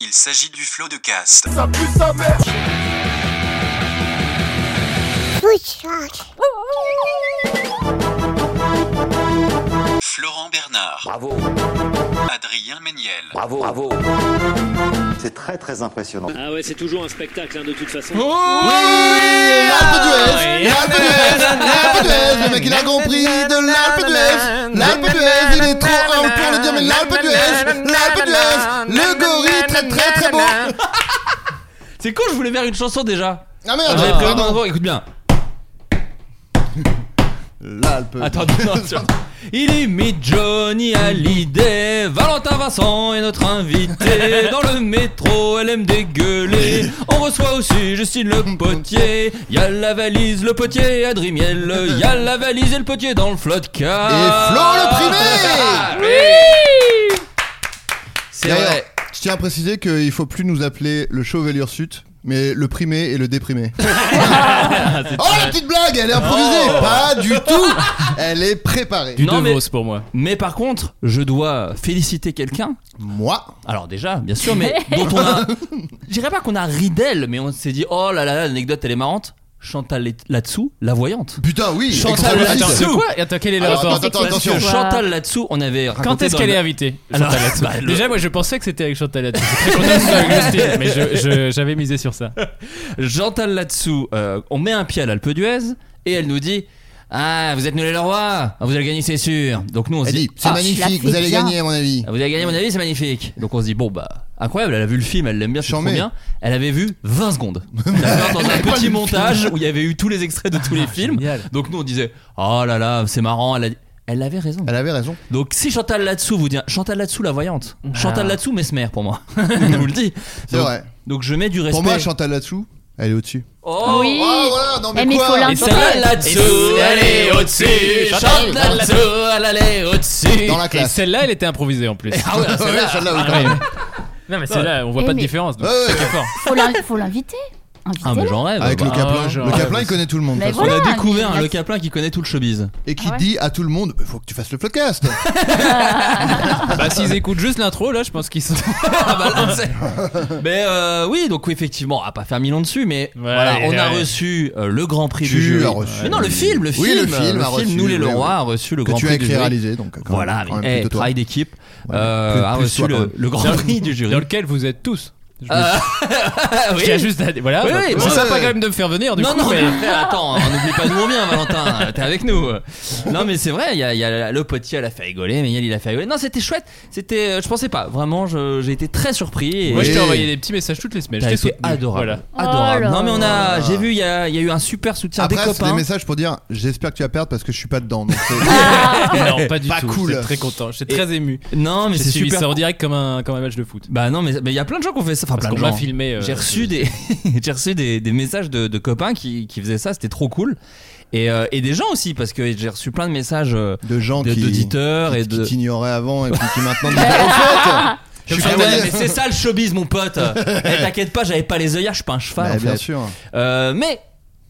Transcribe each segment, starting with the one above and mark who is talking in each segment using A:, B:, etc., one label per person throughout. A: Il s'agit du flot de cast. Florent Bernard,
B: Bravo,
A: Adrien Méniel,
B: bravo, bravo. C'est très très impressionnant.
C: Ah ouais, c'est toujours un spectacle hein, de toute façon.
D: Oh
E: L'Alpe d'Huez, l'Alpe d'Huez, l'Alpe d'Huez, le mec il a compris de l'Alpe d'Huez, l'Alpe d'Huez, il est trop un pour le dire, mais l'Alpe d'Huez, l'Alpe d'Huez, le gorille très très très beau.
F: C'est con, je voulais faire une chanson déjà.
E: Ah
F: Ah,
E: merde,
F: j'avais prévu
E: pardon.
F: d'en- écoute bien.
E: L'Alpe.
F: Attends, non, tu vois. Il imite Johnny Hallyday, Valentin Vincent est notre invité. Dans le métro, elle aime dégueuler. On reçoit aussi Justine le potier. Y'a la valise, le potier et Adrimiel. Y'a la valise et le potier dans le flot de car.
E: Et Flo le privé
F: Oui C'est
E: D'ailleurs,
F: vrai.
E: Je tiens à préciser qu'il faut plus nous appeler le chauve et l'ursute, mais le primé et le déprimé. oh la petite blague, elle est improvisée, Ah, pas du tout. Elle est préparée.
F: Non, mais-
D: pour moi.
F: Mais par contre, je dois féliciter quelqu'un.
E: Moi,
F: Alors déjà, bien sûr, mais dont on a... Je dirais pas qu'on a ri d'elle, mais on s'est dit, oh là là, l'anecdote, elle est marrante. Chantal là-dessous, la voyante.
E: putain, oui.
F: Chantal
E: extra-
F: Latsou.
D: Attends, quoi Et Attends, quel est le
E: Alors,
D: rapport
E: attends, attends,
D: Parce que
E: attention.
D: Chantal-
F: Chantal là-dessous, on avait raconté
D: Quand est-ce
F: dans
D: qu'elle
F: le-
D: est invitée
F: Alors,
D: Chantal Latsou.
F: bah, le-
D: Déjà, moi, je pensais que c'était avec Chantal Latsou. Je suis très content que ce soit avec Justine, mais je- je- j'avais misé sur ça.
F: Chantal là-dessous, euh, on met un pied à l'Alpe d'Huez et elle nous dit Ah, vous êtes nul les rois, vous allez gagner, c'est sûr. Donc nous, on se
E: Elle
F: dit
E: dit, c'est
F: Ah,
E: magnifique, vous allez gagner à mon avis.
F: Ah, Vous avez gagné, à mon avis, c'est magnifique. Donc on se dit, bon, bah, incroyable, elle a vu le film, elle l'aime bien, c'est trop
E: Charmé.
F: bien. Elle avait vu 20 secondes. D'accord, dans un petit montage où il y avait eu tous les extraits de
E: Ah,
F: tous les films.
D: génial.
F: Donc nous, on disait, oh là là, c'est marrant. Elle, a dit- elle avait raison.
E: Elle avait raison.
F: Donc si Chantal là-dessous vous dit, Chantal là-dessous, la voyante. Chantal là-dessous, mesmer pour moi. je vous le dis.
E: C'est
F: Donc-
E: vrai.
F: Donc je mets du respect.
E: Pour moi, Chantal là-dessous, elle est au-dessus.
F: Oh,
G: Oui.
E: Ah, voilà, non, mais
G: Eh, mais il
E: quoi
G: faut
F: Et
G: l'intégrer.
F: Chantal là-dessous, elle est au-dessus.
E: Chantal
F: Chantal là-dessous, elle est au-dessus.
E: Dans la
D: Et
E: classe.
D: celle-là, elle était improvisée en plus.
F: Ah ouais, c'est là.
E: Inch'Allah, oui,
D: Ah
E: quand
D: ouais.
E: même.
D: Non, mais celle-là, Ah, on voit
G: Eh,
D: pas de
G: mais-
D: différence. donc
E: Ouais, ouais.
D: c'est très fort.
G: Faut l'in- faut l'inviter. Invitez-le.
F: Ah mais j'en rêve.
E: Avec
F: Bah,
E: le Caplin.
D: ouais, genre,
E: le Caplin,
D: ouais,
E: il connaît tout le monde. de
G: Mais
E: toute
F: On
E: façon.
G: voilà.
F: a découvert
G: mais
F: un
G: là-
F: Le Caplin qui connaît tout le showbiz.
E: Et qui
G: Ah ouais.
E: dit à tout le monde Faut que tu fasses le podcast.
D: Bah, s'ils écoutent juste l'intro, là, je pense qu'ils sont.
F: Ah bah là, c'est- mais euh, oui, donc oui, effectivement, à pas faire mille ans dessus, mais voilà, on a
D: ouais.
F: reçu euh, le Grand Prix
E: Tu
F: du jury.
E: as reçu.
F: Mais non, le film, le
E: Oui,
F: film,
E: le film a reçu,
F: Nous les
E: oui,
F: Leroy
E: oui.
F: a reçu le
E: que
F: Grand
E: tu as
F: Prix du
E: écrit et
F: jury.
E: réalisé. Donc, quand
F: Voilà,
E: même, quand
F: eh,
E: même, plutôt toi.
F: travail d'équipe
E: Ouais,
F: euh,
D: ah
E: plus-
F: a
E: plus
F: reçu
E: toi, quand
F: le,
E: même.
F: le Grand Prix du jury.
D: Dans lequel vous êtes tous. Je me-
F: Ah, oui.
D: Je tiens juste à. Voilà,
F: Oui,
D: bah,
F: oui,
D: c'est
F: ouais,
D: sympa
E: ouais.
D: quand même de me faire venir du
F: non,
D: coup.
F: non,
D: mais-
F: mais frère, attends, on n'oublie pas d'où on vient, Valentin. hein, T'es avec nous. Non, mais c'est vrai, il y a, il y a le potier, elle a fait rigoler, mais il a fait rigoler. Non, c'était chouette. C'était, euh, je pensais pas. Vraiment, je- j'ai été très surpris. et-
D: Moi, je t'ai
E: Oui.
D: envoyé des petits messages toutes les semaines.
F: T'as
D: Je t'ai
F: été
D: soutenu.
F: adorable.
D: Voilà.
G: Oh
F: Adorable.
G: là
F: non mais on a,
E: là.
F: j'ai vu, il y a, il y a eu un super soutien
E: Après,
F: des
E: c'est des
F: copains.
E: messages pour dire J'espère que tu vas perdre parce que je suis pas dedans. Donc, c'est-
D: Non, Ah. pas du
E: Pas
D: tout.
E: cool.
D: J'étais très content. J'étais très ému.
F: Non mais
D: J'ai
F: c'est
D: suivi
F: super.
D: ça en direct comme un, comme un match de foot.
F: Bah non mais mais il y a plein de gens qui ont fait ça. Enfin
D: Parce
F: plein
D: qu'on
F: de
D: m'a
F: gens.
D: filmé. euh,
F: J'ai reçu des, j'ai reçu des, des messages de, de copains qui, qui faisaient ça, c'était trop cool. Et, euh, et des gens aussi parce que j'ai reçu plein de messages euh,
E: de gens
F: de-
E: qui
F: d'auditeurs et
E: qui
F: de.
E: t'ignoraient avant et puis qui maintenant disent En fait Je suis
F: Putain,
E: vraiment-
F: ouais, mais c'est ça le showbiz mon pote. Eh, T'inquiète pas, j'avais pas les œillères, je suis pas un cheval
E: Bah,
F: en
E: Bien
F: fait.
E: sûr.
F: Euh, mais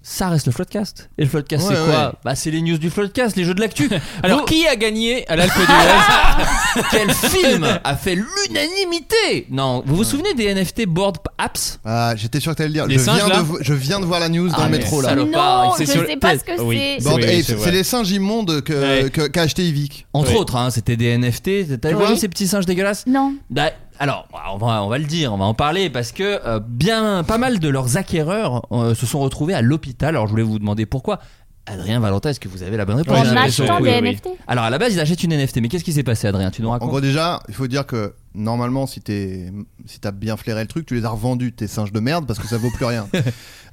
F: ça reste le Floodcast. Et le Floodcast,
E: Ouais,
F: c'est quoi
E: ouais.
F: Bah, c'est les news du Floodcast, les jeux de l'actu.
H: Alors,
F: Vous-
H: qui a gagné à l'Alpe d'Huez
F: quel film a fait l'unanimité Non, vous vous souvenez des NFT Board Apps
E: Ah, j'étais sûr que t'allais le dire.
D: Les
E: je,
D: singes,
E: viens
D: là
E: de, vo- je viens de voir la news dans
F: Ah,
E: le
F: mais
E: métro là.
F: salaud.
H: Salopard,
G: Non,
H: c'est
G: je
H: sur le-
G: sais pas ce que
D: Oui.
G: c'est.
D: Bon.
E: Bande-
D: Oui,
E: eh,
D: oui,
E: c'est
D: c'est vrai.
E: les singes euh, immondes que-
D: Ouais.
E: que- qu'a acheté Yvick.
F: Entre
D: Oui.
F: autres, hein, c'était des NFT. T'as vu
G: Oui.
F: ces petits singes dégueulasses
G: Non.
F: Bah, alors, on va, on va le dire, on va en parler parce que euh, bien, pas mal de leurs acquéreurs euh, se sont retrouvés à l'hôpital. Alors, je voulais vous demander pourquoi. Adrien Valentin, est-ce que vous avez la bonne réponse
D: Ouais,
G: En
D: j'ai l'impression
G: achetant
D: que
G: des
D: oui, oui.
G: NFT.
F: Alors, à la base, ils achètent une NFT, mais qu'est-ce qui s'est passé, Adrien Tu nous
E: En
F: racontes
E: gros, déjà, il faut dire que normalement, si t'es, si t'as bien flairé le truc, tu les as revendus tes singes de merde parce que ça vaut plus rien.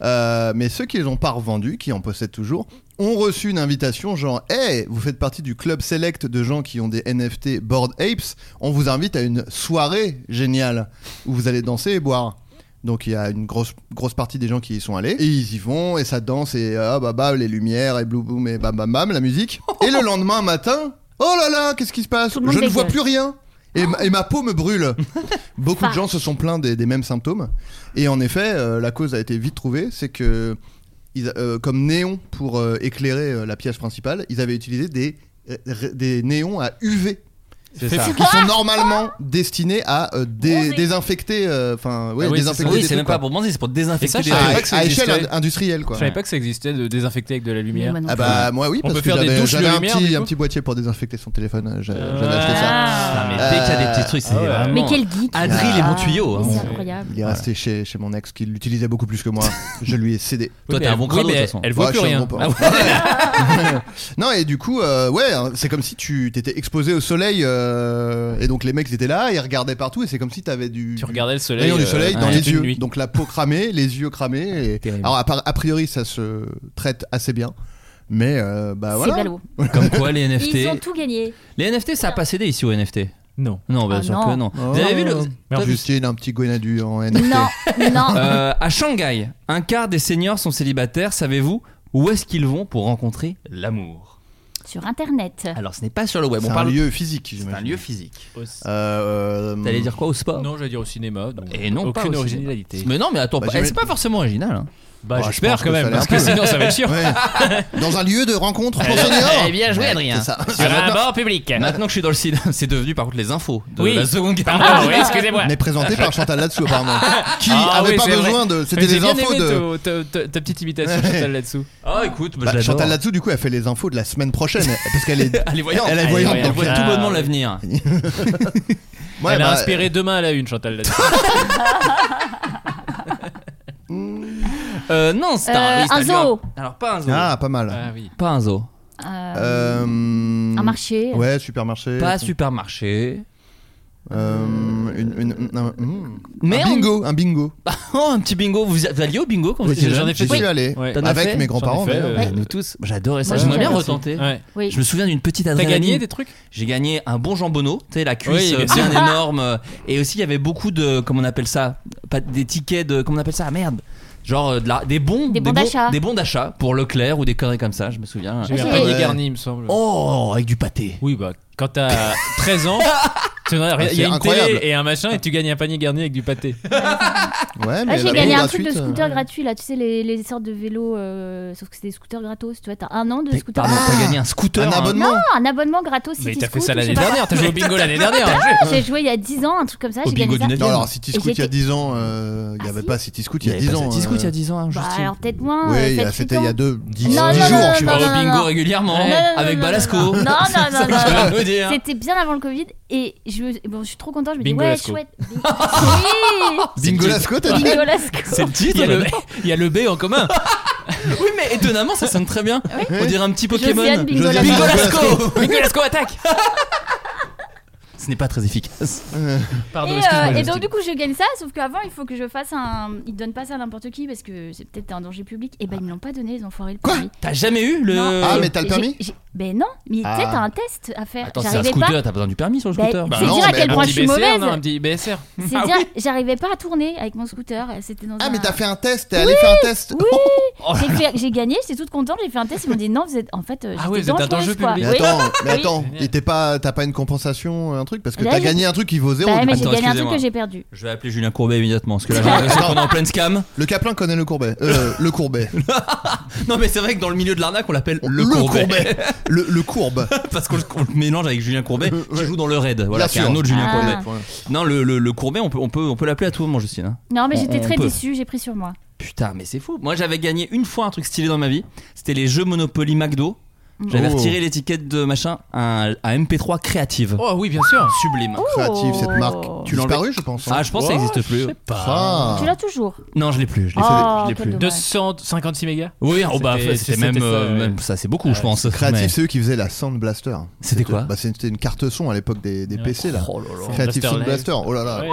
E: Euh, mais ceux qui les ont pas revendus, qui en possèdent toujours, ont reçu une invitation genre, hey, vous faites partie du club select de gens qui ont des NFT Bored Apes. On vous invite à une soirée géniale où vous allez danser et boire. Donc il y a une grosse grosse partie des gens qui y sont allés et ils y vont et ça danse et ah bah bah les lumières et blou boum et bam bam bam la musique et le lendemain matin oh là là qu'est-ce qui se passe
G: Tout le monde
E: je ne
G: dégueule.
E: vois plus rien et, ma, et ma peau me brûle beaucoup de
G: Fuck.
E: gens se sont plaints des, des mêmes symptômes et en effet euh, la cause a été vite trouvée c'est que ils, euh, comme néon pour euh, éclairer euh, la pièce principale ils avaient utilisé des euh, des néons à UV
D: C'est ça.
E: qui sont normalement destinés à euh, dé- désinfecter euh, enfin ouais,
D: Ah oui, c'est ça.
E: désinfecter des
F: Oui, c'est
E: trucs,
F: même pas
E: quoi.
F: pour manger, c'est pour
D: Et ça,
F: désinfecter
D: je
F: des
D: savais
F: trucs.
D: pas
E: à,
D: que ça
E: à échelle
D: existait.
E: ind- industrielle quoi.
D: Je savais pas que ça existait de désinfecter avec de la lumière.
G: Mais moi non
E: Ah
G: plus.
E: bah moi oui
D: On
E: parce
D: peut
E: que
D: faire des
E: j'avais
D: douches
E: j'avais
D: de
E: un
D: lumière,
E: petit
D: du
E: un
D: coup
E: petit boîtier pour désinfecter son téléphone euh, j'a-
D: Ah.
E: j'avais acheté ça.
F: Ah, mais
G: Ah.
F: dès qu'il y a des petits trucs, c'est
D: Ah ouais.
F: vraiment-
G: Mais quel geek
F: Adril
E: est
G: Ah,
F: mon tuyau, hein.
G: mais C'est
D: Ouais.
G: incroyable.
E: Il est resté chez, chez mon ex qui l'utilisait beaucoup plus que moi. Je lui ai cédé.
F: Toi, t'es un bon crado, de toute façon.
D: Elle voit
E: Ouais,
D: plus
E: je suis un
D: rien. Ah
E: bon porc. non et du coup euh, ouais hein, c'est comme si tu t'étais exposé au soleil euh, et donc les mecs étaient là ils regardaient partout et c'est comme si t'avais du
D: Tu regardais le soleil.
E: rayon du
D: euh,
E: soleil dans
D: toute
E: les
D: une
E: yeux
D: nuit.
E: donc la peau cramée les yeux cramés et-
F: Terrible.
E: alors à part- a priori ça se euh, traite assez bien mais euh, bah
G: C'est
E: voilà
G: ballot.
F: Comme quoi, les
G: Ils ont
F: NFT.
G: tout gagné.
F: Les NFT, ça a pas cédé ici aux NFT.
D: Non.
F: Non, bien
G: Ah,
F: sûr
G: non.
F: que non.
E: Oh.
F: Vous avez vu le.
D: Merde,
E: Justine, un petit Gwenadu en NFT.
G: Non, non.
F: Euh, à Shanghai, un quart des seniors sont célibataires. Savez-vous où est-ce qu'ils vont pour rencontrer l'amour
G: Sur internet.
F: Alors, ce n'est pas sur le web.
E: C'est
F: On
E: un
F: parle
E: lieu physique,
F: C'est
E: j'imagine.
F: un lieu physique.
D: Aussi.
E: Euh, euh,
F: T'allais dire quoi au sport
D: Non, j'allais dire au cinéma. donc
F: Et non, pas au
D: aucune
F: cinéma.
D: originalité.
F: Mais non, mais attends,
E: Bah,
F: eh,
E: j'imagine-
F: c'est pas forcément original. hein.
D: Bah,
E: Ouais, je pense
D: j'espère
E: que
D: quand
E: ça
D: même,
E: l'est un
D: parce que
E: peu.
D: sinon ça va être sûr.
E: ouais. Dans un lieu de rencontre pour seniors.
F: Eh bien joué, Adrien.
E: C'est ça.
D: Sur un bord public.
F: Maintenant que je suis dans le site, c'est devenu par contre les infos de
D: Oui.
F: la Seconde Guerre
D: Ah,
F: mondiale.
D: oui, excusez-moi.
E: Mais présenté par Chantal là-dessous, apparemment. Qui
D: Ah
E: avait
D: oui,
E: pas
D: c'est
E: besoin de. C'était
D: Mais j'ai
E: les
D: bien
E: infos
D: aimé
E: de.
D: ton- ta- ta- Ta petite imitation
E: Ouais.
D: Chantal là-dessous.
F: Ah, écoute, bah,
E: Bah,
F: je l'adore.
E: Chantal là-dessous, du coup, elle fait les infos de la semaine prochaine. parce qu'elle est.
F: Elle est voyante.
E: Elle est voyante, euh,
F: Elle voit
D: donc,
F: tout
D: ah,
F: bonnement
D: oui.
F: l'avenir.
E: Ouais,
D: Elle
E: bah,
D: a inspiré demain à la une, Chantal là-dessous.
F: Euh, non, c'est
G: Euh,
F: oui, c'est
G: un zoo.
F: Alors, pas un zoo.
E: Ah, pas mal.
D: Ah oui.
F: Pas un zoo.
G: Euh,
E: Euh,
G: Un marché.
E: Ouais, supermarché.
F: Pas un supermarché.
E: Euh, une, une- un- mm.
F: Mais
E: un
F: on-
E: bingo, un bingo.
F: Oh, un petit bingo. Vous vous alliez au bingo quand vous étiez
D: j'en
F: jeune
D: ai fait
E: J'y suis allé
D: Ouais.
F: T'en as fait
E: avec mes
D: J'en ai
E: grands-parents.
D: fait,
E: d'ailleurs.
D: euh,
F: Nous tous. J'adorais ça.
G: Moi,
F: J'aimerais
G: j'ai
F: bien
G: fait
F: retenter.
D: Ouais.
G: Oui.
F: Je me souviens d'une petite
D: T'as
F: adrénaline.
D: gagné des trucs
F: J'ai gagné un bon jambonneau, tu sais, la cuisse
D: Oui,
F: euh,
D: bien
F: bien énorme. euh, Et aussi, il y avait beaucoup de, comment on appelle ça pas, Des tickets de, comment on appelle ça Ah, Merde Genre euh, de la- des bons
G: Des bons d'achat. Ah,
F: Des bons d'achat pour Leclerc ou des conneries comme ça, je me souviens.
D: J'ai eu un
G: Ouais.
D: panier garni, il me semble.
F: Oh, avec du pâté.
D: Oui, bah, quand t'as 13 ans, tu n'as rien- il y
E: c'est
D: a une
E: incroyable.
D: télé et un machin et tu gagnes un panier garni avec du pâté.
E: Ouais, mais
G: Ah,
E: la
G: j'ai gagné
E: bombe
G: un truc de
E: gratuite,
G: scooter
E: euh,
G: gratuit là, tu sais, les, les sortes de vélos, euh, sauf que c'est des scooters gratos, tu vois, t'as un an de
F: T'as-
G: scooter
F: Pardon,
G: gratos.
F: t'as gagné un scooter.
E: Ah. Un
F: hein.
E: abonnement
G: Non, un abonnement gratos si
D: Mais
G: tu
D: t'as fait ça l'année dernière, t'as joué au bingo l'année dernière.
G: J'ai joué il y a 10 ans, un truc comme ça,
F: Au
G: j'ai
F: bingo
G: gagné ça.
F: du
E: Non,
F: Bien.
E: alors City
G: Et
E: Scoot, il y a
G: j'étais-
E: 10 ans, euh, il n'y
G: Ah,
E: avait
G: si
E: pas City Scoot il
F: Il
E: y a 10 ans.
F: Petit scout il y
E: euh,
F: a 10 ans, hein,
G: Bah,
F: Justine.
G: alors peut-être moins.
E: Oui,
G: euh,
E: il y a-
G: peut-être
E: c'était
G: huit
E: il y a
G: ans.
E: 2
G: Non,
E: 10
G: non, non,
E: jours,
G: non,
E: je
F: Tu
E: sais
G: non,
F: vas
E: pas.
F: au bingo
G: non.
F: régulièrement
G: Non, non, non,
F: avec
G: non,
F: Balasco.
G: Non, non, non, non, non.
F: Je veux dire.
G: C'était bien avant le Covid et je, me- bon, je suis trop contente, je me dis
D: Bingo
G: ouais,
D: Lasco.
G: chouette. Bingo- Oui
E: Bingo Lasco, t'as dit
G: Bingo Lasco.
F: C'est le titre.
D: Il y, a le, il y a le B en commun.
F: Oui, mais étonnamment, ça sonne très bien. On dirait un petit Pokémon.
G: Josiane Bingo
E: Josiane
G: Lasco.
E: Bingo Lasco.
F: Bingolasco attaque Ce n'est pas très efficace.
D: Pardon,
G: Et, euh,
D: excuse-moi.
G: et
D: Justine.
G: donc du coup je gagne ça, sauf qu'avant il faut que je fasse un... Ils donnent pas ça à n'importe qui parce que c'est peut-être un danger public. Et ben ils me l'ont pas donné les enfoirés le permis.
F: T'as jamais eu le.
G: Non.
E: Ah, mais t'as le
G: J'ai-
E: permis
G: j'ai- Ben non, mais tu sais
E: Ah.
G: t'as un test à faire.
F: Attends, c'est un
G: J'arrivais pas.
F: scooter, t'as besoin du permis sur le
G: Ben,
F: scooter.
G: c'est
E: non,
G: dire à
E: mais
G: quel
E: un
G: point
D: Bah Un
G: je
D: petit
G: suis
D: BSR,
G: mauvaise.
D: non, un petit BSR.
G: C'est dire, j'arrivais pas à tourner avec mon scooter. C'était dans
E: Ah,
G: un...
E: mais t'as fait un test, Oh. t'es allé faire un test.
G: Oui, j'ai, fait- j'ai gagné, j'étais toute contente, j'ai fait un test, ils m'ont dit non, vous êtes en fait, euh,
D: Ah
G: j'étais
D: oui, vous êtes un
G: dangereuse,
D: danger
G: quoi.
D: public.
E: Mais
G: Oui.
E: attends, mais
G: Oui.
E: attends,
D: Génial.
E: et t'es pas- t'as pas une compensation, un truc truc parce que
G: Là,
E: t'as
G: j'ai-
E: gagné un truc qui vaut zéro.
G: Bah,
E: du
G: mais
E: coup.
G: j'ai
F: Attends,
G: gagné un truc
F: excusez-moi.
G: que j'ai perdu.
F: Je vais appeler Julien Courbet immédiatement parce que là, j'ai l'impression qu'on est en pleine scam.
E: Le Caplin connaît le Courbet. Euh, le Courbet.
F: Non, mais c'est vrai que dans le milieu de l'arnaque, on l'appelle le, Courbet.
E: Le, le Courbe. Euh,
F: parce qu'on le- on le mélange avec Julien Courbet qui joue dans le raid. Voilà,
E: Bien
F: c'est un
E: sûr.
F: autre Julien
G: Ah.
F: Courbet. Non, le, le, le Courbet, on peut, on peut, on peut l'appeler à tout moment, Justine. hein.
G: Non, mais
F: On-
G: j'étais
F: on
G: très
F: peut.
G: déçue, j'ai pris sur moi.
F: Putain, mais c'est fou. Moi, j'avais gagné une fois un truc stylé dans ma vie. C'était les jeux Monopoly McDo. J'avais
E: Oh.
F: retiré l'étiquette de machin à, à MP3 créative.
H: Oh oui, bien sûr.
F: Sublime.
E: Créative, cette marque.
G: Oh.
E: Tu disparu, je pense. hein.
F: Ah, je pense que ça n'existe plus.
E: Ah.
G: Tu l'as toujours.
F: Non, je l'ai plus. Je l'ai
G: Oh,
F: je l'ai
G: quel
F: plus.
G: dommage.
H: 256 mégas
F: Oui, oh bah,
H: C'était-
F: c'était
H: c'était
F: même,
H: ça,
F: euh,
H: ouais.
F: même- ça, c'est beaucoup, je pense.
E: Créative,
F: Mais-
E: c'est eux qui faisaient la Sound Blaster.
F: C'était quoi
E: bah, C'était une carte son à l'époque des, des PC là.
F: Oh là là.
E: Creative
H: Blaster
E: Sound
H: Live.
E: Blaster, oh là là.
H: Ouais.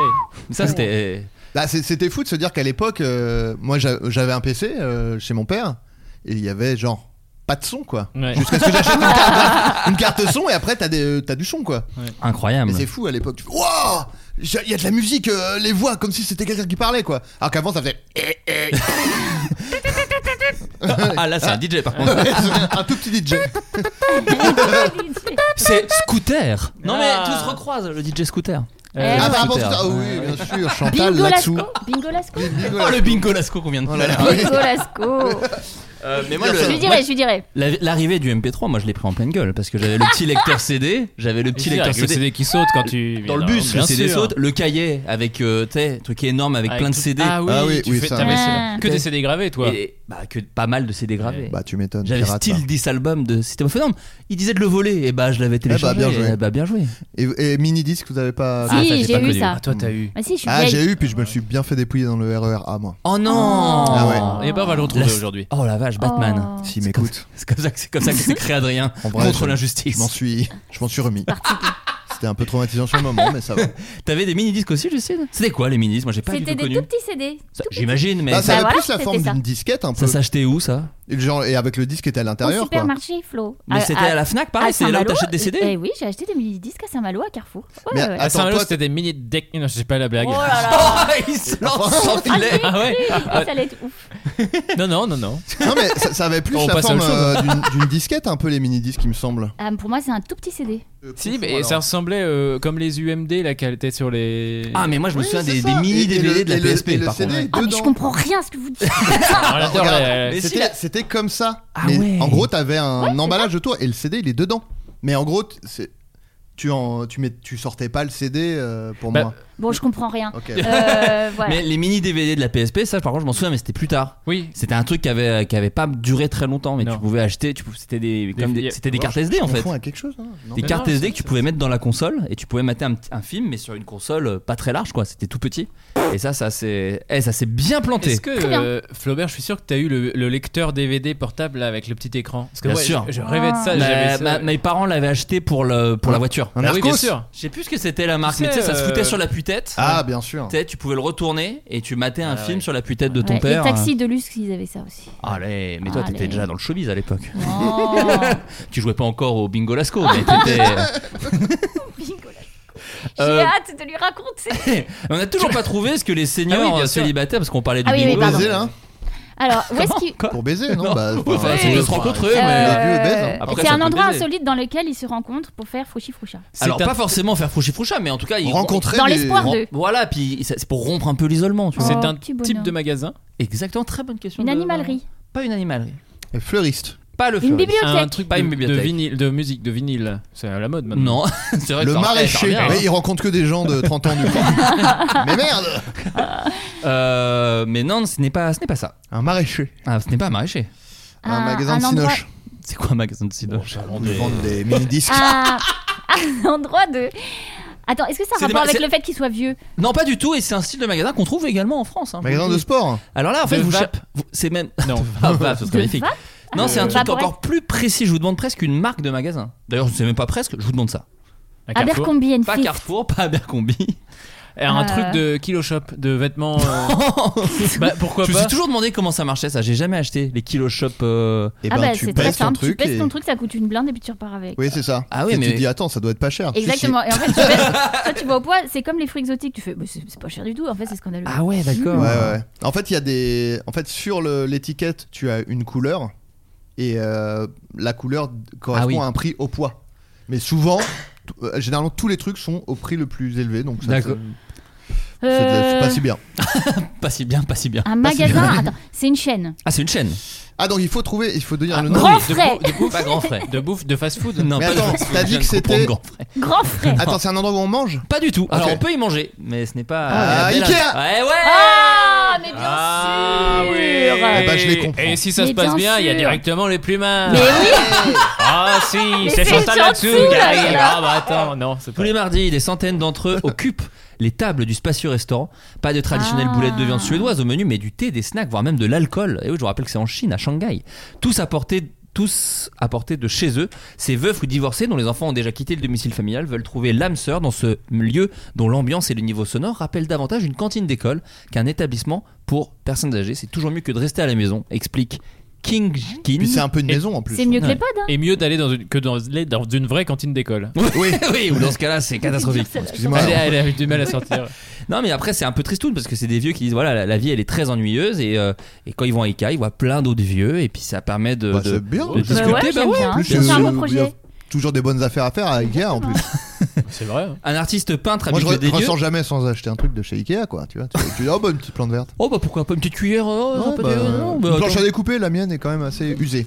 F: Ça, c'était.
E: Bah, c'est- c'était fou de se dire qu'à l'époque, euh, moi j'a- j'avais un PC euh, chez mon père et il y avait genre pas de son quoi.
H: Ouais.
E: Jusqu'à ce que j'achète une carte, une carte son et après t'as des- euh, t'as du son quoi.
F: Incroyable.
E: Mais c'est fou à l'époque. Tu fais, Waouh Il y a de la musique, euh, les voix, comme si c'était quelqu'un qui parlait quoi. Alors qu'avant ça faisait. Eh, eh.
F: Ah là, c'est un DJ par contre.
E: un tout petit DJ.
F: C'est Scooter. Non mais
H: Ah.
F: tout se recroise, le DJ Scooter.
H: Euh,
E: Ah,
F: Scooter.
E: bah, avant, ah oui, bien sûr, Chantal
G: Eh Bingo
E: là-dessous.
G: Lasco Bingo Lasco
F: Oh le bingo Lasco qu'on vient de
E: Oh
F: faire.
E: là là, oui.
G: Bingo Lasco
F: mais moi, le-
G: Je lui dirai, je lui dirai.
H: Eh.
F: La- L'arrivée du MP3, moi je l'ai pris en pleine gueule parce que j'avais le petit lecteur CD, j'avais le petit
H: Bien
F: lecteur
H: sûr, avec le
F: CD.
H: CD qui saute quand tu
F: Dans le
H: Bien
F: bus, le CD
H: sûr.
F: saute, le cahier avec euh, tu sais, un truc énorme avec, plein de
H: tout-
F: CD.
H: Ah oui,
E: Ah oui,
H: tu
E: oui,
H: fais-
E: ça,
H: t'avais
G: oui.
H: c'est- que des CD gravés, toi.
F: Et bah, que pas mal de CD gravés.
E: Bah tu m'étonnes.
F: J'avais
E: pirate,
F: style 10 albums de System of a Down. Il disait de le voler et bah je l'avais téléchargé.
E: Eh bien joué.
F: et bah bien joué.
E: Et, et mini disque, vous avez pas.
G: Si, j'ai eu ça.
H: Ah, toi, t'as eu.
G: Ah si, je suis
E: Ah, j'ai
G: vieille.
E: eu, puis je me le suis bien fait dépouiller dans le RER A, moi.
F: Oh non
E: Ah
H: Et bah, on va le retrouver
F: La-
H: aujourd'hui.
F: Oh la vache, Batman.
G: Oh.
E: S'il
F: C'est comme-
E: m'écoute,
F: C'est comme ça que c'est comme ça que s'est créé Adrien
E: En vrai,
F: contre
E: je-
F: l'injustice.
E: je m'en suis, je m'en suis remis. C'était un peu traumatisant sur le moment, mais ça va.
F: T'avais des mini disques aussi, Justine C'était quoi les mini disques Moi j'ai pas du
G: C'était
F: tout
G: des
F: connu.
G: tout petits CD.
F: Ça, J'imagine, mais
E: Bah, ça
F: ça,
E: avait
G: voilà,
E: plus la
G: c'était
E: forme
G: ça.
E: d'une disquette un peu.
F: ça s'achetait où ça
E: Et le genre, et avec le disque était à
G: Au
E: l'intérieur, quoi.
G: supermarché, Flo. Euh,
F: Mais c'était à la Fnac, pareil, c'est là où t'achètes des CD.
G: Eh oui, j'ai acheté des mini-disques à Saint-Malo, à Carrefour. Ouais,
E: Mais
G: ouais, ouais.
H: À
E: attends,
H: Saint-Malo,
E: toi,
H: c'était des mini deck. Non, je sais pas la
G: Oh
H: blague.
F: Ah, il se lance sans
G: Ah,
F: filet.
H: Ah ouais
G: si, ça allait être ouf.
H: Non, non, non, non.
E: non mais ça, ça avait plus
H: On
E: la
H: passe à
E: forme
H: autre chose.
E: euh, d'une- d'une disquette un peu les mini disques, il me semble.
G: Ah, pour moi, c'est un tout petit CD.
E: Euh,
H: Si, mais
E: Alors.
H: ça ressemblait euh, comme les UMD là qu'elle était sur les.
F: Ah, mais moi je me
E: Oui,
F: souviens
E: c'est
F: des,
E: ça.
F: des mini
E: Et- et
F: DVD
E: le-
F: de la
E: et le-
F: PSP
E: et le
F: par contre.
E: CD
G: Ah, mais je
E: dedans.
G: comprends rien à ce que vous dites.
H: Ah, j'adore
E: Regarde.
H: les-
F: Mais si,
E: C'était-
F: là-
E: C'était comme ça.
F: Ah
E: mais
F: ouais.
E: en gros, t'avais un emballage autour et le CD il est dedans. Mais en gros, t- c'est- tu en, tu mets, tu sortais pas le CD euh, pour
H: Bah,
E: moi.
G: Bon, je comprends rien.
E: Ok.
G: Euh, voilà.
F: Mais les mini DVD de la PSP, ça par contre je m'en souviens, mais c'était plus tard.
H: Oui.
F: C'était un truc qui avait, euh, qui avait pas duré très longtemps, mais
H: Non.
F: tu pouvais acheter, tu pouvais- c'était des, comme des-
H: fillets.
F: c'était des
E: Alors,
F: cartes
E: je
F: SD en fait.
E: confonds avec quelque chose. hein. Non.
F: Des
H: Mais
F: cartes
H: non,
F: SD
H: c'est-
F: que tu pouvais mettre dans la console et tu pouvais mater un, petit- un film, mais sur une console euh, pas très large quoi, c'était tout petit. Et ça, ça s'est eh, ça s'est bien planté.
H: Est-ce que
G: bien.
H: euh, Flaubert, je suis sûr que t'as eu le, le lecteur DVD portable là, avec le petit écran Parce que
F: Bien
H: moi,
F: sûr.
H: Je, je rêvais de ça.
G: Ah.
H: j'avais
F: Ma-
H: ça.
F: ma- mes parents l'avaient acheté pour, le, pour la voiture.
E: Un
H: Ah oui, bien
E: Narcos
H: sûr.
F: Je sais plus ce que c'était la marque,
H: Tu sais,
F: mais tu sais, ça se foutait
H: euh,
F: sur la tête
E: Ah, bien sûr.
F: Tu sais, tu pouvais le retourner et tu matais un
H: Ah
F: film
H: ouais.
F: sur la tête de ton
G: Ouais,
F: père. hein.
G: Les taxis de luxe, ils avaient ça aussi.
F: Allez, Ah, mais toi, t'étais
G: Allez. Oh.
F: déjà dans le showbiz à l'époque.
G: Non.
F: Tu jouais pas encore au Bingo Lasco, mais t'étais.
G: Bingo, là. J'ai
F: Euh,
G: hâte de lui raconter.
F: On a toujours pas trouvé ce que les seigneurs
H: Ah oui, bien
F: euh,
H: sûr.
F: célibataires, parce qu'on parlait du
G: Ah oui,
F: bingo.
G: oui, pardon.
E: Baiser, là,
G: Alors, où est-ce qu'il...
E: pour baiser, non,
F: Non.
E: Bah,
F: Ouais, enfin,
E: ouais.
F: c'est de se rencontrer,
E: Ouais.
F: mais-
E: les vieux baisent, hein.
G: Euh,
F: Après,
G: c'est
F: ça
G: un
F: peut
G: endroit
F: baiser.
G: insolite dans lequel ils se rencontrent pour faire Fouchi Froucha.
F: Alors,
H: C'est un-
F: pas forcément faire frouchi froucha, mais en tout cas, ils
E: rencontrer
G: Dans
E: les-
G: l'espoir de.
F: Voilà, puis ça- c'est pour rompre un peu l'isolement, tu vois.
H: C'est
G: Oh,
H: un
G: petit
H: type
G: bonhomme.
H: de magasin,
F: Exactement, très bonne question.
G: Une
F: de-
G: animalerie.
F: Pas une animalerie.
E: les fleuristes.
F: Pas le
G: Une
F: fleuriste.
G: bibliothèque.
H: un truc
F: Pas
H: de,
F: une bibliothèque.
H: de vinyle, de musique, de vinyle. C'est à la mode maintenant.
F: Non, c'est vrai que
E: Le
F: ça- eh, ça
E: maraîcher,
F: revient, hein.
E: mais il rencontre que des gens de 30 ans du coup. mais merde
F: Euh, mais non, ce n'est pas, ce n'est pas ça.
E: Un maraîcher,
F: Ah, ce n'est pas un maraîcher.
E: un, magasin de
G: endroit-
E: cinoche.
F: C'est quoi un magasin de cinoche
E: Ils vendent des mini-disques.
G: un... un endroit Ah. de. Attends, est-ce que ça
F: C'est
G: a rapport
F: des-
G: avec
F: c'est-
G: le fait qu'il soit vieux
F: Non, pas du tout, et c'est un style de magasin qu'on trouve également en France. hein.
E: magasin de sport.
F: Alors là, en fait,
H: De
F: vous,
H: vape.
F: cha- vous- c'est même.
H: Non.
F: Ah, vape, ce serait
G: De
F: magnifique.
G: vape
F: Non, c'est un
G: Euh,
F: truc
G: vaporette.
F: encore plus précis. Je vous demande presque une marque de magasin. D'ailleurs, je ne sais même pas presque, je vous demande ça.
H: Un Carrefour.
G: Abercrombie and
F: Pas
G: Fitch.
F: Carrefour, pas Abercrombie.
H: Et Un
G: Euh.
H: truc de Kilo Shop, de vêtements. euh, bah, pourquoi
F: je me
H: pas
F: suis toujours demandé comment ça marchait ça. J'ai jamais acheté les Kilo Shop. euh,
E: Et
G: Ah
E: ben
G: bah
E: tu
G: c'est très
E: pèses ton
G: simple, tu
E: truc.
G: pèses
E: et-
G: ton truc, ça coûte une blinde et puis tu repars avec.
E: Oui, c'est ça.
F: Ah oui,
E: et
F: mais-
E: tu te dis, attends, ça doit être pas cher. Si, si.
G: Exactement. Et en fait, tu pèses- toi, tu vas au poids, c'est comme les fruits exotiques, tu fais, Bah, c'est c'est pas cher du tout, en fait, c'est scandaleux.
F: Ah ouais, d'accord.
E: Ouais, ouais. En fait, il y a des. En fait, sur le- l'étiquette, tu as une couleur et euh, la couleur d- correspond
F: Ah oui.
E: à un prix au poids. Mais souvent, t- euh, généralement tous les trucs sont au prix le plus élevé, donc ça,
F: D'accord.
E: c'est- c'est de- c'est pas si bien.
F: Pas si bien, pas si bien.
G: Un
E: Pas si
G: magasin,
E: bien.
G: attends, c'est une chaîne.
F: Ah, c'est une chaîne.
E: Ah donc il faut trouver, il faut donner
G: Ah,
E: le nom.
G: grand
E: Oui.
G: frais
F: De bouffe, pas grand frais.
H: De bouffe, de fast food
F: Non,
E: Mais
F: pas de
E: attends,
F: grand frais.
E: t'as dit
F: Je viens
E: que
F: de comprendre
E: c'était-
F: grand frais.
G: Grand frais
E: Attends, c'est un endroit où on mange
F: Pas du tout. Alors
E: Ok.
F: on peut y manger, mais ce n'est pas.
E: Ah,
F: la belle-
E: Ikea
F: Ouais, eh ouais.
G: Ah, mais bien
H: Ah
G: sûr
H: oui
E: Eh ben, je les comprends.
H: Et si ça
G: Mais
H: se passe
G: bien
H: bien, il y a
G: sûr.
H: directement les plumards
G: Mais oui
H: Ah si, c'est
G: c'est
H: Chantal là-dessous
G: Chantal
H: qui arrive
G: là.
H: Ah bah attends, non, c'est
F: Tous
H: pas...
F: les mardis, des centaines d'entre eux occupent les tables du spacieux restaurant. Pas de traditionnelles
G: Ah.
F: boulettes de viande suédoise au menu, mais du thé, des snacks, voire même de l'alcool. Et oui, je vous rappelle que c'est en Chine, à Shanghai. Tous apportés tous apportés de chez eux, ces veufs ou divorcés dont les enfants ont déjà quitté le domicile familial veulent trouver l'âme sœur dans ce lieu dont l'ambiance et le niveau sonore rappellent davantage une cantine d'école qu'un établissement pour personnes âgées. C'est toujours mieux que de rester à la maison, explique King Kin.
E: Puis c'est un peu une maison en plus.
G: C'est mieux que
F: Ouais.
G: l'EHPAD, hein
H: Et mieux d'aller dans une, que dans, les- dans une vraie cantine d'école.
F: Oui, oui, ou dans ce cas-là, c'est catastrophique.
E: Excusez-moi.
H: Elle, elle a eu du mal à sortir.
F: Non, mais après, c'est un peu tristoun parce que c'est des vieux qui disent voilà, la, la vie elle est très ennuyeuse et, euh, et quand ils vont à Ikea, ils voient plein d'autres vieux et puis ça permet de.
E: Bah,
F: de-
E: c'est bien.
F: de
E: c'est
F: discuter,
G: Bah ouais,
F: bah
G: j'aime
F: ouais.
G: bien.
E: plus,
G: C'est un
E: euh,
G: beau
E: il y a
G: projet.
E: Toujours des bonnes affaires à faire à Ikea en plus.
H: C'est vrai. hein.
F: Un artiste peintre
E: Moi je
F: habitué
E: re-
F: des lieux.
E: ressors jamais sans acheter un truc de chez Ikea quoi. Tu vois, tu, tu dis oh bah une petite plante verte.
F: Oh bah pourquoi pas une petite cuillère oh,
E: Non,
F: un peu
E: bah,
F: de- non, bah,
E: une planche à
F: attends,
E: découper, la mienne est quand même assez usée.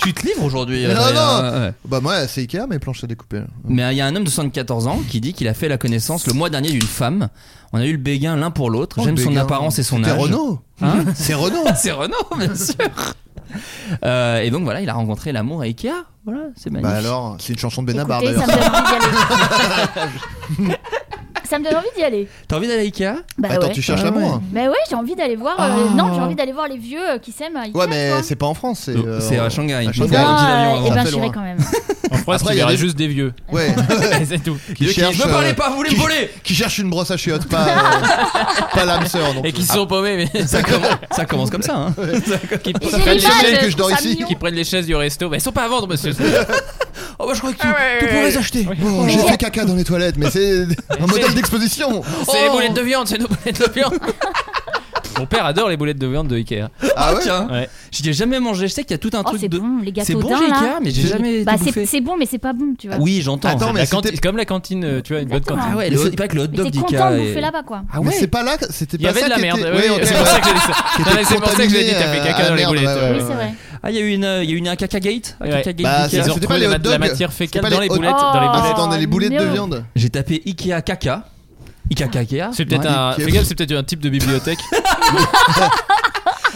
F: Tu te livres aujourd'hui.
E: Mais non,
F: Adrien, ouais.
E: bah moi c'est Ikea mes planches à découper.
F: Mais euh, il y a un homme de 74 ans qui dit qu'il a fait la connaissance le mois dernier d'une femme. On a eu le béguin l'un pour l'autre.
E: Oh,
F: J'aime son
E: Béguin.
F: apparence et son
E: C'était
F: âge.
E: Renault.
F: Hein
E: c'est Renault.
F: C'est Renault, bien sûr. Euh, et donc voilà, il a rencontré l'amour à Ikea. Voilà, c'est magnifique.
E: Bah alors, c'est une chanson de Benabar
G: Écoutez,
E: d'ailleurs.
G: ça me donne envie d'y aller. Ça me donne envie d'y aller.
F: T'as envie d'aller à Ikea
G: Bah
E: Attends,
G: ouais.
E: tu cherches
F: Ah ouais.
E: l'amour.
G: Bah ouais, j'ai envie d'aller voir. euh,
F: Ah.
G: Non, j'ai envie d'aller voir les vieux euh, qui s'aiment. à Ikea,
E: Ouais, mais
G: quoi.
E: c'est pas en France, c'est
F: Non,
E: euh,
F: Oh, c'est à
E: en-
F: Shanghai.
E: à
F: Il faut
E: Shanghai.
F: prendre un petit avion
G: Ah,
F: avant.
G: et
E: Ça
G: ben
E: fait
G: j'irai
E: loin.
G: quand même.
H: En France,
E: Après, il
H: il
E: y
H: y
E: a
H: aura
E: des-
H: juste des vieux.
E: Ouais.
H: c'est tout.
E: Qui
F: Dieu qui-
E: cherche,
F: Je veux parler
E: euh,
F: pas, vous voulez
E: qui-
F: me voler
E: Qui cherche une brosse à chiottes, pas, euh, pas l'âme sœur. non
H: Et
E: plus.
H: qui se sont paumés, mais
F: ça, commence, ça commence comme ça. Hein.
G: Et
E: fait
G: j'ai
E: des semaines que je dors
G: l'image,
E: ici.
G: Samillon.
H: qui prennent les chaises du resto. Mais elles sont pas à vendre, monsieur.
F: Oh bah je
G: Ah
F: croyais que tu, tu pouvais les acheter.
E: Oh, J'ai fait caca dans les toilettes, mais c'est un modèle d'exposition. Oh.
H: C'est les boulettes de viande, c'est nos boulettes de viande. Mon père adore les boulettes de viande de Ikea.
E: Ah ouais
F: Tiens,
H: Ouais.
F: j'y ai jamais mangé. Je sais qu'il y a tout un
G: Oh,
F: truc
G: c'est
F: de.
G: bon, les
F: c'est
G: gâteaux
F: bon
G: d'un
F: chez
G: là.
F: Ikea, mais j'ai jamais été
G: Bah c'est
F: bouffé.
G: c'est bon, mais c'est pas bon, tu vois.
F: Oui, j'entends.
E: Attends, mais
H: La
E: c'était-
H: canti- Comme la cantine, euh, tu vois, une bonne
G: Exactement.
H: cantine.
F: Ah ouais,
E: Mais
F: le,
E: c'est-
F: il paraît que le hot
G: Mais
F: dog
G: T'es
F: d'Ikea.
G: content de
F: est-
G: bouffer là-bas quoi.
F: Ah
E: Mais c'est
F: ouais.
E: pas là, que- c'était
H: Il y
E: pas
H: avait
E: ça
H: de la
E: qui
H: merde.
E: était-
H: oui,
E: ouais, ok,
H: c'est pour ça
E: ouais.
H: que j'ai dit ça.
E: Qui
H: Non,
E: était
H: mais c'est pour ça que j'ai dit
E: contaminé
H: t'as fait
E: à-
H: caca
E: à la
H: dans les
E: merde,
H: boulettes,
E: ouais,
H: ouais.
G: Oui,
E: ouais.
G: c'est vrai.
F: Ah, il y a eu une, euh, il y a eu une un caca gate. Un
H: Ouais.
F: caca gate d'Ikea.
E: Bah,
H: Ils ont
E: c'était pas
H: retrouvé
E: les
H: la,
E: hot
H: ma- de la
E: dogs.
H: matière
E: C'était
H: fécale
E: pas
H: dans
E: les
H: les
E: hot-
H: boulettes.
G: Oh.
H: Dans les
E: Ah,
H: boulettes.
E: c'était dans les
G: Oh,
E: boulettes de
G: merde.
E: viande.
F: J'ai tapé Ikea caca. Ikea caca.
H: C'est peut-être
E: Ouais.
H: un.
E: Nickel.
H: Fais gaffe, c'est peut-être un type de bibliothèque.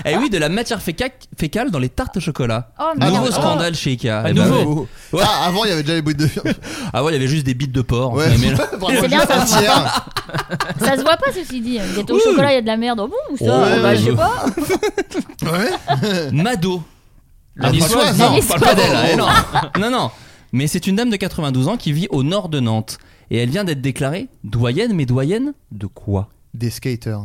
F: Eh oui, de la matière féca- fécale dans les tartes au chocolat.
G: Oh, mais
F: Nouveau
G: non.
F: scandale chez Ikea. Eh bah ouais.
E: nouveau. Ah, avant, il y avait déjà les boulettes de viande.
F: Ah ouais, il y avait juste des bites de porc.
E: Ouais,
F: Mais là-
E: vraiment,
G: C'est bien,
E: juste
G: ça.
E: entière.
G: Ça se voit pas ceci dit. Gâteau au
F: Oui.
G: chocolat, il y a de la merde. Oh, Bon, ça,
F: Ouais,
G: bah,
F: ouais,
G: je sais
F: ouais.
G: pas.
E: Ouais. Ah,
F: Mado.
E: La niçoise,
G: la
F: non, on parle pas d'elle, hein,
E: niçoise.
F: elle, non. non, non. Mais c'est une dame de 92 ans qui vit au nord de Nantes. Et elle vient d'être déclarée doyenne, mais doyenne de quoi
E: Des skaters.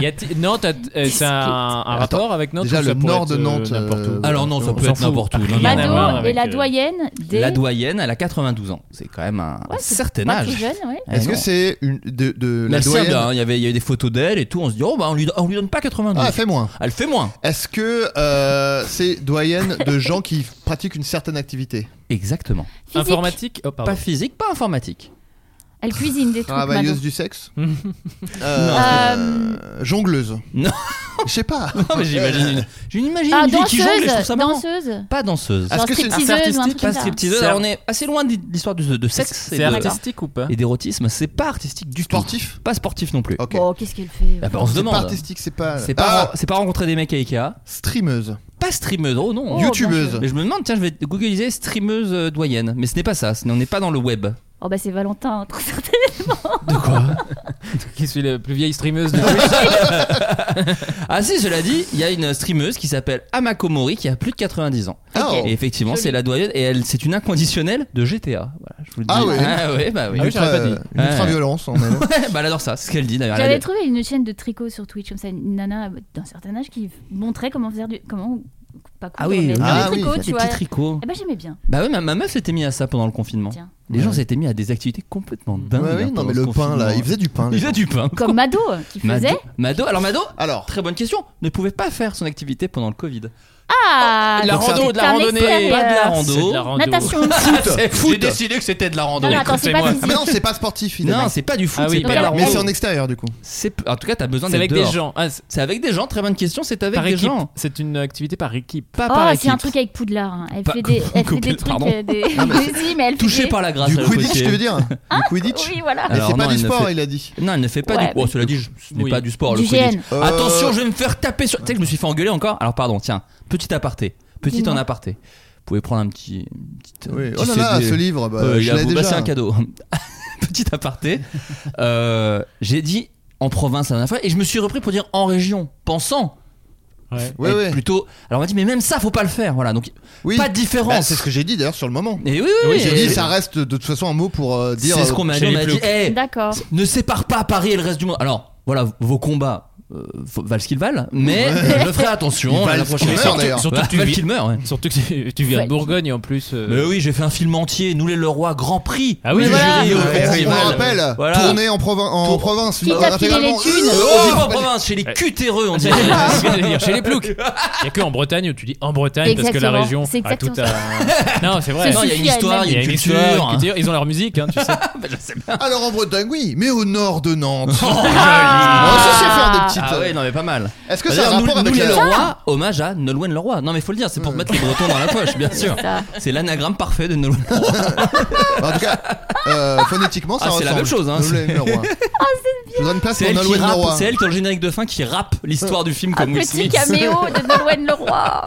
H: Y a-t-il- Non, t'as- euh, c'est un, un rapport avec Nantes
E: Déjà,
H: ou ça
E: le
H: pourrait
E: nord de
H: être, euh,
E: Nantes,
H: N'importe
E: euh,
H: où.
F: Alors non, ça
H: On
F: peut
H: s'en
F: être
H: fout.
F: n'importe où. Non,
H: Rien à
F: non,
G: Mado
H: voir
F: non.
G: et
H: avec,
G: la
H: euh,
G: doyenne des.
F: La doyenne, elle a 92 ans. C'est quand même un
G: Ouais, c'est
F: certain
G: pas
F: âge.
G: tout jeune, ouais.
F: Eh
E: Est-ce que
F: non.
E: c'est une de, de
F: Mais
E: la
F: elle sert bien, hein.
E: doyenne
F: il, y avait, il y avait des photos d'elle et tout. On se dit, oh bah on lui, on lui donne pas 92.
E: Ah, fais moins.
F: Elle fait moins.
E: Est-ce que euh, c'est doyenne de gens qui pratiquent une certaine activité
F: Exactement.
G: Physique.
H: Informatique. Oh, pardon.
F: Pas physique, pas informatique.
G: Elle cuisine des trucs. Mado.
E: Travailleuse du sexe Euh, Jongleuse
F: Non.
E: Je sais pas.
F: Non, mais j'imagine. une- J'imagine
G: Ah,
F: une fille qui jongle et je trouve
G: danseuse.
F: ça marrant.
G: Danseuse.
F: Pas danseuse.
E: Est-ce
G: Genre
E: que c'est-
G: stripteaseuse ou un truc
F: pas
G: comme ça.
F: stripteaseuse.
H: C'est
F: Alors
H: un-
F: on est assez loin de l'histoire de, de sexe et
H: C'est
F: de-
H: artistique ou pas
F: et d'érotisme. C'est pas artistique du tout.
E: Sportif
F: Pas sportif non plus.
E: Ok.
G: Bon, qu'est-ce qu'elle fait
F: Ah bah, on se
E: C'est pas
F: demande.
E: artistique, c'est pas.
F: C'est pas,
E: Ah,
F: c'est pas rencontrer des mecs à Ikea.
E: streameuse.
F: Pas streameuse, oh non.
G: Oh,
E: Youtubeuse.
F: Mais je me demande, tiens, je vais googliser streameuse euh, doyenne. Mais ce n'est pas ça, ce- on n'est pas dans le web.
G: Oh bah c'est Valentin, très certainement.
F: De quoi
H: Qui suis la plus vieille streameuse de Twitch
F: Ah si, cela dit, il y a une streameuse qui s'appelle Amako Mori qui a plus de 90 ans.
E: Ah, oh.
F: Et effectivement,
G: Joli.
F: c'est la doyenne et elle, c'est une inconditionnelle de GTA. Voilà, je vous le dis.
E: Ah ouais.
F: Ah ouais, bah oui.
E: Une
H: oui, j'aurais
E: ultra-
H: pas dit.
E: Une
F: Ouais.
E: ultra-violence, on est là.
F: Ouais, bah elle adore ça, c'est ce qu'elle dit d'ailleurs. Elle
G: J'avais
F: adore-
G: trouvé une chaîne de tricot sur Twitch, comme ça, une nana d'un certain âge qui montrait comment faire du. Comment. Pas coudre,
F: Ah oui,
G: mais
F: oui.
G: faire
E: Ah
G: des
E: oui,
G: tricots,
E: faire
G: tu
F: Des
G: vois.
F: petits tricots.
G: Eh bah j'aimais bien.
F: Bah oui, ma, ma meuf s'était mise à ça pendant le confinement.
G: Tiens.
F: Les gens
E: Ouais.
F: s'étaient mis à des activités complètement dingues.
E: Ouais,
F: hein,
E: oui, non,
F: pendant
E: mais
F: ce
E: le pain là,
F: confinement.
E: il faisait du pain. les
F: Il faisait
E: gens.
F: du pain.
G: Comme Mado qui
F: Mado,
G: faisait.
F: Mado, alors Mado,
E: Alors,
F: très bonne question, ne pouvait pas faire son activité pendant le Covid.
G: Ah,
H: La
G: donc c'est
H: rando, de la
G: un euh,
H: randonnée.
G: extérieur.
F: Pas de la
H: C'est de la
F: rando.
H: rando.
G: Natation.
F: J'ai décidé que c'était de la rando.
G: Non, non, attends, c'est pas
H: Écoutez-moi.
E: Ah,
G: physique.
E: mais non, c'est pas sportif. finalement.
F: Non, c'est pas du foot,
H: Ah oui,
F: c'est pas de la
G: d'accord.
E: mais c'est
F: rando.
E: en extérieur du coup.
F: C'est- En tout cas, t'as besoin
H: C'est
F: d'être
H: avec des
F: dehors.
H: gens. Ah, c'est-
F: C'est avec des gens, très bonne question, c'est avec
D: Par
F: des
D: équipe.
F: gens.
D: C'est une activité par équipe. Pas
G: Oh,
D: par
G: c'est
D: équipe.
G: un truc avec Poudlard. hein. Elle
F: Pas-
G: fait des, elle fait des trucs.
F: pardon.
G: euh, des... mais si, mais elle fait
F: Touché
G: des- Hein
F: par la grâce.
E: Du
F: à
E: Quidditch,
F: Gauthier.
E: tu veux dire Du Quidditch
G: Oui, voilà.
E: Mais
F: Alors,
E: c'est pas
F: non,
E: du
F: il ne
E: sport,
F: fait-
E: il a dit.
F: Non, elle ne fait pas
G: Ouais,
F: du. Oh, cela dit, je- ce n'est
D: Oui.
F: pas du sport le
G: Du
F: Quidditch.
G: GN.
E: Euh,
F: Attention, je vais me faire taper sur. Tu sais que je me suis fait engueuler encore. Alors pardon, tiens, petit aparté, petit en
G: Dis-moi.
F: aparté. Vous pouvez prendre un petit. une petite- un
E: Oui.
F: petit
E: Oh là là,
F: CD.
E: ce livre, bah,
F: Euh, il y
E: je
F: a-
E: l'ai
F: bah,
E: déjà.
F: C'est un cadeau. petit aparté. Euh, J'ai dit en province la dernière fois et je me suis repris pour dire en région, pensant
D: Ouais.
E: Ouais,
F: être
E: ouais.
F: plutôt. Alors on m'a dit mais même ça faut pas le faire. Voilà donc
E: Oui.
F: pas de différence.
E: Bah, c'est ce que j'ai dit d'ailleurs sur le moment.
F: Et oui, oui,
E: Oui,
F: oui,
E: j'ai
F: et-
E: dit, ça reste de toute façon un mot pour euh, dire.
F: C'est ce qu'on m'a dit.
D: chez
F: On
D: les
F: m'a dit,
D: ploucs.
F: eh,
G: D'accord.
F: ne sépare pas Paris et le reste du monde. Alors, voilà, vos combats euh, faut- valent ce qu'ils valent, mais euh, je ferai attention
E: Ils
F: à la
E: valent ce
F: prochaine
E: qu'on meurt, d'ailleurs.
F: Surtout
D: Surtout que tu vis-
F: qu'ils meurent. ouais.
D: Surtout que tu viens
G: Ouais.
D: de Bourgogne en plus. euh,
F: Mais oui, j'ai fait un film entier, Nous les Leroy, Grand Prix.
D: Ah oui,
F: du
G: voilà.
F: jury au
E: Euh,
F: concours
E: on- on
F: rival.
E: le rappelle,
F: Voilà.
E: tourner en, provin- en
F: Tour-
E: province.
G: Qui t'a
E: euh,
G: filé les
E: intégralement.
G: thunes
F: Euh,
E: Oh,
F: on dit pas en
E: pas-
F: province, chez les
D: Ouais.
F: cutéreux, on dit.
D: C'est ce que j'allais dire, chez les ploucs. Il n'y a que en Bretagne où tu dis en Bretagne parce que la
G: Exactement,
D: région
G: c'est
D: a tout
G: exactement
D: un. Non, c'est vrai.
G: C'est
F: non, il y a une
G: suffit à
F: histoire, il y a une culture.
D: histoire, une
F: hein.
D: culture, Ils ont leur musique, hein, tu sais.
F: Bah, je sais pas.
E: Alors en Bretagne, oui, mais au nord de Nantes. Oh,
G: Ah.
E: je sais faire des petites. euh,
F: Ah ouais, non mais pas mal.
E: Est-ce que ça a
F: D'ailleurs,
E: un
F: nous,
E: rapport
F: Nous
E: avec Hmm.
F: les
E: la...
F: Leroy, hommage à Nolwenn Leroy. Non mais faut le dire, c'est pour mettre les Bretons dans la poche, bien sûr.
G: Ça.
F: C'est l'anagramme parfait de Nolwenn Leroy.
E: En tout cas, euh, phonétiquement, ça
F: Ah, c'est la même
E: ressemble.
F: chose, hein.
E: Nolwenn Leroy. euh, Je vous donne place
F: C'est
E: pour
F: elle qui
E: Nolwenn
F: rappe,
E: Leroy.
F: c'est elle qui est le générique de fin qui rappe l'histoire du film
G: Un
F: comme Will
G: petit
F: Smith.
G: caméo de Nolwenn Leroy.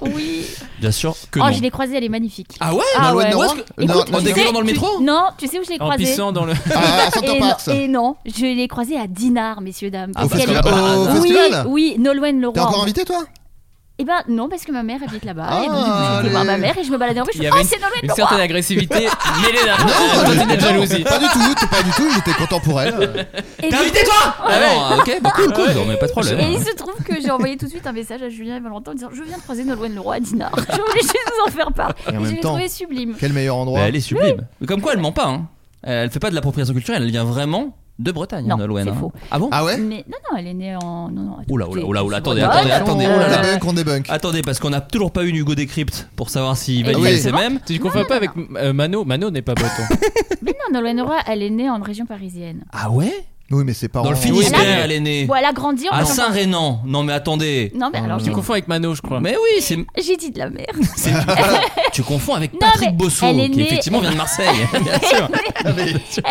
G: Oui.
F: Bien sûr que
G: oh,
F: non.
G: je l'ai croisée, elle est magnifique.
F: Ah ouais
G: Ah
E: Nolwenn
G: ouais.
E: Leroy
F: Où est-ce
G: Écoute,
E: Non,
G: tu
F: en
G: sais-
F: dégueulant dans le
G: tu-
F: métro
G: Non, tu sais où je l'ai
D: En
G: croisée
D: pissant dans le.
E: Ah, à Center
G: et,
E: Parks.
G: non, et non, je l'ai croisée à Dinard, messieurs, dames.
E: Au
G: Parce qu'elle-
E: festival. Au
G: oui,
E: festival
G: oui, Nolwenn Leroy.
E: T'es encore invité, toi
G: Eh ben non, parce que ma mère habite là-bas.
E: Ah,
G: et donc, du coup, j'étais
E: allez.
G: voir ma mère et je me baladais en rue. Je
H: Il y
G: me
H: avait
G: oh,
H: une-
G: c'est Nolwenn
H: Une
G: Leroy.
H: certaine agressivité mêlée d'un
E: pas du-
H: de
E: non,
H: jalousie.
E: Pas du tout, t- pas du tout, j'étais contemporaine.
G: Et
F: T'as
G: donc-
F: invité toi Ah non, ah, ok, bah cool, cool, non mais pas de
G: Et
F: problème.
G: il se trouve que j'ai envoyé tout de suite un message à Julien et Valentin en disant Je viens de croiser Nolwenn Leroy à Dinard. Je voulais juste vous en faire part.
E: Et en
G: je
E: même
G: l'ai
E: temps-
G: trouvé sublime.
E: Quel meilleur
F: Bah,
E: endroit.
F: elle est sublime. Mais Comme quoi, elle ment pas. Hein. Elle fait pas de l'appropriation culturelle, elle vient vraiment de Bretagne,
G: Non,
F: Nolwenn.
G: c'est
F: hein.
G: faux.
F: Ah bon
E: Ah ouais
G: Mais non, non, elle est née en. Non, non, attends,
F: Oula, oula,
G: t'es-
F: oula,
G: t'es
F: oula, attendez,
G: sur-
F: attendez,
G: Ah,
F: attendez,
G: non,
F: oh là
E: On
F: là.
G: euh,
E: débunk, on débunk.
F: Attendez, parce qu'on a toujours pas eu Hugo Décrypte pour savoir s'il
G: Eh
F: valide
E: oui.
F: ses mêmes.
D: Tu confonds pas avec euh, Mano. Mano n'est pas breton.
G: Euh, Mais non, Nolwenn Leroy, elle est née en région parisienne.
F: Ah ouais
E: Oui, mais c'est pas
F: Dans le Finistère, elle est née.
G: Bon, elle a grandi en
F: À
G: région parisienne.
F: Saint-Rénan. Non mais attendez.
G: Non, mais alors
D: Tu
G: j'ai
D: confonds avec Mano, je crois.
F: Mais oui, c'est.
G: j'ai dit de la merde.
F: Tu confonds avec
G: Non,
F: Patrick
G: mais
F: Bosso,
G: elle est
F: qui
G: née-
F: effectivement vient de Marseille. Bien sûr.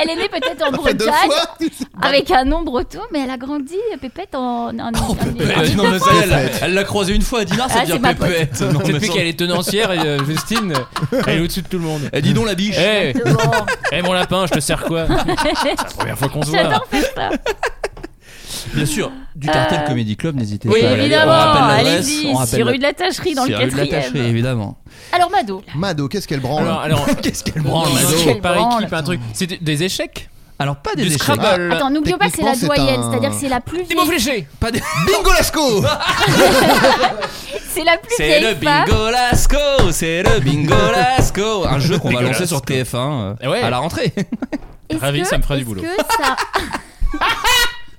G: Elle est née peut-être en
E: Fait deux
G: Bretagne
E: fois
G: avec un nom breton, mais elle a grandi euh, pépette en. en, en- en-
F: Pépette, Euh, non, Oh, mais ça, elle, elle l'a croisée une fois à Dinard, ça
G: Ah,
F: devient
G: c'est ma pote.
F: Pépette. Non, mais
D: Depuis
F: sans-
D: qu'elle est tenancière, et, euh, Justine, euh, elle est au-dessus de tout le monde.
F: Eh, dis donc la biche.
D: Eh,
G: Exactement.
D: eh, mon lapin, je te sers quoi C'est la première fois qu'on se voit.
G: J'adore faire ça.
F: Bien sûr, du Cartel
G: Euh,
F: Comedy Club, n'hésitez
G: Oui,
F: pas. à aller-
G: évidemment,
F: on rappelle l'adresse,
G: allez-y,
F: on rappelle
G: sur
F: la-
G: rue de la Tacherie dans le
F: sur rue de la Tacherie,
G: quatrième.
F: évidemment.
G: Alors Mado,
E: Mado, qu'est-ce qu'elle branle
D: Alors, alors
F: Qu'est-ce qu'elle
D: branle,
F: branle, Mado
G: Quelle
D: par
G: branle.
D: équipe, un truc. C'est des- des échecs
F: Alors, pas des
D: Du
F: échecs.
D: Scrabble.
F: Ah,
G: attends, n'oublions pas que c'est la
E: techniquement, c'est
G: doyenne,
E: un-
G: c'est-à-dire que c'est la plus
D: Des mots
G: vieille,
D: fléchés
F: Pas des...
E: Bingo Lasco
G: c'est la plus
F: C'est le
G: vieille femme.
F: Bingo Lasco C'est le Bingo Lasco Un jeu qu'on va lancer sur TF1
D: Eh
F: euh,
D: ouais.
F: à la rentrée.
G: Est-ce
D: Ravi,
G: que-
D: ça me fera du
G: est-ce
D: boulot.
G: que ça-
E: Ça me fait rire.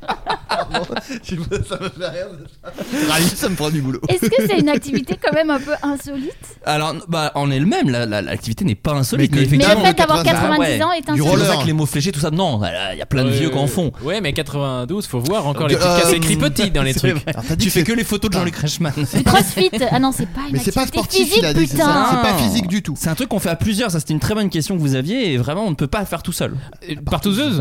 E: Ça me prend du boulot.
G: Est-ce que c'est une activité quand même un peu insolite
F: Alors, bah, en elle-même, la- la- l'activité n'est pas insolite,
E: Mais
F: mais,
E: que-
G: Mais
F: effectivement.
G: le
E: Évidemment,
G: fait
E: de
G: d'avoir
E: 90
G: 90 ans est
E: Du
F: C'est
G: insolite.
F: pour ça
E: roller.
F: que les mots fléchés, tout ça, non, il y a plein de vieux qu'en font.
D: Euh, Ouais, mais 92, faut voir encore
E: Donc,
D: les petites
E: euh,
D: casses écrit petit dans les
F: C'est
D: trucs.
F: vrai.
E: Alors, t'as dit
F: Tu
E: que
F: fais
E: c'est-
F: que les photos de Jean-Luc Reichmann.
G: Du crossfit Ah non, c'est pas une
E: Mais c'est pas
G: activité
E: sportif,
G: physique,
E: il a dit. C'est ça,
G: putain
E: c'est pas physique du tout.
F: C'est un truc qu'on fait à plusieurs, ça c'était une très bonne question que vous aviez et vraiment on ne peut pas faire tout seul.
D: Euh, Partouzeuse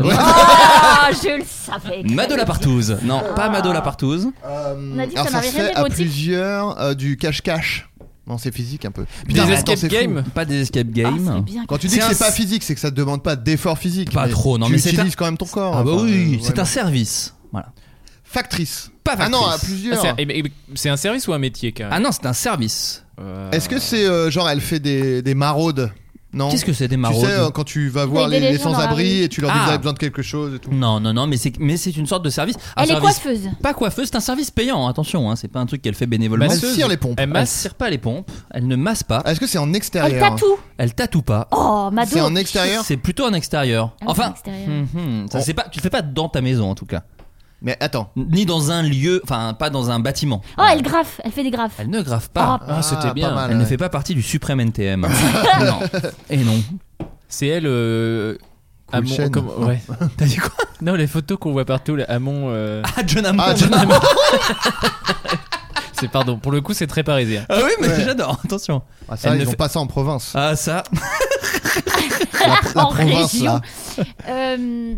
E: Ouais.
G: Ah, je le savais
F: Mado la partouze. Non, pas Mado la partouze.
E: Euh,
G: On a dit que
E: alors
G: ça
E: ça
G: n'avait
E: se
G: rien
E: fait à
G: d'érotique.
E: plusieurs euh, du cache-cache. Non, c'est physique un peu.
D: Des
E: Putain, mais attends,
D: escape
E: c'est fou.
D: games
F: Pas des escape
G: Ah, c'est
F: games.
G: bien.
E: Quand tu dis que
F: C'est
E: c'est
F: un-
E: pas physique, c'est que ça te demande pas d'effort physique.
F: Pas trop, non, mais
E: tu
F: c'est
E: utilises quand même ton corps.
F: Ah bah
E: enfin,
F: oui,
E: euh,
F: c'est
E: ouais.
F: un service. Voilà.
E: Factrice.
F: Pas
E: Ah non,
F: factrice.
E: à
D: Ah,
E: plusieurs.
D: c'est- eh ben, eh ben, C'est un service ou un métier quand
F: Ah
D: même
F: non, c'est un service.
D: Euh,
E: Est-ce que c'est euh, genre elle fait des, des maraudes Non.
F: Qu'est-ce que c'est des
E: Tu
F: maraudes
E: sais, euh, quand tu vas voir
G: Aider
E: les,
G: les
E: les
G: gens dans la
E: sans-abri
G: rue.
E: et tu leur dis
F: Ah.
E: vous avez besoin de quelque chose et tout.
F: Non, non, non, mais c'est mais c'est une sorte de service. Un
G: Elle est
F: service
G: coiffeuse.
F: Pas coiffeuse, c'est un service payant. Attention, hein, c'est pas un truc qu'elle fait bénévolement.
E: Elle
D: Masseuse.
E: tire les pompes.
D: Elle
F: Elle ne
D: masse
F: tire pas les pompes, elle ne masse pas,
E: Est-ce que c'est en
G: Elle
E: extérieur
G: tatoue.
F: elle tatoue pas.
G: Oh, Mado.
E: C'est en extérieur
F: C'est plutôt en extérieur.
G: Ah oui, en
F: Enfin,
G: extérieur.
F: hum, hum, ça, c'est pas, tu le fais pas dans ta maison en tout cas.
E: Mais attends.
F: ni dans un lieu, enfin pas dans un bâtiment.
G: Oh, elle graffe, elle fait des graphes. Oh.
F: Elle ne grave pas.
E: Ah, c'était pas bien. mal,
F: Elle ne
E: ouais.
F: fait pas partie du suprême NTM. Ah non.
E: Ah
F: Et non.
H: C'est elle. euh, Amon-
E: chaîne.
H: comment- ouais.
F: T'as dit quoi
H: Non, les photos qu'on voit partout, là, Amon. euh,
F: Ah, John Hammond.
E: Ah, John
H: c'est pardon. Pour le coup, c'est très parisien.
F: Ah oui, mais
E: Ouais.
F: j'adore, attention.
E: Ah, ça,
F: Elle
E: ils
F: ne
E: ont
F: fait-
E: pas ça en province.
F: Ah, ça.
E: La
G: en
E: province,
G: région.
E: là.
G: Euh,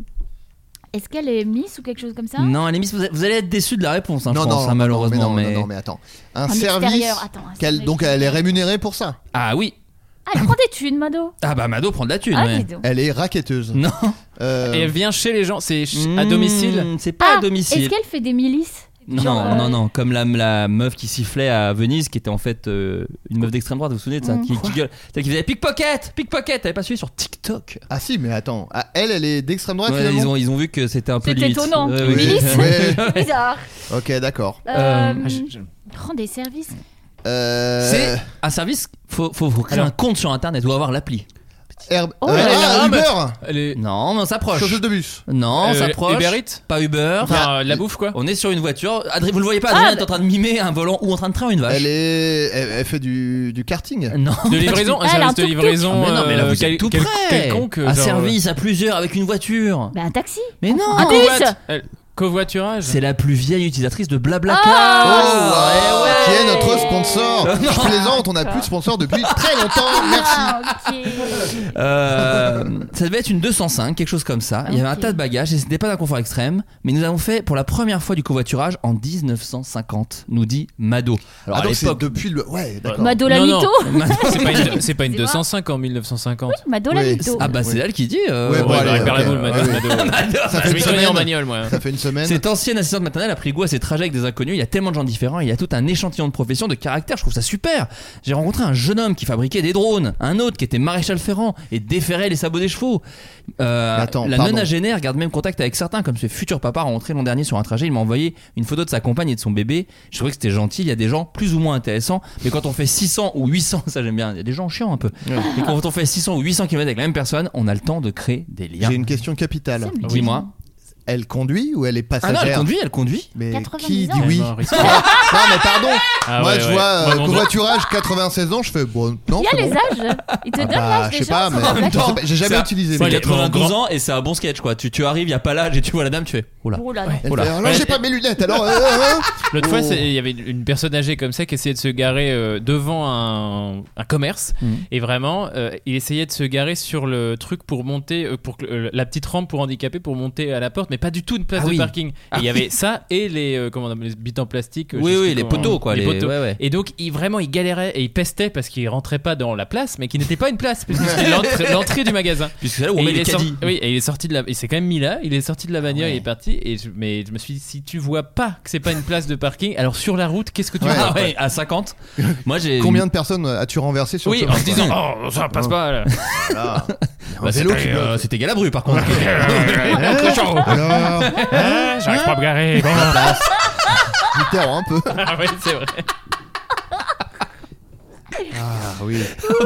G: Est-ce qu'elle est Miss ou quelque chose comme ça
F: Non, elle est mise, vous allez- vous allez être déçu de la réponse, hein, je
E: Non,
F: pense,
E: non,
F: hein,
E: non,
F: malheureusement.
E: non, mais, non,
F: mais-
E: non, mais attends. Un
G: En
E: service.
G: extérieur, attends, un
E: qu'elle-
G: service.
E: donc elle est rémunérée pour ça.
F: Ah oui.
G: Ah, elle prend des thunes, Mado.
F: Ah bah Mado prend de la thune.
G: Ah,
F: ouais.
G: dis donc.
E: Elle est raquetteuse.
F: Non.
E: Euh,
H: Et elle vient chez les gens. C'est ch- à domicile.
F: Mmh, C'est pas
G: Ah,
F: à domicile.
G: Est-ce qu'elle fait des milices
F: Non,
G: Genre, euh,
F: non, non, comme la, la meuf qui sifflait à Venise, qui était en fait euh, une meuf d'extrême droite, vous vous souvenez de ça
G: Mm.
F: qui, qui gueule, celle qui faisait pickpocket, pickpocket, t'avais pas suivi sur TikTok.
E: Ah si, mais attends. Ah, elle, elle est d'extrême droite.
F: Ouais,
E: finalement
F: ils, ont, ils ont vu que c'était un peu
G: C'est
F: limite.
G: étonnant.
F: Ouais,
G: Une
F: ouais.
G: milice
E: Ouais.
G: Bizarre.
E: Ok, d'accord.
G: Euh,
H: Ah, je- je-
G: Rend des services.
E: Euh,
F: C'est un service, faut, faut vous créer
H: Alors-
F: un compte sur internet ou avoir l'appli.
E: Herb-
G: Oh,
E: Euh,
G: elle a
E: ah,
H: l'air-
E: Uber.
H: Elle est.
F: Non, mais on s'approche.
E: Chauffeuse de bus.
F: Non, on
H: Euh,
F: s'approche.
H: Uber Eats
F: Pas Uber.
H: Enfin, euh, la bouffe, quoi.
F: On est sur une voiture. Adrien, vous le voyez pas, Adrien
G: Ah,
F: est en train de mimer un volant ou en train de traire une vache.
E: bah. Elle est, elle, elle fait du, du karting.
F: Non.
H: De livraison, un
G: Elle a un
H: service de
G: tuk-tuk.
F: Ah,
H: livraison.
F: mais non, mais là
H: euh,
F: vous êtes
H: quel-
F: tout
H: quel-
F: près.
H: Quelconque.
F: un
H: genre, euh,
F: service à plusieurs avec une voiture.
G: Bah, un taxi.
F: Mais non.
G: Un bus
H: euh, elle- Covoiturage.
F: C'est la plus vieille utilisatrice de Blablacar.
E: Oh,
F: Eh ouais.
E: Qui est notre sponsor Je plaisante, on n'a plus de sponsor depuis très longtemps. Merci.
G: Ah, ok.
F: Euh, ça devait être une 205, quelque chose comme ça. Il y avait un
G: Ok.
F: tas de bagages et c'était pas d'un confort extrême. Mais nous avons fait pour la première fois du covoiturage en 1950, nous dit Mado. Alors
E: ah,
F: à
E: donc c'est
F: l'époque,
E: depuis le. Ouais, d'accord.
G: Mado la
H: Non, non.
G: mytho.
H: C'est pas une, c'est pas une
G: C'est vrai.
H: 205 en 1950.
G: Mado la
E: Oui.
G: mytho.
F: ah bah c'est elle qui dit. euh,
E: Ouais, bon,
H: Ouais,
E: allez,
H: bah, récupère
E: ok.
H: la boule,
F: Ah
H: Mado.
E: Ouais,
H: Mado.
E: Ça fait
H: Je
E: une
H: m'y connais en
E: semaine.
H: bagnole, moi.
E: Ça fait une semaine.
F: Cette ancienne assistante maternelle a pris goût à ces trajets avec des inconnus. Il y a tellement de gens différents. Il y a tout un échantillon de professions, de caractères. Je trouve ça super. J'ai rencontré un jeune homme qui fabriquait des drones, un autre qui était maréchal ferrant et déferrait les sabots des chevaux. Euh,
E: Attends,
F: la
E: pardon.
F: nonagénaire garde même contact avec certains, comme ce futur papa rencontré l'an dernier sur un trajet. Il m'a envoyé une photo de sa compagne et de son bébé. Je trouvais que c'était gentil. Il y a des gens plus ou moins intéressants, mais quand on fait 600 ou 800, ça j'aime bien. Il y a des gens chiants un peu. Et quand on fait 600 ou 800 km avec la même personne, on a le temps de créer des liens.
E: J'ai une question capitale.
G: C'est mignon.
F: Dis-moi.
E: Elle conduit ou elle est
F: Ah non,
E: passagère
F: elle conduit, elle conduit.
E: Mais
G: 90
E: qui dit
G: ans.
E: oui
H: Vraiment risqué.
E: Non, mais pardon.
H: Ah
E: Moi,
H: ouais,
E: je
H: ouais.
E: vois euh,
H: Moi, mon doigt-
E: covoiturage 96 ans, je fais bon,
G: Il
E: non.
G: y a
E: c'est
G: les
E: bon.
G: âges. Il te
E: Ah
G: donne
E: bah,
G: l'âge des gens.
E: je sais pas,
G: c'est
E: mais
G: pas
E: en même
G: mal.
E: temps, j'ai jamais utilisé.
F: C'est
E: mais-
F: à 92
H: grand-
F: ans et c'est un bon sketch quoi. Tu, tu arrives, il y a pas l'âge et tu vois la dame, tu fais oula.
G: Oh là là.
E: Elle fait,
F: Oula.
E: alors, j'ai pas mes lunettes, alors. euh, euh,
H: L'autre fois,
E: Oh.
H: c'est- il y avait une- une personne âgée comme ça qui essayait de se garer euh, devant un, un commerce.
F: Mhm.
H: Et vraiment, euh, il essayait de se garer sur le truc pour monter, euh, pour que- euh, la petite rampe pour handicapés pour monter à la porte, mais pas du tout une place
F: Ah
H: de
F: oui.
H: parking. Et
F: Ah
H: il y
F: oui.
H: avait ça et les, euh, comment on appelle, les bits en plastique. euh, je
F: Oui
H: sais
F: oui,
H: plus
F: les
H: comment-
F: poteaux quoi,
H: les
F: les,
H: poteaux.
F: ouais, ouais.
H: Et donc, il, vraiment, il galérait et il pestait parce qu'il rentrait pas dans la place, mais qui n'était pas une place, puisque c'était l'entrée- l'entrée du magasin.
F: Puisque c'est là où on
H: Et
F: met
H: il
F: les
H: est sorti-
F: caddies.
H: oui, et il est sorti de la. Il s'est quand même mis là. Il est sorti de la bagnole.
F: Ah ouais.
H: Il est parti. Et je- mais je me suis dit, si tu vois pas que c'est pas une place de parking, alors sur la route, qu'est-ce que tu
E: Ouais.
H: vois
F: Ah ouais, à 50. Moi j'ai
E: Combien de personnes euh, as-tu renversé sur
H: Oui,
E: le
H: en
E: chemin
H: se disant, oh, ça passe pas. là.
E: Ah. Un
F: Bah,
E: vélo qui
F: c'était,
E: bloque.
F: euh, c'était Galabru par contre.
E: Euh, Alors, euh,
H: Ah, J'arrive pas à me garer. bon.
E: Mitterrand un peu.
H: Ah ouais, c'est vrai.
E: Ah oui.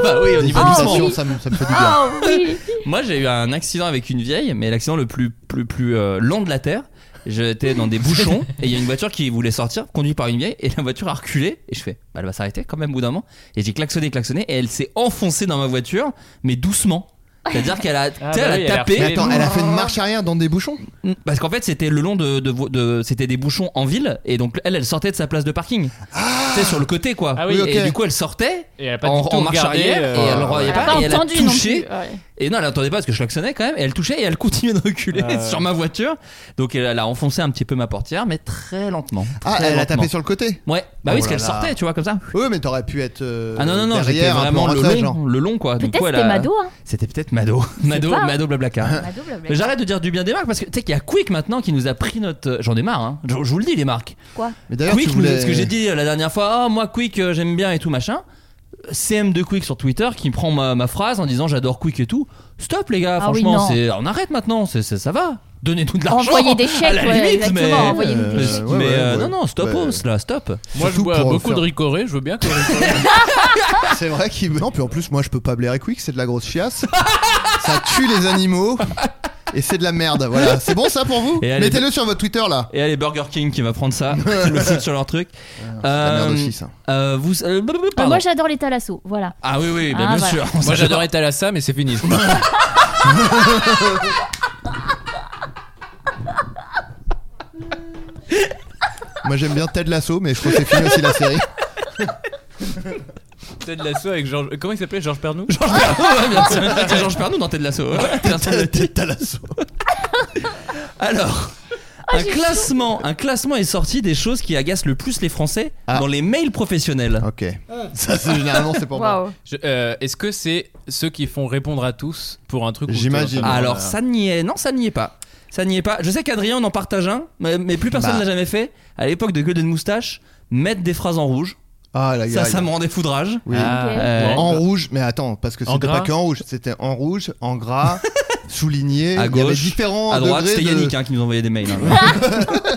F: bah oui, on y
E: Les
F: va
G: Ah,
F: doucement.
G: oui.
E: imitations, ça me ça me fait du bien.
G: Ah oui.
F: Moi j'ai eu un accident avec une vieille, mais l'accident le plus plus plus euh, lent de la terre. J'étais dans des bouchons et il y a une voiture qui voulait sortir, conduite par une vieille, et la voiture a reculé. Et je fais, bah, elle va s'arrêter quand même au bout d'un moment. Et j'ai klaxonné, klaxonné, et elle s'est enfoncée dans ma voiture, mais doucement. C'est-à-dire qu'elle a, tu sais,
H: bah
F: elle a
H: oui, elle a
F: tapé.
H: reculé.
E: Attends, elle a fait une marche arrière dans des bouchons
F: Parce qu'en fait, c'était le long de, de, de- c'était des bouchons en ville, et donc elle, elle sortait de sa place de parking. Tu sais, sur le côté, quoi.
H: Ah oui,
E: Oui, ok.
F: Et du coup, elle sortait
H: Et elle a pas
F: en,
H: du tout
F: en marche
H: regardé,
F: arrière,
H: euh,
F: et elle ne voyait
G: Elle
F: pas,
G: a pas
F: et elle a
G: entendu non
F: touché.
G: plus. Ouais.
F: Et non, elle entendait pas parce que je klaxonnais quand même. Et elle touchait et elle continuait de reculer
H: Ah ouais.
F: sur ma voiture. Donc elle, elle a enfoncé un petit peu ma portière, mais très lentement.
E: Ah,
F: Très
E: elle a
F: lentement.
E: tapé sur le côté
F: Ouais, bah oui,
E: Oh
F: parce
E: là
F: qu'elle
E: là.
F: sortait, tu vois, comme ça.
E: Oui, mais t'aurais pu être. euh,
F: Ah non, non, non, j'étais
E: derrière, un peu
F: vraiment
E: en
F: le
E: rattrage,
F: long, le long, quoi. Donc,
G: Peut-être
F: ouais,
G: c'était
F: là-
G: Mado. hein.
F: C'était peut-être Mado. Mado,
G: pas.
F: Mado Blablacar.
G: Mado, blablabla.
F: Mais J'arrête de dire du bien des marques parce que tu sais qu'il y a Quick maintenant qui nous a pris notre. J'en ai marre, hein. je, je vous le dis les marques.
G: Quoi
E: Mais d'ailleurs,
F: Quick,
E: tu
F: nous-
E: voulais.
F: ce que j'ai dit euh, la dernière fois, Ah, moi Quick euh, j'aime bien et tout machin. CM de Quick sur Twitter qui prend ma, ma phrase en disant j'adore Quick et tout. Stop les gars,
G: Ah oui,
F: franchement,
G: non.
F: c'est on arrête maintenant, c'est c'est- ça va. Donnez-nous de l'argent.
G: Envoyez des
F: à
G: chèques,
F: la
G: ouais,
F: limite, mais-
G: exactement. Envoyez-nous des
E: Euh,
G: chèques.
F: Mais
E: ouais, ouais,
F: euh,
E: ouais.
F: non, non, stop
E: Ouais.
F: os là, stop.
H: Moi, je
E: Surtout
H: bois
E: pour
H: beaucoup
E: faire-
H: de ricoré. Je veux bien. corriger.
E: C'est vrai qu'il. Non, puis en plus, moi, je peux pas blairer Quick, c'est de la grosse chiasse. ça tue les animaux. Et c'est de la merde. Voilà. C'est bon ça pour vous
F: Et allez-
E: Mettez-le sur votre Twitter là.
F: Et allez, Burger King qui va prendre ça, qui le fout sur leur truc.
E: la
F: Euh,
E: merde aussi, ça.
F: euh, vous, euh,
G: Ah,
F: pardon.
G: moi j'adore les thalassos, voilà.
F: Ah oui, oui, bien,
G: Ah,
F: bien
G: voilà.
F: sûr.
H: Moi j'adorais Thalassa, mais c'est fini.
E: Moi j'aime bien Ted Lasso, mais je trouve que c'est fini aussi la série.
H: Ted Lasso avec Georges. Comment il s'appelait Georges Pernou
F: Georges Pernou, ouais, bien sûr. C'est Georges Pernou dans Ted Lasso. ouais. Bien sûr.
E: Ted Lasso.
G: Ah,
F: Alors, un classement, un classement est sorti des choses qui agacent le plus les Français
E: Ah.
F: dans les mails professionnels.
E: Ok. Ça, c'est généralement, c'est pour moi.
G: Ah. Waouh.
H: Je- euh, Est-ce que c'est ceux qui font répondre à tous pour un truc où
E: J'imagine.
H: t'es- Ah,
F: Alors
E: voilà.
F: ça n'y est, non ça n'y est pas. Ça n'y est pas. Je sais qu'Adrien on en partage un, mais, mais plus personne
E: Bah.
F: ne l'a jamais fait. À l'époque de Golden Moustache, mettre des phrases en rouge,
E: Ah, la
F: ça,
E: gueule.
F: ça me rendait foudrage.
E: Oui.
H: Ah,
G: Ok.
H: euh,
E: En rouge, mais attends, parce que
H: En
E: c'était
H: gras.
E: pas que en rouge, c'était en rouge, en gras, souligné,
F: À
E: il y avait
F: gauche,
E: différents
F: à droite,
E: degrés
F: c'était
E: de...
F: Yannick hein, qui nous envoyait des mails. hein.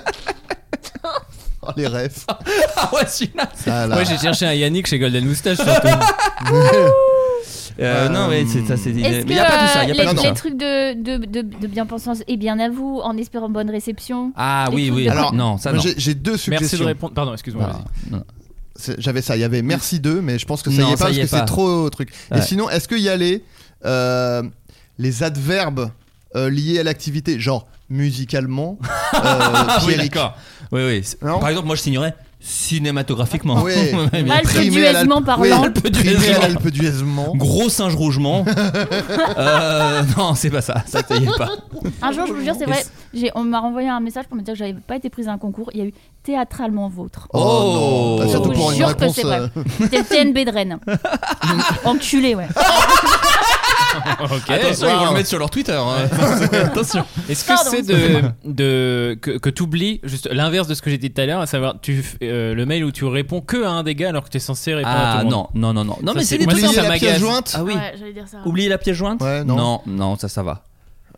E: Oh, les refs.
F: ah ouais, celui-là.
E: Ça, là.
H: Moi j'ai cherché un Yannick chez Golden Moustache surtout.
F: Euh, non, mais c'est ça, c'est. Mais
G: Est-ce
F: il
G: que
F: n'y a pas tout ça,
G: euh,
F: il
G: les,
F: n'y a pas
E: de
F: tout
G: les
F: ça.
G: trucs de, de, de, de bien-pensance et bien à vous en espérant bonne réception
F: Ah
G: les
F: oui,
G: trucs
F: oui.
G: de-
E: Alors,
F: non, ça
E: Moi,
F: non.
E: j'ai- j'ai deux
H: Merci de
E: suggestions.
H: répondre. Pardon, excuse-moi.
E: Voilà.
H: vas-y.
E: C'est- J'avais ça, il y avait merci d'eux, mais je pense que ça
F: Non,
E: y est pas
F: ça y
E: parce
F: est
E: que
F: pas.
E: c'est trop truc.
F: Ouais.
E: Et sinon, est-ce qu'il y a les, euh, les adverbes euh, liés à l'activité, genre musicalement euh,
F: Ah oui,
E: Pierrick.
F: d'accord. Oui, oui. C'est-
E: Non
F: Par exemple, moi je signerais cinématographiquement.
E: Oui.
F: Ouais, bien
G: Alpe
F: sûr.
E: Primé à l'alpe-
G: d'huezement par
E: oui,
G: l'an.
F: Alpe
E: primé
F: d'huezement.
E: à l'alpe d'huezement.
F: Gros singe rougement. Euh, non, c'est pas ça. Ça, ça y est pas.
G: Un jour, je vous jure, c'est
F: Et
G: vrai,
F: c'est-
G: j'ai- on m'a renvoyé un message pour me dire que j'avais pas été prise à un concours. Il y a eu théâtralement vôtre.
F: Oh.
E: non. Ah, Surtout
F: Je
E: pour
G: vous
E: une
G: jure que
E: réponse.
G: c'est
E: euh,
G: C'était le TNB de Rennes. Enculé, ouais.
H: Ok.
F: Attention, ils vont
E: wow.
F: le mettre sur leur Twitter. hein. Attention.
H: Est-ce que
G: Pardon.
H: c'est de, de que, que t'oublies juste l'inverse de ce que j'ai dit tout à l'heure, à savoir tu f- euh, le mail où tu réponds que à un des gars alors que t'es censé répondre à tout
F: Ah
H: le monde.
F: non, non, non, non. Non,
H: Ça,
F: mais
H: c'est-
F: c'est des
H: moi,
F: trucs.
H: ça,
E: Oublier
H: ça
E: la
H: m'agace.
E: pièce jointe.
F: Ah oui.
G: Ouais, j'allais dire ça.
F: Oublier la pièce jointe
E: Ouais, non. Euh.
F: non, non, ça, ça va.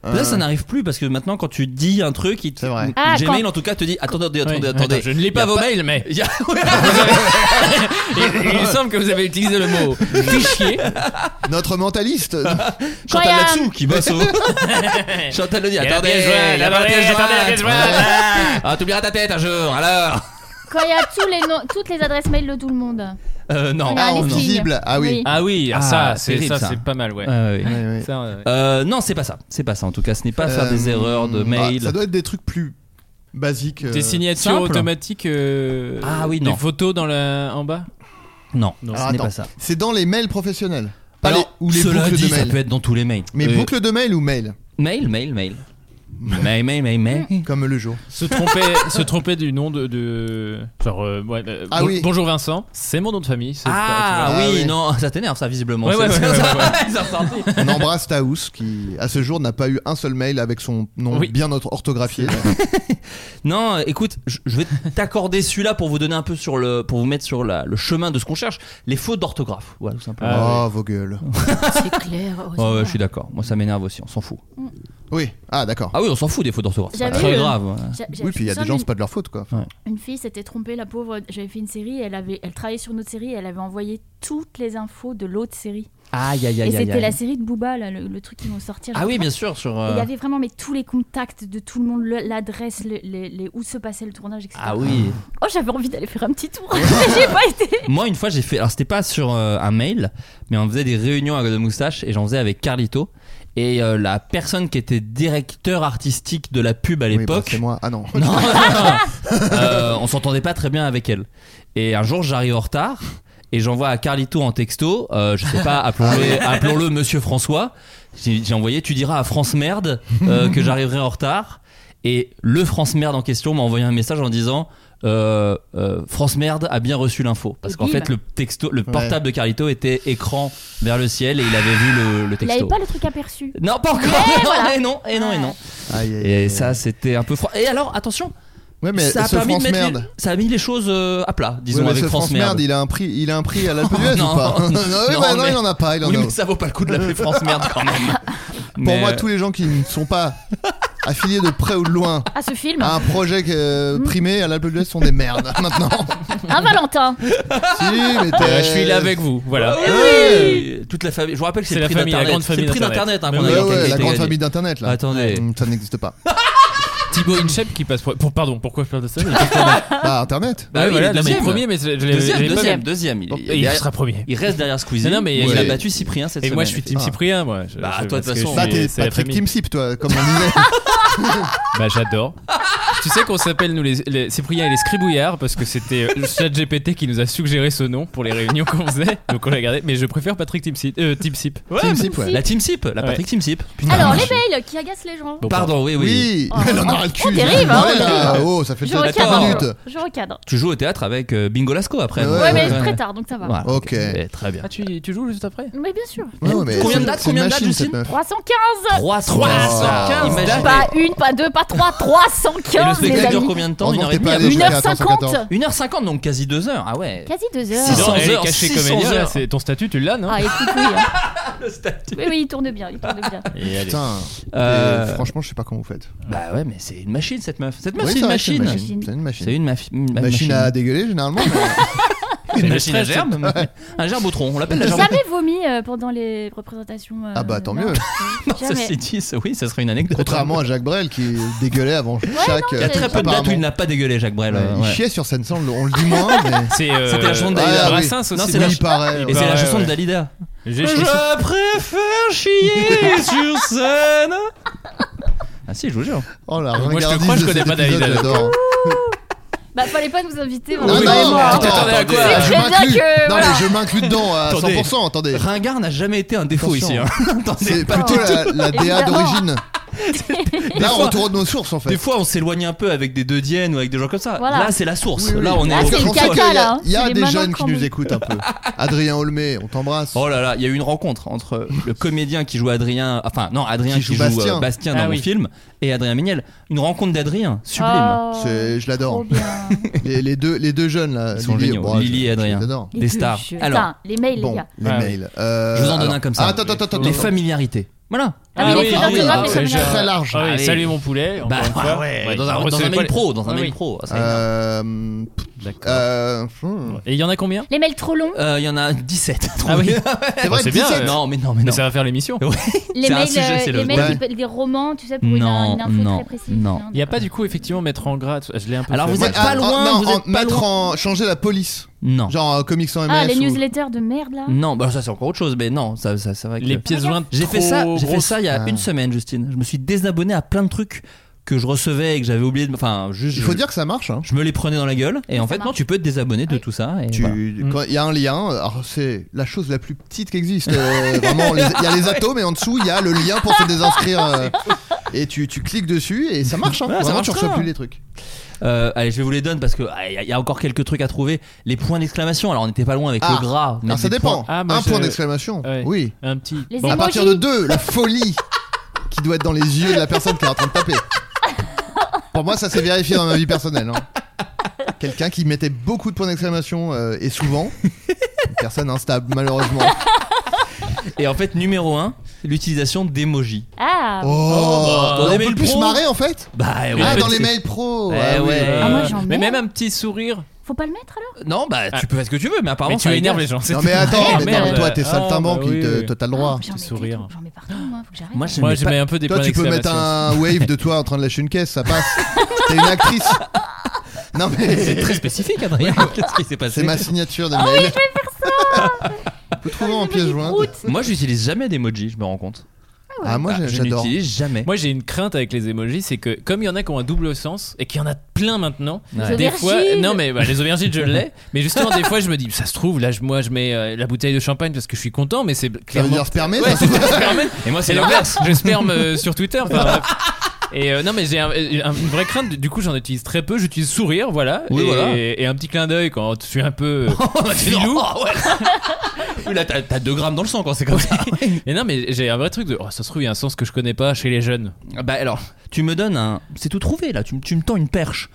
F: Là, ça n'arrive plus parce que maintenant, quand tu dis un truc, il te-
E: C'est vrai.
G: Ah,
F: Gmail
G: quand-
F: en tout cas te dit attendez, attendez,
H: Oui,
F: attendez,
H: attends,
F: attendez.
H: je ne lis pas
F: Y a
H: vos mails, mais
F: Y a- Ouais.
H: il, il semble que vous avez utilisé le mot fichier.
E: Notre mentaliste.
G: Quand il y
F: Chantal
G: a-
F: là-dessous qui bosse oh. au. Chantal le dit
H: Il y a la
F: attendez,
H: pièce jointe,
F: la
H: attendez,
F: pièce
H: attendez, la
F: jointe.
H: pièce jointe.
F: Ah, t'oublieras ta tête un jour, alors
G: Quand il y a tous les noms- toutes les adresses mail de tout le monde.
F: Euh, non.
G: On a
E: Ah,
G: les
F: non.
G: filles.
E: invisible. Ah oui.
H: Ah oui, ah,
F: Ah,
H: ça, c'est
F: terrible,
H: ça,
F: ça.
H: c'est pas mal, ouais.
F: Ah, oui.
E: Ouais, ouais.
H: Ça, ouais.
F: Euh, non, c'est pas ça. C'est pas ça. En tout cas, ce n'est pas faire des
E: Euh,
F: erreurs de
E: ah,
F: mail.
E: ça doit être des trucs plus basiques. euh.
H: Des signatures
F: simple.
H: automatiques. euh,
F: Ah oui, non.
H: Des photos dans la, en bas.
F: Non,
H: Non.
F: ce
E: Alors,
F: n'est
E: attends.
F: pas ça.
E: C'est dans les mails professionnels. Pas
F: Alors,
E: les- ou les
F: cela
E: boucles
F: dit,
E: de
F: ça peut
E: mail.
F: être dans tous les mails.
E: Mais
F: Euh,
E: boucles de mail ou mail
F: Mail, mail, mail. Mail, mail, mail, mail.
E: Comme le jour.
H: Se tromper, se tromper du nom de, de- genre euh, ouais, euh,
E: Ah
H: bon-
E: oui.
H: bonjour Vincent, c'est mon nom de famille. c'est pas-
F: Ah,
E: Ah
F: oui,
E: oui.
F: non, ça t'énerve ça visiblement.
H: Ouais,
F: Ça-
H: ouais,
F: ça-
H: ouais, ouais,
F: ça-
H: ouais,
F: c'est ressorti.
E: On embrasse Taous qui, à ce jour, n'a pas eu un seul mail avec son nom
H: Oui.
E: bien autre- orthographié.
F: Non, euh, écoute, je je vais t'accorder celui-là pour vous donner un peu sur le, pour vous mettre sur la- le chemin de ce qu'on cherche, les fautes d'orthographe, voilà tout simplement.
E: oh, vos gueules.
G: C'est clair. oh, c'est
F: Ouais, ouais,
G: clair.
F: je suis d'accord. Moi, ça m'énerve aussi. On s'en fout.
E: Oui, ah d'accord.
F: Ah oui, on s'en fout des fautes d'orthographe. C'est
G: Mm. J'avais
F: très
G: le-
F: grave. ouais.
G: J'a- j'a-
E: Oui, puis il y a
G: je
E: des
G: me
E: gens,
G: souviens
E: c'est pas de leur faute quoi.
G: Une fille s'était trompée, la pauvre. J'avais fait une série, elle avait, elle travaillait sur notre série, elle avait envoyé toutes les infos de l'autre série.
F: Aïe, aïe,
G: Et
F: aïe, aïe.
G: c'était la
F: aïe.
G: série de Booba, là, le, le truc qu'ils vont sortir.
F: Ah oui, bien sûr, sur.
G: Et Il y
F: euh,
G: avait vraiment mais tous les contacts de tout le monde, le- l'adresse, le- les, les- où se passait le tournage, etc.
F: Ah oui.
G: Oh, j'avais envie d'aller faire un petit tour. J'ai pas été.
F: Moi, une fois, j'ai fait. Alors, c'était pas sur euh, un mail, mais on faisait des réunions à de moustache et j'en faisais avec Carlito. Et euh, la personne qui était directeur artistique de la pub à
E: Oui, bah,
F: l'époque.
E: c'est moi. Ah non.
F: Non, non, non. Euh, on s'entendait pas très bien avec elle. Et un jour, j'arrive en retard et j'envoie à Carlito en texto, euh, je sais pas, appelons-le appelons-le Monsieur François. J'ai j'ai envoyé, tu diras à France Merde euh, que j'arriverai en retard. Et le France Merde en question m'a envoyé un message en disant. euh, euh, France Merde a bien reçu l'info parce
G: Et
F: qu'en
G: bim.
F: fait le texto, le portable de Carlito était écran vers le ciel et il avait vu le, le
G: Il
F: texto.
G: avait pas le truc aperçu.
F: Non, pas encore.
G: Mais voilà.
F: et non, et non, et non.
E: Aïe, aïe,
F: Et
E: aïe.
F: ça, c'était un peu froid. Et alors, attention,
E: Ouais, mais
F: ça a
E: ce
F: permis
E: France
F: de mettre les-
E: merde.
F: ça a mis les choses euh, à plat, disons
E: Ouais, mais
F: avec
E: ce
F: France, merde.
E: il a un prix, il a un prix à l'Alpe d'Huez
F: Non.
E: ou pas non, oui, bah,
F: Non,
E: non,
F: mais-
E: il en a pas, il en
F: Oui,
E: a.
F: mais euh, ça vaut pas le coup de l'appeler France merde quand même.
E: Pour moi, tous les gens qui ne sont pas affiliés de près ou de loin
G: Ah, ce film
E: à un projet que- euh, primé à l'Alpe d'Huez sont des merdes maintenant.
G: Un Valentin
E: si, mais
F: euh,
E: t'es-
H: je suis là avec vous. Voilà.
F: Oui Toute la famille. Je vous rappelle que Ah, c'est
H: C'est
F: le
H: la
F: prix
H: famille, la
F: d'Internet.
H: grande
F: C'est le
H: famille
F: prix
H: d'Internet.
F: d'Internet hein,
H: Mais
F: qu'on
E: Ouais,
F: a eu
H: oui,
F: en
E: ouais,
F: tête,
E: la
F: les
E: grande
F: gars.
E: famille d'internet là.
F: Attendez.
E: Mm, Ça n'existe pas.
H: Thibaut Inchep qui passe. pour- pour- Pardon, pourquoi je parle de ça mais-
E: Bah, internet.
H: Bah oui,
F: il est
H: voilà, non, mais
F: deuxième.
H: premier, mais je l'ai- je l'ai- je
F: Deuxième,
H: l'ai pas
F: deuxième,
H: vu.
F: deuxième. Il,
H: Et
F: il-
H: il sera premier.
F: il reste derrière Squeezie.
H: Non, non, mais-
F: il
E: Ouais.
F: a battu Cyprien cette
H: Et
F: semaine.
H: moi, je suis Team
E: Ah.
H: Cyprien, moi. Je-
F: Bah,
H: je-
F: toi, de
H: parce
F: toute
H: que
F: façon,
H: je
E: Là,
H: suis-
E: t'es
H: c'est la
E: Patrick
H: famille.
E: Timsip, toi, comme on disait.
H: Bah, j'adore. tu sais qu'on s'appelle, nous, les, les Cyprien et les Scribouillards, parce que c'était euh, ChatGPT qui nous a suggéré ce nom pour les réunions qu'on faisait. Donc, on l'a gardé. Mais je préfère Patrick Timsip. Euh, Timsip.
F: Ouais,
E: Timsip,
F: mais-
E: ouais.
F: La Team Sip, la Patrick Team Sip. Putain.
G: Alors, les mails qui agacent les gens.
H: Ah, Bon,
F: Pardon, oui, oui.
E: Oui,
G: Oh,
E: elle en aura le
G: on
E: cul.
G: dérive, hein,
E: Ouais,
G: on
E: là,
F: dérive.
E: oh, ça fait
G: Je
E: déjà 4
F: attends.
G: recadre.
E: minutes.
G: Je recadre.
F: Tu joues au théâtre avec euh, Bingo Lasco après.
E: Ouais,
G: Ouais,
E: ouais,
G: mais
E: ouais.
G: très tard, donc ça va.
F: Voilà, Eh,
E: Ok.
F: Très bien.
H: tu, joues juste après
G: Mais bien sûr.
E: Ouais, ouais, mais
F: Combien de
E: c'est-
F: dates,
E: c'est une
F: combien de dates,
E: machine, cette
F: Justine
E: meuf.
G: 315
F: 315 Imagine.
G: Pas une, pas deux, pas trois,
F: Et le
G: 315 les
F: spectacle dure
G: amis.
F: combien de temps
E: Heureusement
F: Une heure
E: que
F: et
E: t'es pas
F: demie
E: allé
F: à peu
E: jusqu'à
G: 1h50
F: près. Une heure cinquante, donc quasi deux heures. Ah ouais.
G: Quasi deux heures.
F: 600
H: elle est
F: heures,
H: cachée
F: 600
H: comédien, là,
F: heures.
H: c'est- ton statut, tu l'as, non
G: Ah, écoute, oui. hein. Oui, oui, il tourne bien, il tourne bien.
H: Et allez.
E: Putain,
F: Euh,
E: et franchement, je sais pas comment vous faites.
F: Bah ouais, mais c'est une machine cette meuf. Cette meuf,
E: Ouais,
F: c'est
E: ça,
F: une machine.
E: C'est une machine.
F: C'est une, mafi- une
E: Machine à dégueuler généralement. mais-
F: Une
H: le
F: machine à
H: stress,
F: gerbe Un gerbe au tronc, on l'appelle la
G: J'ai
F: gerbe.
G: jamais vomi euh, pendant les représentations. euh,
E: Ah bah, tant
G: non.
E: mieux.
F: Non,
G: Jamais.
F: ceci dit, ça- oui, ça serait une anecdote. hein.
E: Contrairement à Jacques Brel qui dégueulait avant chaque.
G: non,
F: Il y a très peu de dates où il n'a pas dégueulé, Jacques Brel. euh,
E: Il
F: ouais.
E: chiait sur scène, ça, on le- on le dit moins, mais.
H: C'est euh,
F: C'était la chanson de
E: Ah,
F: Dalida.
E: oui.
H: Brassens
F: Non,
H: aussi.
F: c'est la
E: Il paraît.
F: Et c'est la
H: ouais,
F: chanson de
H: ouais.
F: Dalida.
H: J'ai- j'ai-
F: Je préfère chier sur scène. Ah si, je vous jure.
E: Oh la
H: Moi, je te
E: ringardise
H: crois, je
E: de
H: connais
E: cet
H: pas
E: épisode,
H: Dalida.
E: j'adore.
G: Bah, fallait pas nous inviter.
E: Non,
G: vraiment.
E: non, mais attends,
F: Attendez, à
E: attendez,
F: quoi
E: je
G: C'est très bien
E: m'inclus.
G: que,
E: Non,
G: voilà.
E: mais je m'inclus dedans à
F: Attendez.
E: 100%, attendez.
F: Ringard n'a jamais été un défaut ici.
E: Attention.
F: hein. Attendez,
E: C'est
F: pas
E: plutôt
F: du tout.
E: la, la DA
G: Évidemment.
E: d'origine. Là,
F: fois-
E: on retourne nos sources en fait.
F: Des fois, on s'éloigne un peu avec des deux diennes ou avec des gens comme ça.
G: Voilà.
F: Là, c'est la source.
E: Oui, oui.
F: Là, on est.
G: Là,
E: Je
G: c'est
E: pense
G: une
E: que
G: caca,
E: il y a-
G: là, hein.
E: Il y a
G: C'est les
E: des
G: mamans
E: jeunes qui nous
G: cambouis.
E: écoutent un peu. Adrien Olmé, on t'embrasse.
F: Oh là là, il y a eu une rencontre entre le comédien qui joue Adrien, enfin non Adrien
E: Qui
F: qui,
E: joue
F: joue,
E: Bastien.
F: euh, Bastien
H: Ah
F: dans
H: oui.
F: mon film et Adrien Méniel. Une rencontre d'Adrien sublime.
G: Oh,
E: C'est- je l'adore.
G: trop bien.
E: Les, les deux, les deux jeunes là.
F: Ils sont géniaux,
E: bon,
F: Lily
E: je-
F: et Adrien.
E: Je l'adore.
G: Les
F: Des
G: deux,
F: stars.
G: je-
F: Alors.
G: Putain, les mails, les
E: Bon,
G: gars.
E: les
H: Ah oui.
E: mails. euh,
F: Je vous en donne
E: alors-
F: un comme ça.
E: Attends, attends, attends.
F: Les
E: attends.
F: familiarités. Voilà.
G: Ah oui,
H: Ah
G: les
H: oui,
G: fautes
H: ah oui,
G: d'orthographe,
H: ah
G: les
H: oui,
G: fautes
H: déjà.
G: d'orthographe.
E: Très large.
H: Ah oui,
F: Allez.
H: salut mon poulet.
F: Bah,
H: encore une fois.
F: ouais,
H: Ouais,
F: dans un,
H: recevez
F: dans un
H: pas
F: mail
H: les-
F: pro, dans un
H: Ah
F: mail
H: oui.
F: pro. ça, c'est énorme.
E: Euh,
H: D'accord.
E: euh, hmm.
H: Et il y en a combien
G: Les mails trop longs,
F: Euh, Il y en a 17.
H: Ah oui.
E: C'est vrai,
H: c'est bien,
E: 17.
H: ouais.
F: Non, mais non, mais
H: Mais
F: non.
H: ça va faire l'émission.
G: les
F: C'est un
G: mails,
F: sujet,
G: euh,
F: c'est
G: les
F: le-
G: mails qui
E: Ouais.
G: peuvent- des romans, tu sais, pour une,
F: Non,
G: une info
F: non,
G: très précise.
F: non.
H: Il n'y a pas du coup effectivement mettre en gras. Je l'ai un peu.
F: Alors,
H: fait,
F: vous
H: mais-
F: êtes pas
E: Ah, en-
F: loin,
E: non,
F: vous
E: en-
F: êtes pas
E: mettre
F: loin.
E: en changer la police,
F: Non.
E: genre euh, comics sans MS.
G: Ah, les
E: ou- Mm.
G: newsletters de merde là.
F: Non, bah ça c'est encore autre chose, mais non, ça, ça, ça va. que-
H: Les pièces jointes.
F: J'ai fait ça,
H: trop
F: j'ai fait
H: grosses.
F: ça il y a
E: Ah.
F: une semaine, Justine. Je me suis désabonné à plein de trucs que je recevais et que j'avais oublié. de- Enfin, juste.
E: Il faut
F: je-
E: dire que ça marche. hein.
F: Je me les prenais dans la gueule et en
G: Ça
F: fait non
G: marche.
F: tu peux te désabonner de
G: Oui.
F: tout ça et
E: Tu-
F: voilà.
E: quand Il y a un lien, alors c'est la chose la plus petite qui existe. euh, vraiment, les- il y a
F: Ah
E: les atomes et en dessous il y a le lien pour se désinscrire. euh, et tu, tu cliques dessus et ça marche. Hein.
F: Ouais, Ah, ça
E: Vraiment,
F: marche
E: tu reçois
F: très
E: plus
F: bien.
E: les trucs.
F: Euh, allez je vais vous les donne parce que ah, il y, a- il y a encore quelques trucs à trouver les points d'exclamation alors on n'était pas loin avec
E: Ah.
F: le gras mais
E: Alors ça
F: des
E: dépend.
F: points-
H: Ah, moi,
E: un
H: je-
E: point d'exclamation.
H: Ouais.
E: Oui.
H: Un petit.
G: Les
E: À
G: émojis.
E: partir de deux, la folie qui doit être dans les yeux de la personne qui est en train de taper. Pour moi, ça s'est vérifié dans ma vie personnelle. hein. Quelqu'un qui mettait beaucoup de points d'exclamation euh, et souvent. Une personne instable, malheureusement.
F: et en fait numéro 1 l'utilisation d'emoji
G: Ah,
E: Oh,
F: dans
E: on
F: les
E: peut
F: mails
E: plus se
F: pro.
E: marrer en fait
F: bah ouais.
E: Ah,
H: en fait,
E: dans les
H: c'est-
E: mails pro
F: Eh
E: ah oui.
F: ouais.
H: Euh,
G: Ah, moi, j'en
H: mais
G: mets.
H: même un petit sourire.
G: faut pas le mettre alors
F: non bah tu peux faire ce que tu veux mais apparemment
H: Ah. Mais
F: ça
H: tu énerves les
F: dégage.
H: gens. c'est
E: Non
H: tout.
E: mais attends, mais, non,
H: Merde.
E: mais toi t'es
H: Ah,
E: saltimbanque,
H: bah oui,
E: il te-
H: oui.
E: t'as le droit.
G: Ah, J'en mets
H: Petit sourire.
G: partout, J'en mets partout, moi, faut que j'arrête.
F: moi je
H: Moi
F: mets
H: je
F: pas-
H: mets un peu des
E: Toi
H: points
E: tu peux mettre un
H: d'exclamation.
E: wave de toi en train de lâcher une caisse, ça passe. T'es une actrice. Non mais
F: très spécifique Adrien qu'est-ce qui s'est
E: c'est
F: passé
E: ma signature
H: Ah
E: de mail. oui, je vais faire ça. Vous trouvez en pièce jointe.
F: moi j'utilise jamais d'emoji je me rends compte
E: Ah moi
F: Ah,
E: j'ai-
F: je
E: j'adore.
F: n'utilise jamais
H: Moi j'ai une crainte avec les emojis, c'est que comme il y en a qui ont un double sens et qu'il y en a plein maintenant,
F: Ouais.
H: des fois,
G: Aubergines.
H: non mais bah, les aubergines je l'ai, mais justement des fois je me dis ça se trouve là je- moi je mets euh, la bouteille de champagne parce que je suis content, mais c'est
E: Ça veut
H: clairement
E: dire spermer
H: Ouais,
E: ça
H: c'est pas sperme.
F: et moi
H: C'est l'inverse. Je sperme euh, sur Twitter. enfin, bref. Et euh, non, mais j'ai un- un- une vraie crainte. Du coup, j'en utilise très peu. J'utilise sourire, voilà,
F: Oui,
H: et,
F: voilà. Oh,
H: et un petit clin d'œil quand je suis un peu euh, filou.
F: Oui, là t'as 2 grammes dans le sang quand c'est comme ça
H: Et non, mais j'ai un vrai truc de oh, ça se trouve il y a un sens que je connais pas chez les jeunes.
F: Ah Bah alors, tu me donnes un. C'est tout trouvé là, tu, me- tu me tends une perche.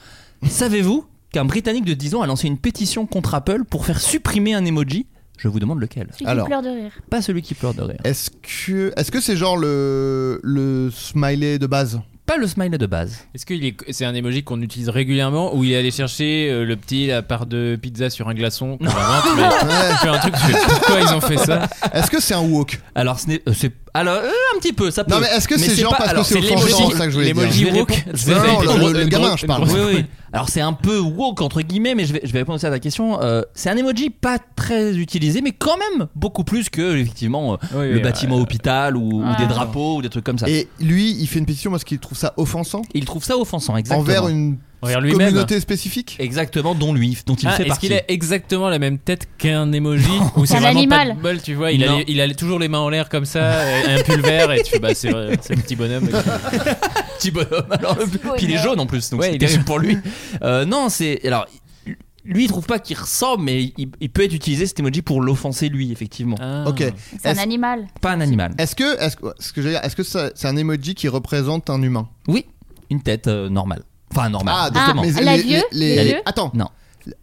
F: Savez-vous qu'un Britannique de 10 ans a lancé une pétition contre Apple pour faire supprimer un emoji Je vous demande lequel.
G: Celui
E: Alors.
G: qui pleure de
F: Ah,
G: rire.
F: hein. Pas celui qui pleure de rire.
E: Est-ce que est-ce que c'est genre le le smiley de base
F: pas le smiley de base.
H: Est-ce que est, c'est un emoji qu'on utilise régulièrement ou il est allé chercher euh, le petit la part de pizza sur un glaçon Non, fait un truc, tu fais, pourquoi ils ont fait ça
E: Est-ce que c'est un wok
F: Alors, ce n'est- euh, c'est. Alors, euh, un petit peu, ça peut.
E: Non, mais est-ce que c'est genre
F: pas-
E: parce que
F: alors,
E: c'est
F: c'est
E: offensant,
F: l'emoji-
E: c'est ça que je voulais dire
F: l'emoji
H: Je vais
F: woke,
H: répondre.
F: c'est-
E: Non,
F: c'est-
E: non,
F: c'est-
E: le-
F: une
E: le
F: grosse-
E: gamin, je
F: une
E: parle.
F: grosse- Oui, oui. Alors, c'est un peu woke, entre guillemets, mais je vais, je vais répondre aussi à ta question. Euh, c'est un emoji pas très utilisé, mais quand même beaucoup plus que, effectivement, euh,
H: Oui,
F: le
H: oui,
F: bâtiment hôpital ou, ou
G: Ouais.
F: des drapeaux ou des trucs comme ça.
E: Et lui, il fait une pétition parce qu'il trouve ça offensant
F: il trouve ça offensant, exactement.
E: envers une
H: Envers lui-même.
E: communauté spécifique
F: Exactement, dont lui, dont il
H: Ah,
F: fait
H: Est-ce
F: partie.
H: qu'il a exactement la même tête qu'un emoji ou c'est
G: Un
H: vraiment
G: animal.
H: pas de bol, tu vois il
F: Non.
H: a, il a toujours les mains en l'air comme ça, et un pulvère et tu fais bah c'est vrai, c'est le petit bonhomme.
F: petit bonhomme. Alors, le- puis il est jaune en plus, donc
H: Ouais,
F: c'est
H: il est
F: terrible pour lui. Euh, non, c'est alors lui il trouve pas qu'il ressemble, mais il, il peut être utilisé cet emoji pour l'offenser lui effectivement.
H: Ah.
E: Ok.
G: C'est un
E: Est-ce-
G: animal.
F: Pas un animal.
E: Est-ce que, est-ce, que- ce que j'allais dire, est-ce que ça- c'est un emoji qui représente un humain
F: Oui, une tête euh, normale. Enfin normale.
E: Ah,
G: Ah,
E: donc,
G: la vieux Les vieux
E: Attends,
F: Non,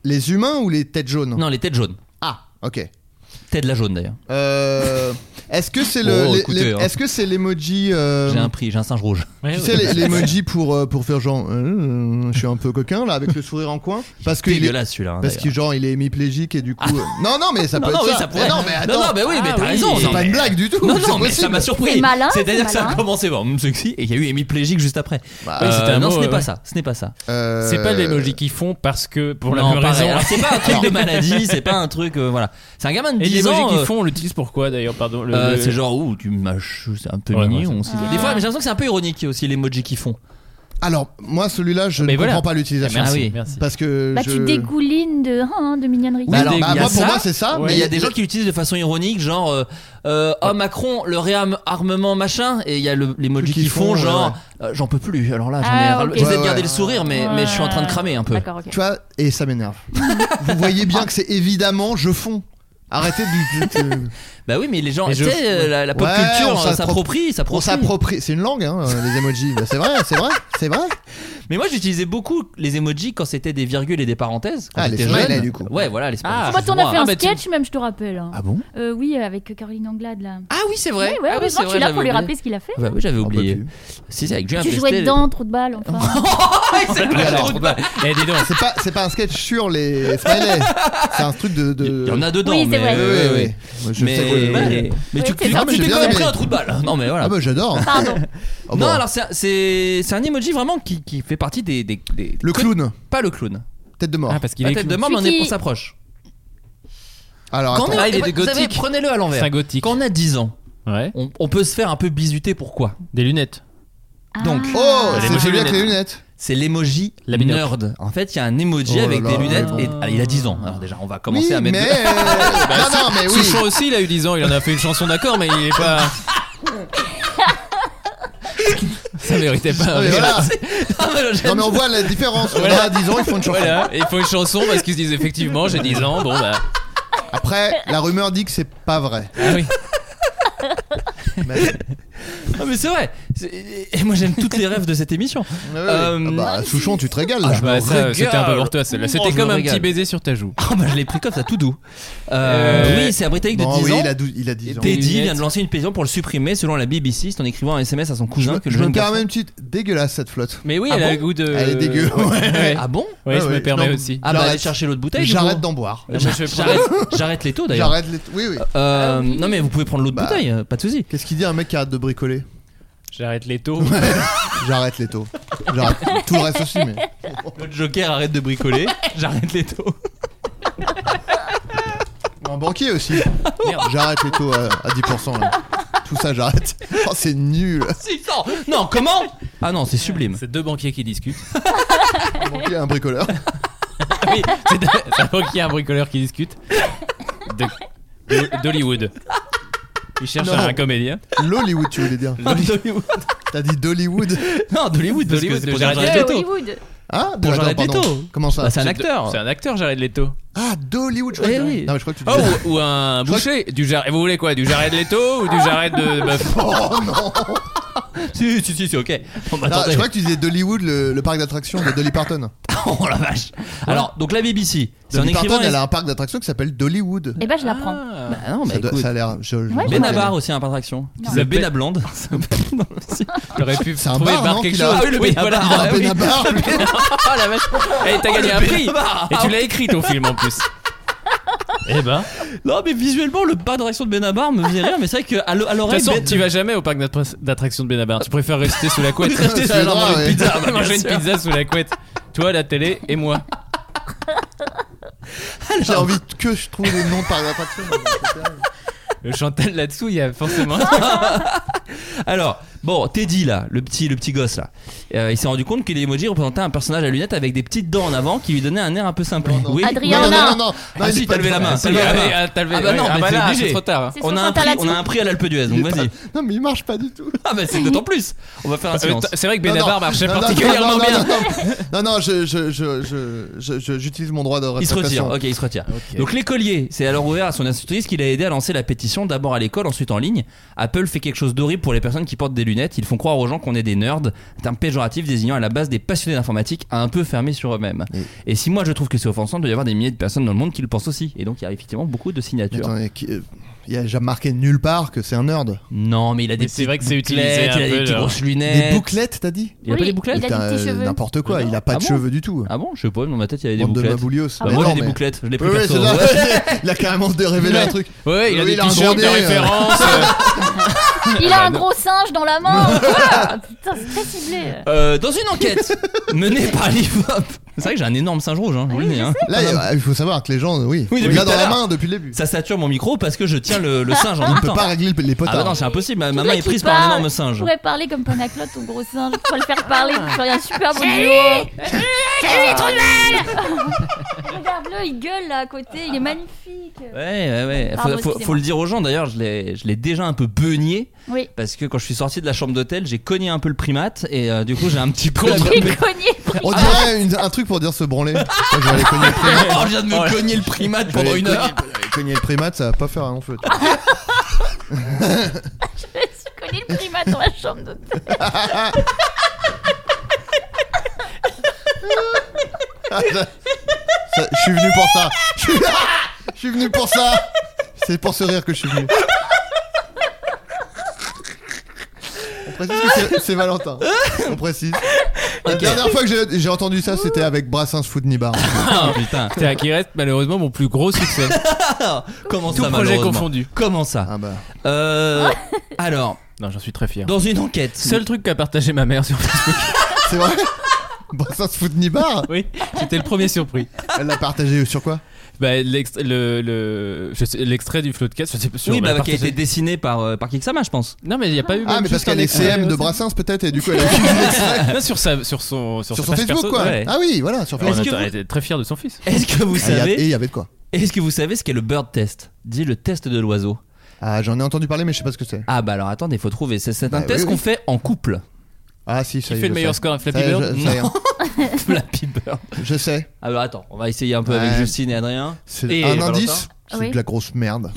E: les humains ou les têtes jaunes
F: non les têtes jaunes.
E: Ah, ok.
F: Tête de la jaune d'ailleurs.
E: Euh, est-ce que c'est le,
F: Oh,
E: les-
F: écoutez,
E: les-
F: hein.
E: est-ce que c'est l'emoji euh,
F: J'ai un prix, j'ai un singe rouge.
H: Ouais,
E: Tu
H: ouais.
E: sais les- l'emoji pour euh, pour faire genre euh, je suis un peu coquin là avec le sourire en coin parce que il est,
F: Dégueulasse celui-là. hein,
E: parce
F: d'ailleurs. Ah.
E: que genre il est hémiplégique et du coup euh, non non mais ça peut
F: Non,
E: être
F: non, oui,
E: ça,
F: ça pourrait.
E: Mais non mais attends
F: non, non, mais oui, mais
H: Ah,
F: t'as
H: oui.
F: raison.
E: c'est
F: non,
E: pas
F: mais-
E: une blague du tout
F: Non,
E: c'est
F: non, mais
E: possible
F: ça m'a surpris.
G: C'est malin,
F: C'est-à-dire que
G: c'est
F: ça a
G: malin.
F: commencé par hum, sexy et il y a eu hémiplégique juste après.
E: Bah,
H: oui,
F: Euh,
H: c'était un
F: non,
H: mot,
F: ce n'est
H: ouais,
F: pas
H: ouais.
F: ça. Ce n'est pas ça.
E: Euh,
H: C'est pas l'emoji qu'ils font parce que pour
F: Non,
H: la même
F: pareil.
H: raison.
F: Alors, c'est pas un truc de maladie, c'est pas un truc. euh, voilà. C'est un gamin de
H: Et
F: 10
H: l'emoji
F: ans.
H: qu'ils
F: euh,
H: font, on l'utilise pour quoi d'ailleurs Pardon. le-
F: euh,
H: le-
F: c'est genre, ouh, tu mâches, c'est un peu
H: Ouais,
F: mignon.
H: ouais,
F: aussi. Des fois, mais j'ai l'impression que c'est un peu ironique aussi l'emoji qu'ils font.
E: alors moi celui-là je
H: Mais
E: ne
H: voilà.
E: comprends pas l'utilisation
H: Merci,
F: Ah oui.
H: merci.
E: parce que
G: Bah,
E: je...
G: tu dégoulines de, hein, de mignonnerie.
E: Oui, alors,
F: Bah,
E: bah,
F: il y a
E: moi, pour
F: ça,
E: moi c'est ça
H: ouais.
F: Mais il y a des
E: le-
F: gens qui l'utilisent de façon ironique, genre, euh, euh, oh Macron, le réarmement machin, et il y a le- l'emoji
E: Ceux qui
F: qu'ils font,
E: font,
F: genre, euh, j'en peux plus. Alors là, j'en ai.
G: Ah,
F: ras-
G: ok.
F: J'essaie de
E: Ouais,
F: garder
E: ouais.
F: le sourire, mais, mais je suis en train de cramer un peu.
G: D'accord, ok.
E: tu vois et ça m'énerve vous voyez bien que c'est évidemment je fonds arrêtez de, de- de-
F: Bah oui, mais les gens,
H: Mais je-
F: tu sais, euh, la, la pop
E: Ouais, on
F: culture euh, s'approprie,
E: s'approprie- on
F: s'approprie.
E: s'approprie c'est une langue hein, euh, les emojis Bah, c'est vrai c'est vrai c'est vrai
F: Mais moi j'utilisais beaucoup les emojis quand c'était des virgules et des parenthèses. Quand
E: Ah, les
F: j'étais
E: smileys,
F: jeune.
E: du coup.
F: Ouais, voilà, les smileys.
G: Moi, t'en as fait
F: Ah,
G: un
F: bah, tu-
G: sketch, même, je te rappelle. hein.
F: Ah bon
G: Euh, oui, avec Caroline Anglade, là.
F: Ah oui, c'est
G: Oui,
F: vrai.
G: ouais,
F: ah, oui,
G: heureusement,
F: c'est
G: je
F: vrai,
G: suis là
F: j'avais
G: pour lui
F: oublié.
G: rappeler ce qu'il a fait.
F: Ah Bah oui, j'avais
E: On peut
F: oublié.
E: plus.
F: Si, c'est avec Julien
G: Tu jouais
F: Pestel.
G: dedans, trop de balles, enfin.
F: Ouais, bah, c'est vrai,
E: alors.
F: trop de balles.
H: Eh, dis donc.
E: C'est pas, c'est pas un sketch sur les smileys. C'est un truc de. de...
F: Il y en a dedans,
G: Oui, c'est vrai.
F: mais.
E: Oui,
F: ouais,
E: oui,
F: ouais.
E: oui. Moi, je sais
F: Mais,
E: que-
F: mais, mais tu
G: Oui, c'est
F: tu-
G: ça,
F: ah,
G: mais
F: tu
E: j'ai
F: t'es
E: bien
F: quand même
E: aimé.
F: pris un trou de balle. Non, mais voilà.
E: Ah bah j'adore.
G: Pardon.
E: Oh,
F: Non,
E: bon.
F: alors c'est un- c'est c'est un emoji vraiment qui, qui fait partie des. des, des- des-
E: Le clown,
F: Pas le clown.
E: tête de mort.
H: Ah, parce qu'il
F: La
H: est.
F: tête de mort, mais on
G: Celui
F: est on
G: qui-
F: s'approche.
E: Alors
F: Quand
E: attends.
F: on est-
H: Ah, il est
F: vous
H: gothique.
F: savez, Prenez-le à
H: C'est un
F: l'envers.
H: gothique.
F: Quand on a 10 ans,
H: Ouais.
F: on on peut se faire un peu bisuter. Pourquoi
H: Des lunettes.
F: Donc. euh,
E: Oh,
H: Ah,
E: c'est
H: les
E: celui avec
H: lunettes.
E: les lunettes.
F: c'est l'emoji
H: La binocle.
F: nerd. En fait, il y a un emoji
E: Oh là
F: avec
E: là,
F: des lunettes
E: ouais,
F: et
H: bon.
F: ah, il a 10 ans. Alors déjà, on va commencer
E: Oui,
F: à
E: mais. euh,
F: mettre de-
E: non, non, mais oui.
H: Souchon Bah, aussi, il a eu 10 ans, il en a fait une chanson d'accord, mais il est pas. Ça méritait pas.
E: Non,
H: un
E: mais
H: rire.
E: voilà.
F: Ah, mais j'aime-
E: Non, mais on voit la différence. On
H: Voilà.
E: a 10 ans, ils font une chanson.
H: Voilà, et il faut une chanson parce qu'ils se disent effectivement j'ai 10 ans, bon bah.
E: Après, la rumeur dit que c'est pas vrai.
H: Ah oui.
E: Mais- ouais,
F: Ah, mais c'est vrai. C'est- Et moi, j'aime toutes les rêves de cette émission.
E: ouais.
F: Euh,
E: Ah bah, Souchon, tu te régales là.
F: Ah, je me
H: Bah, ça,
F: régale.
H: c'était un peu pour toi celle-là.
F: Oh,
H: C'était
F: je
H: comme
F: me
H: un
F: régale.
H: petit baiser sur ta joue.
F: Ah, bah, je l'ai pris comme ça, tout doux. Euh,
H: Euh,
F: Oui, c'est un Britannique de
E: Non,
F: 10
E: oui,
F: ans.
E: il a, 12, il a 10 ans.
H: Des
F: Teddy vient
H: lunettes.
F: de lancer une pétition pour le supprimer, selon la BBC, c'est en écrivant un SMS à son
E: Je
F: cousin
E: me-
F: que
E: je
F: le
E: me
F: jeune
E: permets
F: garçon-
E: une petite dégueulasse cette flotte.
H: Mais oui,
F: Ah
H: elle a
F: bon
H: le goût de.
E: Elle est dégueu.
H: Ouais,
F: Ah bon
H: Ouais, je
E: Ouais,
H: me
E: ouais,
H: permets
E: non.
H: aussi.
F: Ah bah
E: J'arrête.
F: allez chercher l'autre bouteille. du
E: J'arrête
F: coup. hein. Bah,
E: d'en boire.
H: Moi, je vais
F: J'arrête, j'arrête les taux d'ailleurs.
E: J'arrête les. Oui,
H: Ah.
E: Ah oui.
F: Euh, non mais vous pouvez prendre l'autre
E: Bah.
F: bouteille, euh, pas de souci.
E: Qu'est-ce qu'il dit un mec qui arrête de bricoler
H: J'arrête les taux.
E: J'arrête les taux. J'arrête tout le reste aussi, mais.
F: Le Joker arrête de bricoler, j'arrête les taux.
E: Un banquier aussi.
H: Ah
E: J'arrête les taux à, à 10%. là. Tout ça, j'arrête. Oh, c'est nul.
F: Si, non, non, comment Ah non, c'est sublime.
H: C'est deux banquiers qui discutent.
E: Un banquier, un bricoleur.
H: Ah oui, c'est deux- c'est un banquier et un bricoleur qui discutent. De- de- D'Hollywood. Il cherche
E: Non.
H: un comédien.
E: L'Hollywood, tu voulais dire.
F: Ah, d'Hollywood.
E: T'as dit d'Hollywood.
F: Non, d'Hollywood, parce que
H: D'Hollywood,
F: c'est pour
H: de Jared
F: Jared
G: Euh,
H: Leto.
F: Leto.
G: Hollywood.
E: Ah,
F: Pour Jared
E: attends, pardon.
F: Leto.
E: Comment ça
F: Bah, c'est un
H: de-
F: acteur.
H: C'est un acteur, Jared Leto.
E: Ah, d'Hollywood, je
F: Eh
E: crois. que-
F: oui.
E: Non, mais je crois que tu
H: Oh,
E: disais-
H: ou, ou un
E: crois
H: boucher. Du Jared- Vous voulez quoi Du Jared Leto ou du Jared euh, de. de bœuf
E: Oh, non.
F: Si, si, si, c'est ok. Bon, bah,
E: Non,
F: attendez.
E: Ah, je crois que tu disais d'Hollywood, le, le parc d'attractions de Dolly Parton.
F: oh la vache. Alors, donc la BBC, c'est un
E: Dolly Parton,
F: écrivain.
E: elle a un parc d'attractions qui s'appelle Dollywood.
G: Et bah, je la prends.
F: Bah non, bah
E: ça, doit-
F: écoute.
E: ça a l'air. je- je-
G: Ouais,
F: Benabar aussi un parc d'attraction.
G: Non.
F: Le Benablande.
H: J'aurais pu
E: C'est un
H: trouver
E: bar,
H: bar
E: non,
H: quelque
E: qu'il a-
H: chose.
F: Ah oui, le Benabar.
E: Il
F: Ah oui. Oh,
E: a un Benabar, Eh, plutôt.
H: Ah la vache. Et t'as gagné
F: Le
H: un prix.
F: Benabar.
H: Et tu l'as écrit ton film en plus. Eh ben.
F: Non, mais visuellement, le parc d'attraction de Benabar me faisait rire, mais c'est vrai qu'à
H: De
F: l'oreille.
H: toute façon,
F: Ben-
H: tu vas jamais au parc d'attra- d'attractions de Benabar. Tu préfères rester sous la couette.
E: Rester sous la droite, ouais.
H: pizza.
F: bah,
H: Manger
F: bien
H: une
F: sûr.
H: pizza sous la couette. Toi, la télé et moi.
E: J'ai envie que je trouve les noms de parcs d'attractions. C'est terrible.
H: Le Chantal là-dessous, il y a forcément.
F: Alors, bon, Teddy là, le petit, le petit gosse là, euh, il s'est rendu compte que les emojis représentaient un personnage à lunettes avec des petites dents en avant qui lui donnaient un air un peu simple. Oui.
G: Adrien,
E: non, non,
G: Bernard.
E: non, non, non.
F: Ah
E: il
F: si,
E: dit
F: t'as
E: pas
F: levé la
E: de-
F: main.
H: Ah,
F: t'as levé la main.
H: ah, t'as levé-
F: Ah bah
H: ouais,
F: non, mais
H: là,
F: t'es
H: c'est
F: obligé.
H: trop tard. hein.
G: C'est
F: On
G: son
F: a, un
G: Chantal
F: prix,
G: Latsou.
F: on a un prix à l'Alpe-d'Huez, donc
E: Il est pas- Ah,
F: vas-y.
E: Non, mais il marche pas du tout.
F: Ah bah c'est d'autant plus. On va faire un
H: Euh,
F: silence.
H: t- C'est vrai que
E: Non,
H: Benabar
E: non,
H: marchait
E: non, non, non,
H: particulièrement
E: non,
H: bien.
E: Non, non, non, non, je, je, je, je, je- je- j'utilise mon droit de
F: Il se retire,
E: rétractation.
F: ok, il se retire. Donc l'écolier, c'est alors ouvert à son institutrice qu'il a aidé à lancer la pétition d'abord à l'école, ensuite en ligne. Apple fait quelque chose d'horrible pour les personnes qui portent des lunettes. Ils font croire aux gens qu'on est des nerds, terme péjoratif désignant à la base des passionnés d'informatique à un peu fermés sur eux-mêmes. Et si moi je trouve que c'est offensant, il doit y avoir des milliers de personnes dans le monde qui le pensent aussi. Et donc il y a effectivement beaucoup de
E: Mais
F: signatures.
E: attendez, qui- euh, Il y a jamais marqué nulle part que c'est un nerd.
F: Non, mais il a des
H: Mais c'est
F: petites
H: vrai que c'est
F: bouclettes,
H: utilisé un
F: il a des
H: peu,
F: petites
H: genre.
F: grosses lunettes.
E: Des bouclettes, t'as dit
F: Il a pas
G: Oui.
F: des bouclettes
G: Il a des
E: Putain,
G: petits cheveux.
E: N'importe quoi, il a pas
F: Ah
E: de
F: bon
E: cheveux du tout. hein.
F: Ah bon Je sais pas, dans ma tête il y avait des
E: Bande de
F: bouclettes.
E: maboulios.
F: Bah,
E: Mais
F: moi
E: non,
F: j'ai des
E: mais-
F: bouclettes, je l'ai pris
E: Ouais, ouais,
F: perso.
E: c'est ça.
F: Ouais.
E: Il a carrément de révéler un truc.
H: Ouais, il a
E: Oui,
H: des
E: il a un
H: t-shirts
E: gros
H: de
E: nez.
H: référence.
F: euh,
G: Il a un gros singe dans la main. Voilà. Putain, c'est très ciblé.
F: Euh, dans une enquête menée par l'IFOP. C'est vrai que j'ai un énorme singe rouge, hein, je vous le dis, hein.
E: Là, il y a- il faut savoir Ah, que les gens, oui,
F: Oui,
E: il
F: depuis
E: l'a
F: tout
E: dans
F: à
E: la
F: l'heure.
E: main depuis le début.
F: Ça sature mon micro parce que je tiens le, le singe en même
E: On peut
F: temps.
E: pas régler les
F: Ah bah non,
E: potards.
F: c'est impossible, ma main
G: Faudrait
F: est
G: qu'il
F: prise par un
G: parle.
F: énorme
G: Je
F: singe. Ah.
G: pourrais parler comme Panaclote, ton gros singe. Faut le faire parler. Vous feriez un super bon duo. Salut, trop Regarde-le, il gueule là à côté. Il est magnifique.
F: Ouais, ouais, ouais.
G: Pardon,
F: Faut, faut-
G: excusez-moi.
F: faut le dire aux gens d'ailleurs, je l'ai je l'ai déjà un peu beugné
G: Oui.
F: parce que quand je suis sorti de la chambre d'hôtel, j'ai cogné un peu le primate et euh, du coup j'ai un petit peu. la-
G: Il est cogné.
E: On dirait une- un truc pour dire se branler. Moi, Je vais aller cogner le primate.
F: Oh, je viens de me cogner le primate
E: Je vais
F: pendant
E: aller
F: une
E: cogner-
F: heure.
E: aller Cogner le primate, ça va pas faire un long feu. tu vois.
G: Je connais le primate dans la chambre d'hôtel.
E: Ça- Je suis venu pour ça. Je suis- Je suis venu pour ça. C'est pour ce rire que je suis venu. On précise que c'est- c'est Valentin. On précise. La dernière fois que j'ai- j'ai entendu ça, c'était avec Brassens Foudnibar.
F: Ah, putain.
H: C'était à qui reste malheureusement mon plus gros succès.
F: Comment
H: Tout
F: ça,
H: projet
F: malheureusement
H: confondu.
F: Comment ça
E: Ah bah.
F: Euh, Alors,
H: Non, j'en suis très fier.
F: dans une enquête.
H: Seul truc qu'a partagé ma mère sur Facebook.
E: C'est vrai Brassens Ah, Foudnibar
H: Ah Oui, j'étais le premier surpris.
E: Elle l'a partagé sur quoi
H: Bah, l'ex- le- le- je sais- l'extrait du flot de casse, je sais pas si
F: Oui,
H: on l'a
F: bah, qui a été
H: partagé.
F: dessiné par, euh, par Kixama, je pense.
H: Non, mais il n'y a pas eu.
E: Ah,
H: même
E: mais parce
H: bah, juste un
E: qu'elle est
H: extrait.
E: CM de Brassens peut-être et du coup elle a
H: Non, sur, sa, sur son, sur
E: sur son
H: sa page
E: Facebook
H: perso,
E: quoi.
H: ouais.
E: Ah oui, voilà, sur
F: Est-ce
E: Facebook.
H: Alors, en
F: que
H: même temps,
F: vous-
H: Elle était très fière de son fils.
F: Est-ce que vous
E: Ah, il y a- Et
F: savez
E: il y avait de quoi
F: Est-ce que vous savez ce qu'est le bird test Dit le test de l'oiseau.
E: Ah, j'en ai entendu parler, mais je sais pas ce que c'est.
F: Ah bah alors attendez, faut trouver. C'est c'est un
E: Bah,
F: test
E: oui,
F: qu'on
E: oui.
F: fait en couple.
E: Ah si, ça
H: Qui
E: y est,
H: fait
E: je
H: le meilleur
E: sais.
H: score à Flappy
E: Ça y est,
H: Bird
E: je- ça y est, hein.
F: Flappy Bird.
E: Je sais.
F: Alors Ah, bah, attends, on va essayer un peu avec
E: Ouais.
F: Justine et Adrien.
E: C'est
F: Et
E: un
F: Valentin.
E: indice, c'est
G: Oui.
E: de la grosse merde.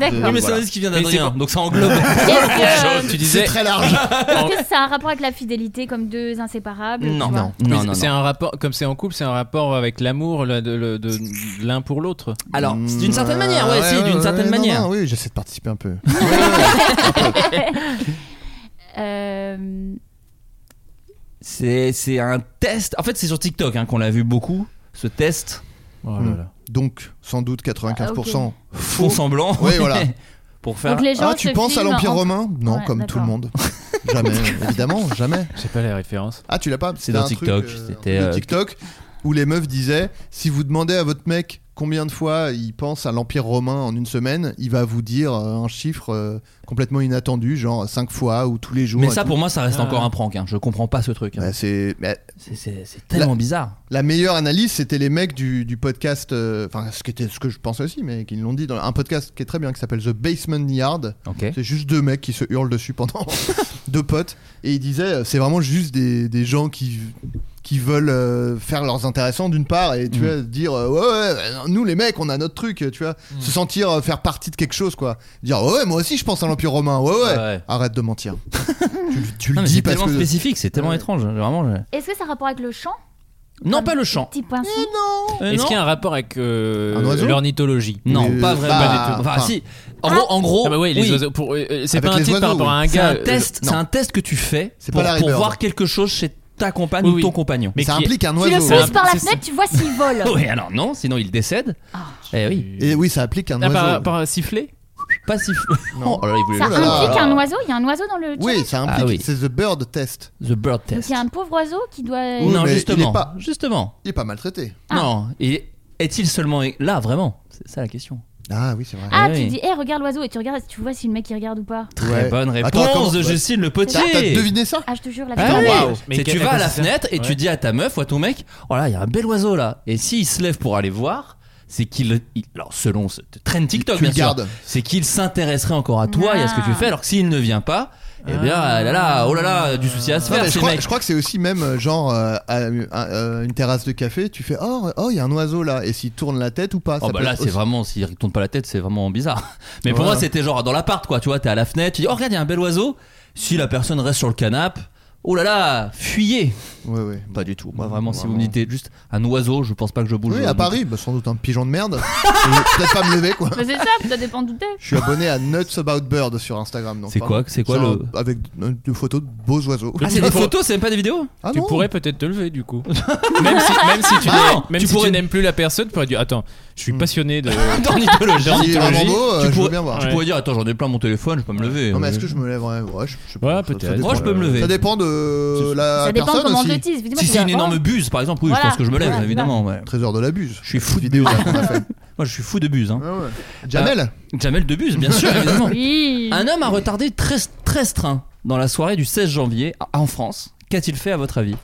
G: D'accord.
F: Oui mais c'est un
E: Voilà.
F: indice qui vient
H: Mais
F: d'Adrien,
H: c'est pas-
F: donc ça englobe.
G: Est-ce que,
H: Tu disais.
E: Très large.
H: en-
G: est-ce que ça a un rapport avec la fidélité comme deux inséparables
F: non,
G: tu vois
F: non, non, non.
H: c'est un rapport, comme c'est en couple, c'est un rapport avec l'amour le- de, le- de- de l'un pour l'autre. Euh,
F: Alors c'est d'une certaine
E: Ah,
F: manière, ouais, si, d'une
E: ouais,
F: certaine
E: non,
F: manière.
E: non, Ah oui, j'essaie de participer un peu.
G: Euh,
F: C'est c'est un test. En fait c'est sur TikTok hein, qu'on l'a vu beaucoup. Ce test
E: Hmm. Donc, sans doute 95%.
F: faux semblant.
E: Oui, voilà.
F: Pour faire.
G: Ah, Donc les gens
E: Ah, tu
G: se
E: penses à
G: filment
E: l'Empire
G: en-
E: romain Non,
G: Ouais,
E: comme tout le
G: d'accord.
E: monde. jamais, évidemment, jamais.
H: J'ai pas la référence.
E: Ah, tu l'as pas
F: C'est dans
E: un truc,
F: TikTok,
E: euh,
F: c'était,
E: de
F: euh,
E: TikTok où les meufs disaient si vous demandez à votre mec combien de fois il pense à l'Empire romain en une semaine, il va vous dire euh, un chiffre euh, complètement inattendu, genre 5 fois ou tous les jours.
F: Mais
E: et
F: ça
E: tout.
F: pour moi ça reste
H: Ah.
F: encore un prank. Hein. Je comprends pas ce truc. hein.
E: Bah, c'est. bah,
F: C'est- C'est c'est tellement bizarre.
E: La meilleure analyse, c'était les mecs du, du podcast, euh, enfin ce, qui était- ce que je pense aussi, mais qui l'ont dit dans un podcast qui est très bien, qui s'appelle The Basement Yard.
F: Ok.
E: C'est juste deux mecs qui se hurlent dessus pendant deux potes. Et ils disaient, euh, c'est vraiment juste des, des gens qui, qui veulent euh, faire leurs intéressants d'une part, et tu
F: Mhm.
E: vois, dire, euh, ouais, ouais, ouais, nous les mecs, on a notre truc, tu vois,
F: Mm.
E: se sentir euh, faire partie de quelque chose, quoi. Dire, ouais, ouais, moi aussi je pense à l'Empire romain, ouais, ouais.
F: Ouais.
E: Arrête de mentir. tu, le- tu
F: Non,
E: le
F: mais
E: dis
F: c'est
E: parce
F: tellement
E: que.
F: spécifique, c'est tellement
E: Ouais.
F: étrange, hein, vraiment. je-
G: Est-ce que ça a rapport avec le chant
F: Non, pas le chant.
G: Petit poinçon.
F: Euh,
H: Est-ce
F: non.
H: qu'il y a un rapport avec euh,
E: Un oiseau
H: l'ornithologie
F: Non,
E: Mais,
F: pas
E: euh,
F: vraiment.
E: bah,
F: Enfin,
E: enfin.
F: si. En gros, en gros,
H: Ah bah ouais, les
F: oui.
H: oiseaux. pour- euh, euh, c'est
E: Avec
H: pas un
E: les
H: titre par
E: oiseaux,
H: rapport à un
F: C'est
H: gars.
F: un
H: euh,
F: test.
E: non.
F: C'est un test que tu fais
E: C'est pas
F: pour,
E: la
F: pour
E: Raybird.
F: voir quelque chose chez ta compagne
H: Oui,
F: ou
H: oui.
F: ton compagnon.
H: Mais
E: ça
H: qui est-
E: implique un
G: Tu le
E: oiseau.
G: pousses par la
H: C'est ça.
G: fenêtre, tu vois s'il vole.
F: hein. Oui, alors non, sinon il décède. Eh oui,
E: Et oui, ça implique un
H: Ah, par,
E: oiseau.
H: par un sifflet
F: pas si. Oh là là, il voulait
G: Ça
E: Ouh là là.
G: implique un oiseau, il y a un oiseau dans le
E: Oui,
G: challenge.
E: ça
F: Ah oui.
E: implique. C'est the bird test.
F: The
G: Donc
F: Bird Oh, Test.
G: il y a un pauvre oiseau qui doit.
E: Oui,
F: non,
E: mais il est
F: justement.
E: pas-
F: Justement.
E: Il est pas maltraité.
G: Ah.
F: Non. Et est-il seulement là vraiment C'est ça la question.
E: Ah oui, c'est vrai.
G: Ah,
F: Eh
G: tu
F: oui.
G: dis, hé, regarde l'oiseau et tu regardes, tu vois si le mec il regarde ou pas.
F: Très
E: Ouais.
F: bonne réponse
E: Attends, comment-
F: de Justine Le Potier.
E: T'as t'as deviné ça
G: Ah, je te jure, la
F: Ah
G: vérité.
F: oui.
E: waouh.
H: Mais
F: C'est tu
H: quel-
F: vas à
H: à quoi
F: la
H: ça
F: fenêtre et tu
H: Ouais.
F: dis à ta meuf ou à ton mec, oh là, il y a un bel oiseau là. Et s'il se lève pour aller voir, c'est qu'il, il- alors selon ce trend TikTok,
E: Tu le
F: bien sûr,
E: gardes.
F: c'est qu'il s'intéresserait encore à toi et à ce que tu
G: Ah.
F: fais. Alors que s'il ne vient pas, eh bien, ah là là, oh là là, du souci à se
E: Non,
F: faire,
E: mais je,
F: ces
E: crois,
F: mecs.
E: je crois que c'est aussi même euh, genre euh, à, euh, euh, une terrasse de café, tu fais oh oh il y a un oiseau là et s'il tourne la tête ou pas.
F: Oh
E: ça
F: bah
E: peut
F: là
E: être
F: c'est
E: aussi-
F: vraiment s'il tourne pas la tête c'est vraiment bizarre. Mais pour
E: Ouais.
F: moi c'était genre dans l'appart quoi, tu vois, t'es à la fenêtre, tu dis oh regarde il y a un bel oiseau. Si la personne reste sur le canap, oh là là, fuyez.
E: Ouais, ouais.
F: Pas du tout. Moi vraiment si vous
E: Vraiment.
F: me dites juste un oiseau, je pense pas que je bouge.
E: Oui
F: le-
E: à Paris bah, sans doute un pigeon de merde. Je vais Peut-être pas me lever quoi.
G: Bah, c'est ça, ça dépend d'où t'es.
E: Je suis abonné à Nuts About Bird sur Instagram. donc
F: C'est
E: pardon.
F: quoi- c'est quoi
E: Genre,
F: le-
E: Avec euh, des photos de beaux oiseaux.
F: Ah c'est des photos, c'est même pas des vidéos.
E: Ah
H: Tu
E: non.
H: pourrais peut-être te lever du coup. même si, même si tu,
F: Ah
H: n'aimes-
F: non,
H: même
F: tu
H: si tu
F: pourrais- Hmm.
H: n'aimes plus la personne, tu pourrais dire Attends, je suis passionné de.
F: D'ornithologie.
E: Ah, Si il est vraiment
H: d'ornithologie,
E: beau, euh,
F: tu
E: je
F: pourrais-
E: veux bien voir.
F: Tu
H: Ouais.
F: pourrais dire attends j'en ai plein mon téléphone, je peux me lever. Euh,
E: Non mais est-ce que je me lèverais Ouais, je, je sais pas. Ça- ça
H: Ouais, peut-être.
E: dépend.
F: Moi je peux me lever.
E: Ça dépend de la
G: Ça dépend
E: personne
G: comment on te
E: aussi.
G: tease. Évidemment,
F: Si
G: tu
F: c'est
G: vas
F: une
G: voir.
F: énorme buse par exemple, oui je
G: Voilà.
F: pense que je me lève
G: Voilà,
F: évidemment. ouais.
E: Trésor de la buse.
F: Je suis fou de
E: Vidéo.
F: buse. hein.
E: là, qu'on a fait.
F: Moi je suis fou de buse. Hein.
E: Ouais, Ah ouais. Jamel.
F: Ah, Jamel de buse bien sûr évidemment.
G: Oui.
F: Un homme a retardé 13, 13 trains dans la soirée du 16 janvier à- en France. Qu'a-t-il fait à votre avis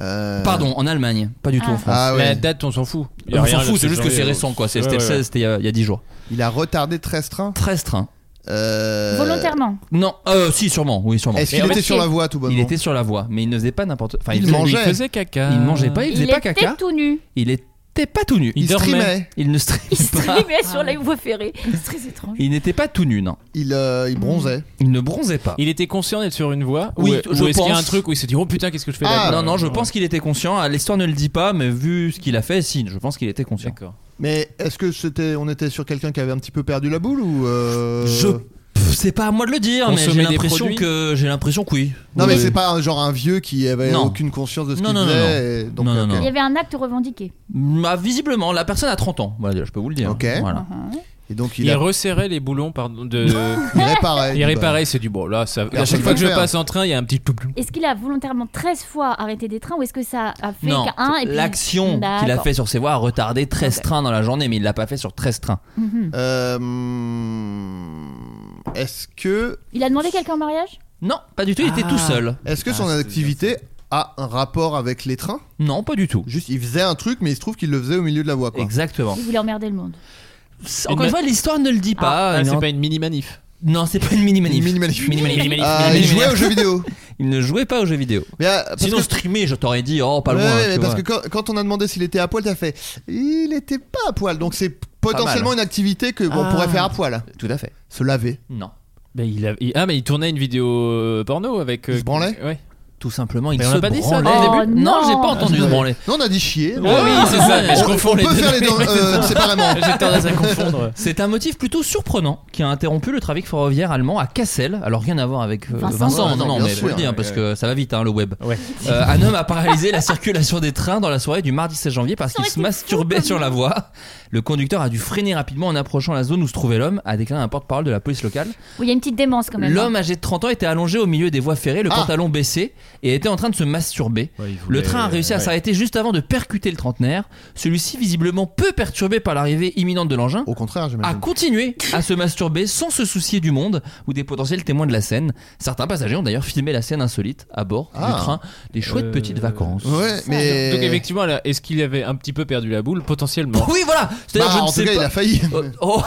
E: Euh,
F: Pardon, en Allemagne, pas du tout en
G: Ah.
F: France.
E: Ah
H: La
E: ouais.
H: date, on s'en fout. Il y a
F: on
H: rien
F: s'en
H: de
F: fout,
H: ce
F: c'est juste
H: genre
F: que c'est
H: de-
F: récent quoi. C'est- C'était
H: Ouais,
F: le
H: ouais.
F: 16, c'était il y a- il y, a 10 jours.
E: Il a retardé 13 trains.
F: 13 trains.
E: Euh,
G: Volontairement.
F: Non, euh, si, sûrement, oui, sûrement.
E: Est-ce
H: Et
E: qu'il
H: en
E: était
H: fait,
E: sur la voie tout
F: Il
E: bonnement
F: était sur la voie, mais il ne faisait pas n'importe Enfin,
E: Il
F: faisait-
E: mangeait.
H: Il faisait caca.
F: Il mangeait pas, il faisait
G: Il
F: pas
G: était
F: caca.
G: tout nu.
F: Il était pas tout nu.
H: Il
E: Il
H: dormait.
E: streamait,
F: Il ne streamait
G: Il
F: pas.
G: streamait sur la voie ferrée. Ah. C'est très étrange.
F: Il n'était pas tout nu, non.
E: il, euh,
F: Mm.
E: il bronzait.
F: Il ne bronzait pas.
H: Il était conscient d'être sur une voie
F: Oui,
H: ou-
F: je
H: ou est-ce qu'il y a
F: pense.
H: un truc où il s'est dit oh putain qu'est-ce que je fais
E: Ah,
H: là
F: non, non, je pense qu'il était conscient. Ah, L'histoire ne le dit pas, mais vu ce qu'il a fait, si, je pense qu'il était conscient.
H: D'accord.
E: Mais est-ce que c'était, on était sur quelqu'un qui avait un petit peu perdu la boule ou euh,
F: Je. Pff, C'est pas à moi de le dire, mais
H: Consommer
F: j'ai
H: des
F: l'impression
H: produits
F: que j'ai l'impression que oui.
E: Non mais
F: Oui.
E: c'est pas un, genre un vieux qui avait
F: Non.
E: aucune conscience de ce
F: Non,
E: qu'il
F: non, non,
E: faisait. et donc,
F: Non, non,
E: ok.
G: Il
F: non.
G: y avait un acte revendiqué.
F: Bah, visiblement, la personne a 30 ans. Voilà, je peux vous le dire.
E: Ok. Uh-huh.
F: Voilà.
E: Et donc il,
H: Il
E: a-
H: resserrait les boulons pardon de.
E: il réparait.
H: Il
E: Bah,
H: réparait, il s'est dit bon là ça.
E: Personne
H: À chaque
E: va
H: fois que je
E: le faire.
H: passe en train, il y a un petit tout
G: Est-ce qu'il a volontairement 13 fois arrêté des trains ou est-ce que ça a fait
F: Non,
G: qu'un et puis.
F: l'action qu'il a
G: D'accord.
F: fait sur ses voies a retardé 13
G: Ok.
F: trains dans la journée, mais il l'a pas fait sur 13 trains.
G: Mhm.
E: euh, hmm, Est-ce que,
G: Il a demandé quelqu'un en mariage
F: Non, pas du tout, il était tout seul.
E: Ah. est-ce que son activité a un rapport avec les trains
F: Non, pas du tout.
E: Juste, il faisait un truc, mais il se trouve qu'il le faisait au milieu de la voie. Quoi.
F: Exactement.
G: Il voulait emmerder le monde.
F: Encore une fois, l'histoire ne le dit pas. euh,
H: Ah,
F: Il
H: c'est
F: en-
H: pas une mini manif.
F: Non, c'est pas une mini-manif.
E: Une mini-manif.
F: Mini-manif.
E: Ah, il
F: Mini-manif.
E: jouait aux jeux vidéo.
F: Il ne jouait pas aux jeux vidéo.
E: Mais, ah, parce
F: Sinon,
E: que-
F: streamer, je t'aurais dit, oh, pas
E: Ouais,
F: loin.
E: ouais,
F: tu
E: parce
F: vois.
E: que quand, quand on a demandé s'il était à poil, t'as fait. Il était pas à poil, donc c'est potentiellement une activité que on
F: Ah.
E: pourrait faire à poil.
F: Tout à fait.
E: Se laver.
F: Non.
H: Bah, il a- il- Ah mais il tournait une vidéo euh, porno avec.
E: Il se branlait
H: Ouais.
F: Tout simplement, il
H: Mais on
F: se
H: a pas dit ça
F: branlait.
G: dès le Oh, début
F: non, j'ai pas
G: non.
F: entendu se branler.
E: Non, on a dit chier.
H: Ouais, oui, c'est ça, mais je
E: on,
H: confonds
E: on
H: les
E: peut
H: deux.
E: faire les deux euh, séparément.
H: J'ai tendance à confondre.
F: C'est un motif plutôt surprenant qui a interrompu le trafic ferroviaire allemand à Kassel. Alors rien à voir avec euh,
G: Vincent.
F: Vincent,
E: Ouais,
F: non,
E: non,
F: non,
E: bien
F: mais
E: sûr.
F: faut le dire parce que ça va vite hein, le web.
H: Ouais.
F: Euh, un homme a paralysé la circulation des trains dans la soirée du mardi 16 janvier parce
G: Ça
F: qu'il
G: aurait
F: se
G: été fou,
F: masturbait
G: comme
F: sur la voie. Le conducteur a dû freiner rapidement en approchant la zone où se trouvait l'homme, a déclaré un porte-parole de la police locale.
G: Où il y a une petite démence quand même. hein.
F: L'homme âgé de 30 ans était allongé au milieu des voies ferrées, le
E: Ah.
F: pantalon baissé, et était en train de se masturber. Le train a réussi à s'arrêter juste avant de percuter le trentenaire. Celui-ci, visiblement peu perturbé par l'arrivée imminente de l'engin,
E: Au contraire,
F: a
E: j'imagine.
F: continué à se masturber sans se soucier du monde ou des potentiels témoins de la scène. Certains passagers ont d'ailleurs filmé la scène insolite à bord
E: Ah.
F: du train. Des chouettes
H: Euh,
F: petites vacances.
E: Ouais, mais.
H: Donc effectivement, là, est-ce qu'il avait un petit peu perdu la boule potentiellement
F: Oui, voilà. C'est-à-dire,
E: Bah,
F: je ne
E: en tout
F: sais
E: cas, il
F: pas.
E: a failli.
F: Oh, oh.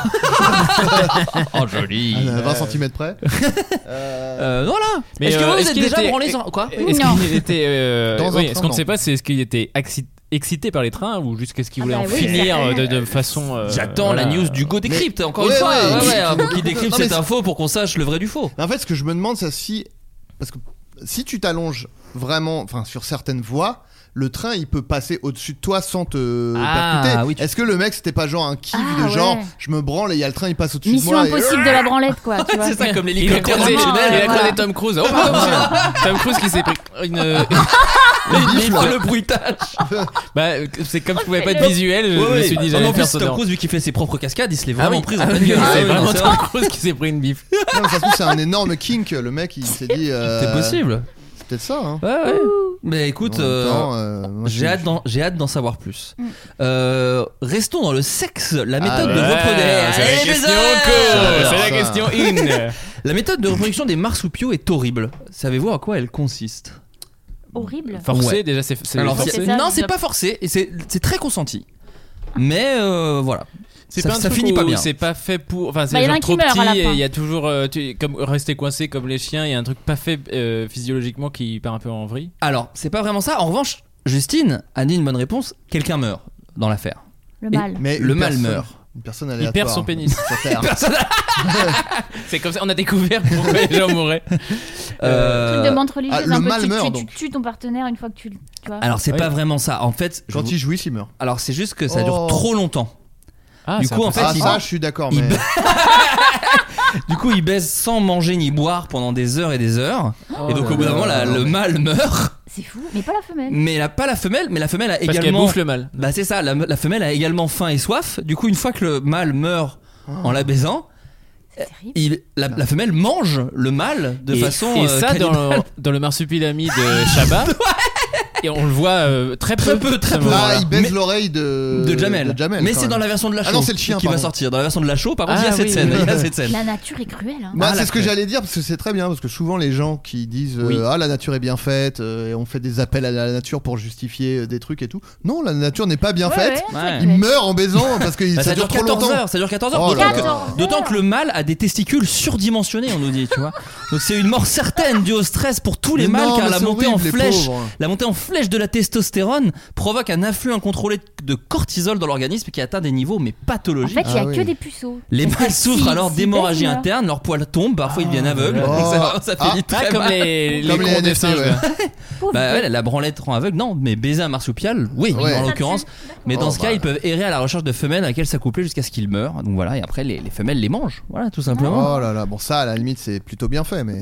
F: Oh, joli.
E: Ah, À 20 cm près. Euh,
F: Euh, voilà.
H: Mais,
F: Est-ce que
H: euh,
F: vous, vous
H: est-ce
F: êtes
H: qu'il
F: déjà
H: était-
F: branlé sans quoi
H: Est-ce
G: Non.
H: qu'il était euh,
E: Dans un
H: oui,
E: train,
H: ce qu'on ne
E: non.
H: sait pas, c'est est-ce qu'il était axi- excité par les trains ou juste qu'est-ce qu'il
G: Ah
H: voulait
G: bah
H: en
G: oui,
H: finir euh, de,
G: certainement.
H: de façon. euh,
F: J'attends
H: voilà.
F: la news du Go Décrypte, encore
E: Ouais,
F: une fois. Ouais,
E: ouais.
F: ouais, hein, qui décrypte
E: Non, mais
F: cette
E: c'est-
F: info pour qu'on sache le vrai du faux.
E: En fait, ce que je me demande, c'est si. Parce que si tu t'allonges vraiment enfin, sur certaines voies, le train il peut passer au-dessus de toi sans te
F: Ah,
E: percuter.
F: oui, tu-
E: Est-ce que le mec c'était pas genre un kiff
G: Ah,
E: de
G: ouais.
E: genre je me branle et il y a le train il passe au-dessus de
G: Mission
E: moi et-
G: impossible de la branlette, quoi. Tu vois.
F: C'est ça, comme
H: Il a
F: l'hélicoptère
H: croisé,
G: Vraiment,
H: il a
G: euh,
H: croisé
G: voilà.
H: Tom Cruise. Oh, pardon, monsieur. Tom Cruise qui s'est pris une.
E: Il bifle.
F: le bruitage.
H: Bah, c'est comme je pouvais pas être
G: le-
H: visuel, je me suis dit
F: Non, mais
H: j'allais
F: en
H: faire
F: plus, Tom
H: sonore.
F: Cruise, vu qu'il fait ses propres cascades, il se l'est vraiment
H: oui.
F: prise en
H: Ah
F: pleine
H: oui,
F: gueule.
H: C'est
F: Ah oui, non,
H: vraiment
F: c'est
H: Tom
F: vrai.
H: Cruise qui s'est pris une bif.
E: Non, mais ça se trouve, c'est un énorme kink. Le mec il s'est dit. euh,
F: C'est possible.
E: C'est peut-être ça. Hein.
F: Ouais, ouais. Mais écoute,
E: En même
F: euh,
E: temps, euh, moi,
F: j'ai
E: je-
F: hâte d'en- j'ai hâte d'en savoir plus. Euh, restons dans le sexe, la méthode de
H: Ah
F: Eh,
H: Ouais,
F: reproduction.
H: C'est la
F: Allez, mes
H: question
F: amis
H: que-
E: Alors,
H: c'est la
E: ça.
H: question in.
F: La méthode de reproduction des marsupiaux est horrible. Savez-vous à quoi elle consiste
G: Horrible.
H: Forcé,
F: Ouais.
H: déjà, c'est c'est
F: Alors,
H: forcé.
F: c'est-
G: ça,
F: non,
G: je
F: c'est
G: dois-
F: pas forcé, et c'est c'est très consenti. Mais euh, voilà.
H: C'est
F: Ça-
H: pas un
F: ça
H: truc
F: finit
H: où
F: pas bien.
H: C'est pas fait pour. Enfin, c'est
G: Bah, il y en a
H: genre
G: un
H: trop
G: qui meurt à la
H: petit et
G: fin.
H: il y a toujours euh, tu- comme rester coincé comme les chiens. Il y a un truc pas fait euh, physiologiquement qui part un peu en vrille.
F: Alors, c'est pas vraiment ça. En revanche, Justine a dit une bonne réponse. Quelqu'un meurt dans l'affaire.
G: Le mal.
E: Mais
F: Le
E: une
F: mal
E: personne-
F: meurt.
E: Une personne
H: Il
E: aléatoire.
H: perd son pénis.
E: Sur Terre.
H: c'est comme ça. On a découvert pourquoi les gens mouraient.
G: Truc
F: Euh,
G: de menthe religieuse,
E: ah, le
G: un peu
E: mal
G: tu,
E: meurt,
G: tu- tu
E: donc.
G: tues ton partenaire une fois que tu le. Tu vois.
F: Alors, c'est
H: Oui.
F: pas vraiment ça. En fait, je
E: Quand
F: vous-
E: il jouit, il meurt.
F: alors c'est juste que ça dure
E: Oh.
F: trop longtemps.
H: Ah,
F: Du
H: c'est
F: coup,
H: un
F: en
H: peu
F: fait,
H: ça.
E: Ah,
F: il-
E: ça, je suis d'accord.
F: il-
E: Mais
F: Du coup, il baise sans manger ni boire pendant des heures et des heures. et donc,
H: là
F: au bout d'un moment, la- le mâle meurt.
G: C'est fou, mais pas la femelle.
F: Mais la, pas la femelle, mais la femelle a
H: parce qu'elle
F: également.
H: bouffe le mal.
F: Bah, c'est ça, la, la femelle a également faim et soif. Du coup, une fois que le mâle meurt en la baisant,
G: C'est terrible.
F: il, la, la femelle mange le mâle de
H: et,
F: façon.
H: et
F: euh,
H: ça dans
F: cannibale.
H: le, dans le marsupilami de Shabba. et on le voit euh, très peu,
F: Très peu, très
H: à ce
F: peu.
H: moment-là.
E: Là, Ah, il baisse
F: Mais-
E: l'oreille de...
F: de Jamel.
E: de Jamel,
F: mais
E: quand
F: c'est dans
E: même.
F: la version de la
E: Ah
F: show
E: non, c'est le chien,
F: qui va
E: pardon.
F: sortir. Dans la version de la show, par contre, il y a
H: Ah
F: cette
H: oui.
F: scène. Il y a cette scène.
G: La nature est cruelle. Hein.
E: Moi,
F: Ah, la
E: Bah, c'est ce que
F: crème.
E: j'allais dire parce que c'est très bien parce que souvent les gens qui disent euh,
F: Oui.
E: ah la nature est bien faite euh, et on fait des appels à la nature pour justifier euh, des trucs et tout. Non, la nature n'est pas bien
G: Ouais,
E: faite.
G: ouais,
F: Ouais.
G: c'est
E: Il
G: cruel.
E: meurt en baisant parce que
F: Bah,
E: ça, dure trop
F: 14
E: longtemps.
F: heures, ça dure 14 heures.
E: Oh là
F: d'autant,
E: là.
F: que, d'autant que le mâle a des testicules surdimensionnés, on nous dit, tu vois. Donc c'est une mort certaine due au stress pour tous les
E: Mais
F: mâles
E: non,
F: car
E: mais
F: la
E: c'est
F: montée
E: horrible, les
F: en flèche,
E: pauvres.
F: la montée en flèche de la testostérone provoque un afflux incontrôlé de cortisol dans l'organisme qui atteint des niveaux mais
G: En
F: pathologiques.
G: fait, il y a
E: Ah
G: que
E: oui.
G: des puceaux.
F: les
G: Parce que
F: mâles souffrent
G: si-
F: alors
G: si
F: d'hémorragie
G: personne meurt-
F: interne, leur poils tombe, parfois ils deviennent aveugles.
E: Oh.
F: Donc, ça, ça finit
H: Ah,
F: très
H: comme
F: mal.
H: les, les
E: Comme les
H: cons de
E: NFT,
H: singes,
E: ouais.
H: là.
G: Pauvre
F: Bah ouais,
G: bête.
F: la branlette rend aveugle, non, mais baiser un marsupial, oui,
E: Ouais.
G: Ça,
F: en l'occurrence.
G: c'est-
F: Mais dans
E: Oh,
F: ce cas,
E: bah.
F: ils peuvent errer à la recherche de femelles à laquelle s'accoupler jusqu'à ce qu'ils meurent. Donc voilà, et après, les, les femelles les mangent. Voilà, tout simplement.
E: Oh là là, bon ça à la limite c'est plutôt bien fait mais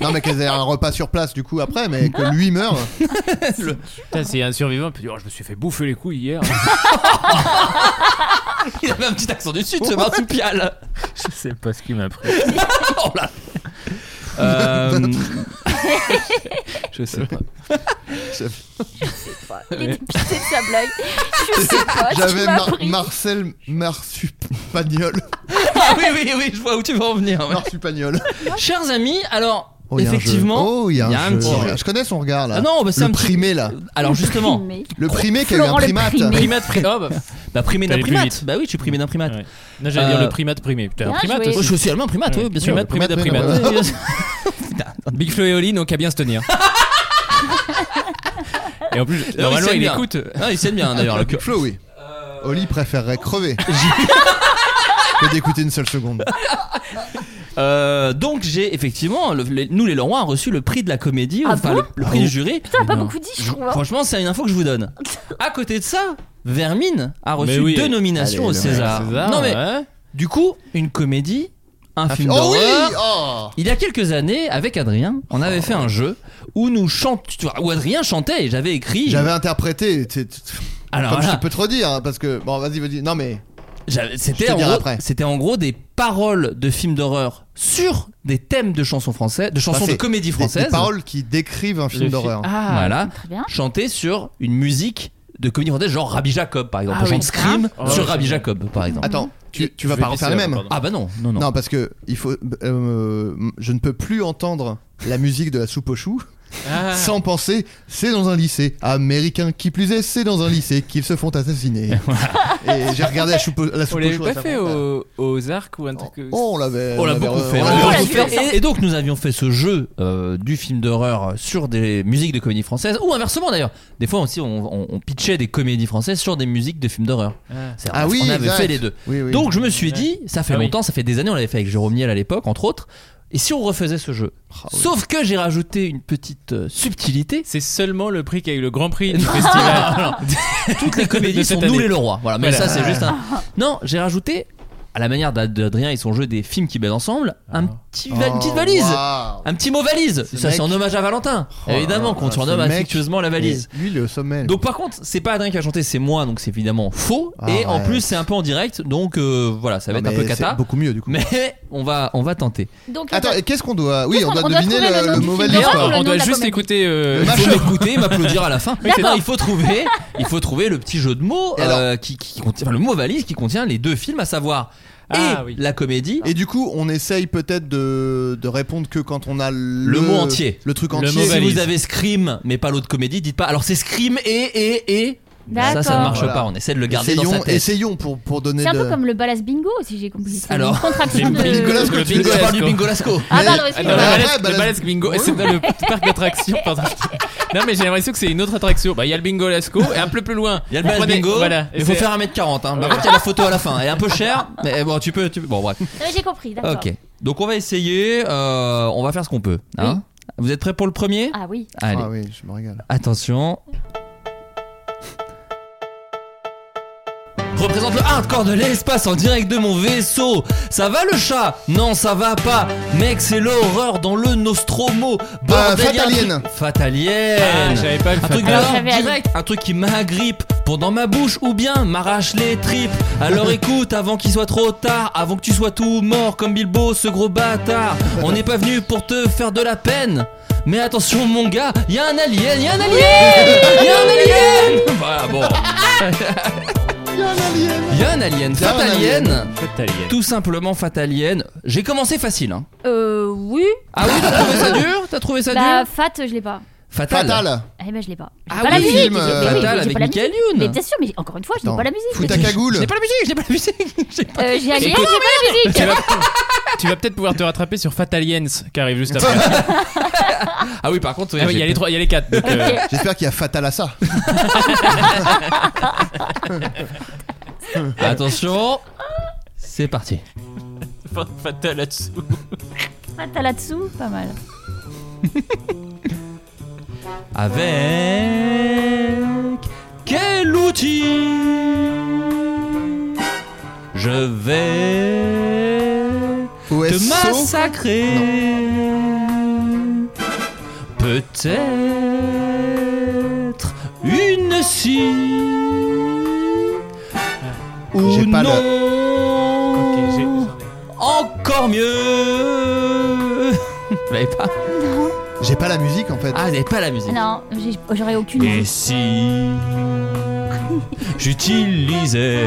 E: non mais qu'elles aient un repas sur place du coup après mais que lui meure.
H: Putain, c'est un survivant. puis, oh, je me suis fait bouffer les couilles hier.
F: Il avait un petit accent du sud, ce marsupial.
H: je sais pas ce qui m'a pris.
F: oh là Euh,
H: Je sais pas.
G: Il est dépité de sa blague. Je sais pas, tu
E: J'avais
G: m'as
E: Mar-
G: pris.
E: Marcel Marsupagnol.
F: Ah oui, oui, oui, je vois où tu veux en venir. ouais.
E: Marsupagnol.
F: Chers amis, alors,
E: Oh, il y a un jeu.
F: effectivement.
E: Oh, il y a un, jeu.
F: petit jeu.
E: Je connais son regard là.
F: Ah non, bah, c'est
E: le
F: un petit-
E: primé là.
F: Alors justement,
G: Primé.
E: Le primé qui a eu un
G: Florent le
E: primate.
G: primé.
H: Primate primé. Oh, bah,
F: bah, primé d'un
H: T'allais plus
F: primate.
H: vite.
F: Bah oui, je suis primé d'un primate.
H: Ouais. non, j'allais
F: Euh,
H: dire le primate primé. Putain, un
G: Bien
H: primate
G: joué.
F: Oh,
H: aussi.
F: je suis allemand, un primate, oui, bien sûr.
H: Primate primé d'un
E: primate,
H: primate.
E: primate.
H: Big Flo et Oli n'ont qu'à bien se tenir. et en plus,
F: Non, il
H: normalement,
F: s'aime
H: il
F: bien.
H: écoute.
F: Ah, ils s'aiment bien d'ailleurs, le cul.
E: Big Flo, oui. Oli préférerait crever que d'écouter une seule seconde.
F: Euh, donc j'ai effectivement, le- les- nous les Leroy a reçu le prix de la comédie,
G: Ah
F: enfin
G: bon
F: le, le prix
E: Oh.
F: du jury.
G: Putain, pas beaucoup dit, je trouve. hein.
F: Franchement, c'est une info que je vous donne. À côté de ça, Vermine a reçu
H: Mais oui.
F: deux nominations
E: Allez,
F: au
E: le
F: César.
H: César,
F: Non mais
H: ouais.
F: du coup, une comédie, un film
E: Oh oui
F: d'horreur.
E: oh
F: Il y a quelques années, avec Adrien, on avait fait un jeu où nous chantions, où Adrien chantait et j'avais écrit.
E: J'avais interprété, tu- tu-
F: Alors
E: comme
F: voilà.
E: je peux te redire, hein, parce que. Bon, vas-y, vas-y. Non, mais.
F: J'avais-
E: Je
F: C'était
E: te
F: en,
E: dirai
F: gros-
E: après.
F: c'était en gros des paroles de films d'horreur sur des thèmes de chansons françaises, de chansons
E: Enfin,
F: de
E: c'est
F: comédie
E: Des,
F: française.
E: des paroles qui décrivent un film
H: Le
E: d'horreur.
H: fi- Ah,
F: voilà.
G: Très bien.
F: chanter sur une musique de comédie française, genre Rabbi Jacob par exemple.
G: Ah
F: on chante
G: oui.
F: Scream
H: Ah.
F: sur
H: Ouais.
F: Rabbi Jacob par exemple.
E: Attends, tu, tu
H: Je
E: vas
H: vais
E: pas
H: baisser
E: refaire les
H: la-
E: mêmes
H: pardon.
F: Ah bah non, non, non.
E: Non, parce que il faut. euh, je ne peux plus entendre la musique de la soupe aux choux.
H: Ah.
E: Sans penser, c'est dans un lycée américain qui plus est, c'est dans un lycée qu'ils se font assassiner. et j'ai regardé la soupe, la
H: On
E: soupe aux
H: l'avait
E: choux à
H: pas
E: sa
H: fait
E: frontière.
F: euh,
H: au- aux arcs ou un truc. euh,
E: Oh, on l'avait.
F: On l'a beaucoup
E: l'avait-
F: fait.
E: on
F: on
E: l'avait
F: l'a
G: l'a
F: beaucoup
G: fait.
F: fait. Et, et donc nous avions fait ce jeu euh, du film d'horreur sur des musiques de comédie française ou inversement d'ailleurs. Des fois aussi on, on- on pitchait des comédies françaises sur des musiques de films d'horreur.
H: Ah.
F: C'est-
E: Ah oui,
F: on avait
E: exact.
F: fait les deux.
E: Oui, oui.
F: Donc je me suis dit, ça fait
H: Ah oui.
F: longtemps, ça fait des années, on l'avait fait avec Jérôme Niel à l'époque entre autres. Et si on refaisait ce jeu Sauf que j'ai rajouté une petite euh, subtilité.
H: C'est seulement le prix qui a eu le grand prix du festival.
F: Toutes les
H: De
F: comédies
H: cette
F: sont nous
H: année.
F: les Leroy. Voilà, mais
H: Voilà.
F: ça c'est juste un.
H: Ah.
F: Non, j'ai rajouté, à la manière d'A- d'Adrien et son jeu des films qui baissent ensemble, un petit va- une petite valise.
E: Ah. Oh, Waouh.
F: Un petit mot valise.
E: Ce
F: ça c'est
E: mec-
F: en hommage à Valentin.
E: Oh là
F: Évidemment
E: là,
F: qu'on surnomme
E: ce mec-
F: affectueusement la valise.
E: Lui, il est au sommet.
F: Donc par contre, c'est pas Adrien qui a chanté, c'est moi, donc c'est évidemment faux.
E: Ah,
F: et en
E: ouais.
F: plus, c'est un peu en direct, donc euh, voilà, ça va
E: Non,
F: être un peu
E: mais c'est
F: cata.
E: beaucoup mieux du coup.
F: Mais on va, on va tenter.
G: Donc,
E: Attends, et qu'est-ce qu'on doit Ah Oui,
G: Qu'est-ce
E: on doit
G: qu'on- on doit
E: deviner
G: trouver le
E: le,
G: nom
E: le
G: du
E: mot
G: film.
E: valise.
G: Non,
E: quoi.
G: le nom
H: on
G: de
H: doit
G: la
H: juste
G: comédie.
H: écouter. euh,
F: Il faut
E: Mashup.
F: m'écouter, m'applaudir à la fin.
G: D'accord.
F: Non, il faut trouver, il faut trouver le petit jeu de mots
E: Et
F: euh, qui, qui contient enfin, le mot valise qui contient les deux films, à savoir
H: Ah,
F: et
H: oui.
F: la comédie.
E: Et du coup, on essaye peut-être de, de répondre que quand on a le,
F: Le mot entier.
E: le truc
H: Le
E: entier.
H: mot
F: si
H: valise.
F: vous avez Scream mais pas l'autre comédie, dites pas alors c'est Scream et et et. Ça, ça
G: D'accord.
F: ne marche
E: Voilà.
F: pas. On essaie de le garder dans
E: Essayons,
F: sa tête.
E: essayons pour, pour donner
G: C'est un
E: de...
G: peu comme le balas bingo, si j'ai compris. C'est
F: Alors,
G: une contraction
H: les
G: de.
E: Nicolas,
H: Le
E: que tu
H: bingo-
F: Je
E: dois-
F: parle du bingolasco.
G: Ah,
E: Mais-
G: pardon,
H: Non,
G: excusez-moi.
H: le
E: Ah,
H: balèze,
E: ouais,
H: le
E: balèze-
H: balèze bingo, c'est dans le parc d'attractions. pardon. Non, mais j'ai l'impression que c'est une autre attraction. Bah, il y a le bingo Lasco et un peu plus loin.
F: Il y a le balade
H: Prenez-
F: bingo,
H: Voilà.
F: il faut
H: C'est-
F: faire 1m40. Hein. Par contre, il y a la photo à la fin. Elle est un peu chère, mais eh, bon, tu peux. Tu peux. Bon, bref.
G: Non, J'ai compris, d'accord.
F: Ok. Donc, on va essayer. euh, on va faire ce qu'on peut. hein. Vous êtes prêts pour le premier
G: Ah oui.
F: Allez.
E: Ah oui, je me régale.
F: Attention. Représente le hardcore de l'espace en direct de mon vaisseau. Ça va le chat Non, ça va pas. Mec, c'est l'horreur dans le Nostromo. Bordel, y
E: Euh,
F: a un
E: Fatalien.
F: truc- Fatalien.
H: Ah, j'avais pas le
F: Un truc
H: fatal.
F: violent,
G: J'avais
F: direct, un truc qui m'agrippe pendant ma bouche ou bien m'arrache les tripes. Alors écoute, avant qu'il soit trop tard, avant que tu sois tout mort comme Bilbo, ce gros bâtard. On n'est pas venu pour te faire de la peine. Mais attention mon gars, il y a un alien, il y a un alien, il y a un alien. Voilà, bon, il y a un alien,
E: Y a un
F: fatalien,
H: Fatalien.
F: tout simplement fatalien. J'ai commencé facile. Hein.
G: Euh, oui.
F: Ah oui, t'as trouvé ça dur T'as trouvé ça
G: Bah,
F: dur
G: fat, je l'ai pas.
F: Fatal.
E: Fatal.
G: Eh ben, je l'ai pas. J'ai
F: Ah
G: pas
F: oui,
G: la musique.
E: film,
G: j'ai-
E: euh,
G: mais oui,
F: Fatal
G: j'ai pas
F: avec
G: la musique.
F: Michael Youn.
G: Mais bien sûr, mais encore une fois, je n'ai
E: Attends.
G: pas la musique.
E: Fous ta cagoule.
F: J'ai pas la musique, j'ai pas la musique, j'ai pas.
G: Euh, j'ai allié, j'ai pas la musique.
H: Tu vas, tu vas peut-être pouvoir te rattraper sur Fataliens qui arrive juste après.
F: Ah oui, par contre,
H: Ah oui, il y a les trois, il y a les quatre. donc, euh,
G: Ok.
E: J'espère qu'il y a Fatal à ça.
F: Attention, c'est parti.
H: Fatal là-dessous.
G: Fat là-dessous, pas mal.
F: Avec quel outil je vais te
E: OSO.
F: massacrer Peut-être une scie ou
E: J'ai pas le-
F: non
H: Ok, j'ai- j'en ai.
F: Encore mieux Vous l'avez pas
E: J'ai pas la musique en fait.
F: Ah, vous n'avez pas la musique.
G: Non, j'ai- j'aurais aucune
F: Et
G: musique.
F: si j'utilisais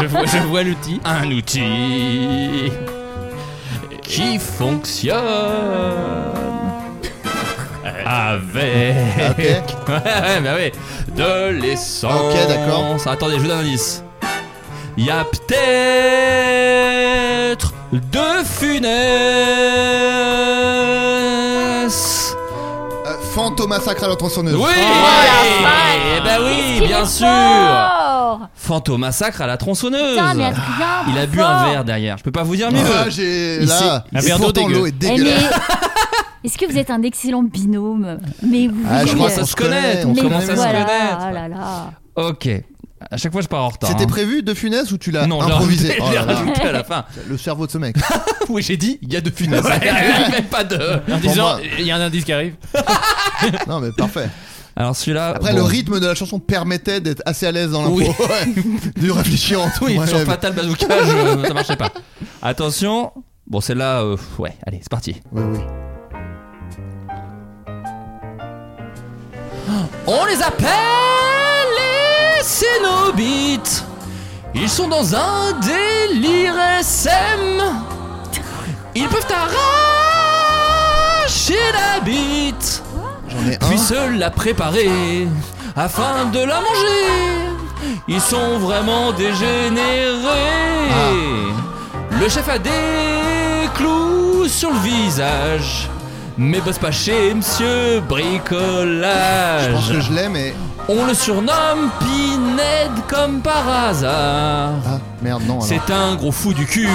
H: Je vois, je vois l'outil.
F: un outil qui fonctionne avec
E: Ok.
F: ouais, ouais, bah ouais, de l'essence.
E: Ok, d'accord.
F: Attendez, je vous donne un indice. Il y a peut-être deux funès.
E: Euh, Fantôme massacre à Ah. la tronçonneuse.
F: Oui
G: la
F: Eh ben oui,
G: Qu'est-ce
F: bien
G: qu'il est
F: sûr
G: fort
F: Fantôme massacre à la tronçonneuse
G: Putain, mais Adrien,
F: Il a
G: trop
F: bu un
G: fort.
F: verre derrière, je peux pas vous dire mieux
E: Ah, j'ai
F: Il
E: là.
H: s'est- un
E: et
H: verre d'eau
E: pourtant,
H: dégueu.
E: l'eau est
G: Eh,
E: dégueulasse.
G: mais- Est-ce que vous êtes un excellent binôme Mais oui.
E: Ah, je
F: On
E: crois
F: commence à
E: qu'on
F: se
E: se connaît,
F: connaître,
E: on
F: on
G: mais
F: commence à se
G: voilà,
F: connaître
G: Oh là là.
F: Ok, à chaque fois je pars en retard
E: C'était
F: hein.
E: prévu de Funès ou tu l'as
F: Non, je l'ai
E: improvisé
F: rajouté,
E: Oh
F: je l'ai
E: là là,
F: rajouté à la fin
E: Le cerveau de ce mec.
F: Oui, j'ai dit, il y a deux funès Même pas deux
H: En disant,
E: moi.
H: il y a un indice qui arrive.
E: Non mais parfait.
F: Alors celui-là...
E: Après
F: bon.
E: le rythme de la chanson permettait d'être assez à l'aise dans l'impro.
F: Oui.
E: Ouais. De réfléchir en tout.
F: Oui,
E: Ouais,
F: sur
E: ouais.
F: Fatal Bazookage, euh, ça marchait pas Attention Bon, celle-là, euh, ouais, allez, c'est parti
E: Oui, oui.
F: On les appelle les Cénobites. Ils sont dans un délire SM. Ils peuvent t'arracher la bite,
E: J'en ai
F: puis
E: un.
F: se la préparer afin de la manger. Ils sont vraiment dégénérés.
E: Ah.
F: Le chef a des clous sur le visage. Mais bosse pas chez Monsieur Bricolage.
E: Je pense que je l'ai mais
F: On le surnomme Pinhead comme par hasard.
E: Ah. Merde, non. alors.
F: C'est un gros fou du cul.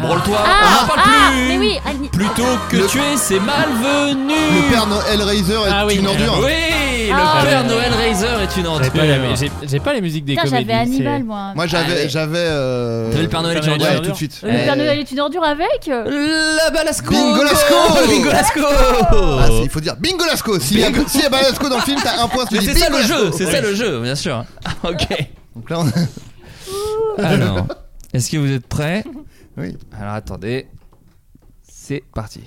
F: Branle-toi, on n'en parle
G: ah,
F: plus.
G: mais oui, Annie-
F: Plutôt que
E: Le-
F: tuer, c'est malvenu.
E: Le père Noël Razer est
D: Ah oui,
E: une
D: mais-
E: ordure.
F: Oui, le
G: Ah.
F: père Noël Razer est une
H: J'avais pas la-
F: ordure.
H: J'ai j'ai pas les musiques des
G: Putain,
H: comédies.
G: j'avais Hannibal,
H: c'est-
G: moi.
E: Moi j'avais.
F: Allez.
E: J'avais. euh,
F: T'avais le Père Noël
H: Père
F: qui est
H: Noël
F: ordure.
E: Ouais, tout de suite.
G: Le Père
F: Eh.
G: Noël est une ordure avec
F: La Balasco
E: Bingo Lasco
F: Bingo Lasco
E: Ah, c'est- il faut dire Bingo Lasco S'il y a
F: Oh, Bingo.
E: s'il y a Balasco dans le film, t'as un point. tu
F: Mais
E: dis
F: c'est ça
E: Bingo
F: le
E: Lasco.
F: jeu, c'est ça le jeu, bien sûr. Ok.
E: Donc là, on a-
F: Alors, est-ce que vous êtes prêts
E: Oui.
F: Alors attendez, c'est parti.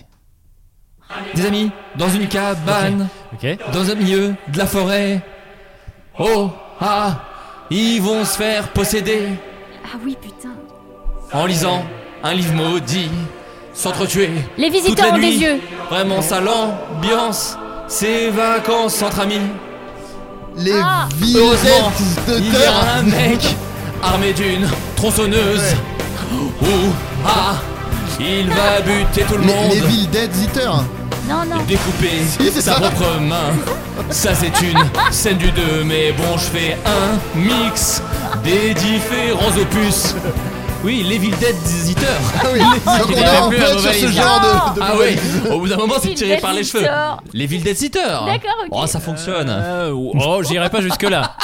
F: Des amis, dans une cabane,
H: Ok.
F: dans un milieu de la forêt. Oh, ah, ils vont se faire posséder
G: Ah oui, putain.
F: en lisant un livre maudit, s'entretuer.
G: Les
F: Toute la
G: visiteurs ont
F: nuit,
G: des yeux.
F: Vraiment ça l'ambiance, ces vacances entre amis.
E: Les
G: Ah.
F: Heureusement,
E: villettes de
F: il y a un
E: terre.
F: mec armé d'une tronçonneuse. Ouh, ah, il va buter tout le
E: Les,
F: monde.
E: les villes dead eaters.
G: Non, non.
F: Découper
E: Si, c'est
F: sa
E: ça.
F: propre main. Ça, c'est une scène du 2, mais bon, je fais un mix des différents opus. Oui, les villes Dead des Eaters.
E: Ah oui. Donc on
F: Il
E: est
F: a
E: en
F: plus
E: plein
F: un
E: sur ce
F: mauvais
E: genre de. de
F: Ah
E: mauvais-
F: ouais, au bout d'un moment, c'est
G: Villes
F: tiré par
G: Dead
F: les cheveux.
G: Eaters.
F: Les villes Dead Eaters.
G: D'accord, ok.
F: Oh, ça fonctionne.
H: Euh, oh, j'irai pas jusque là.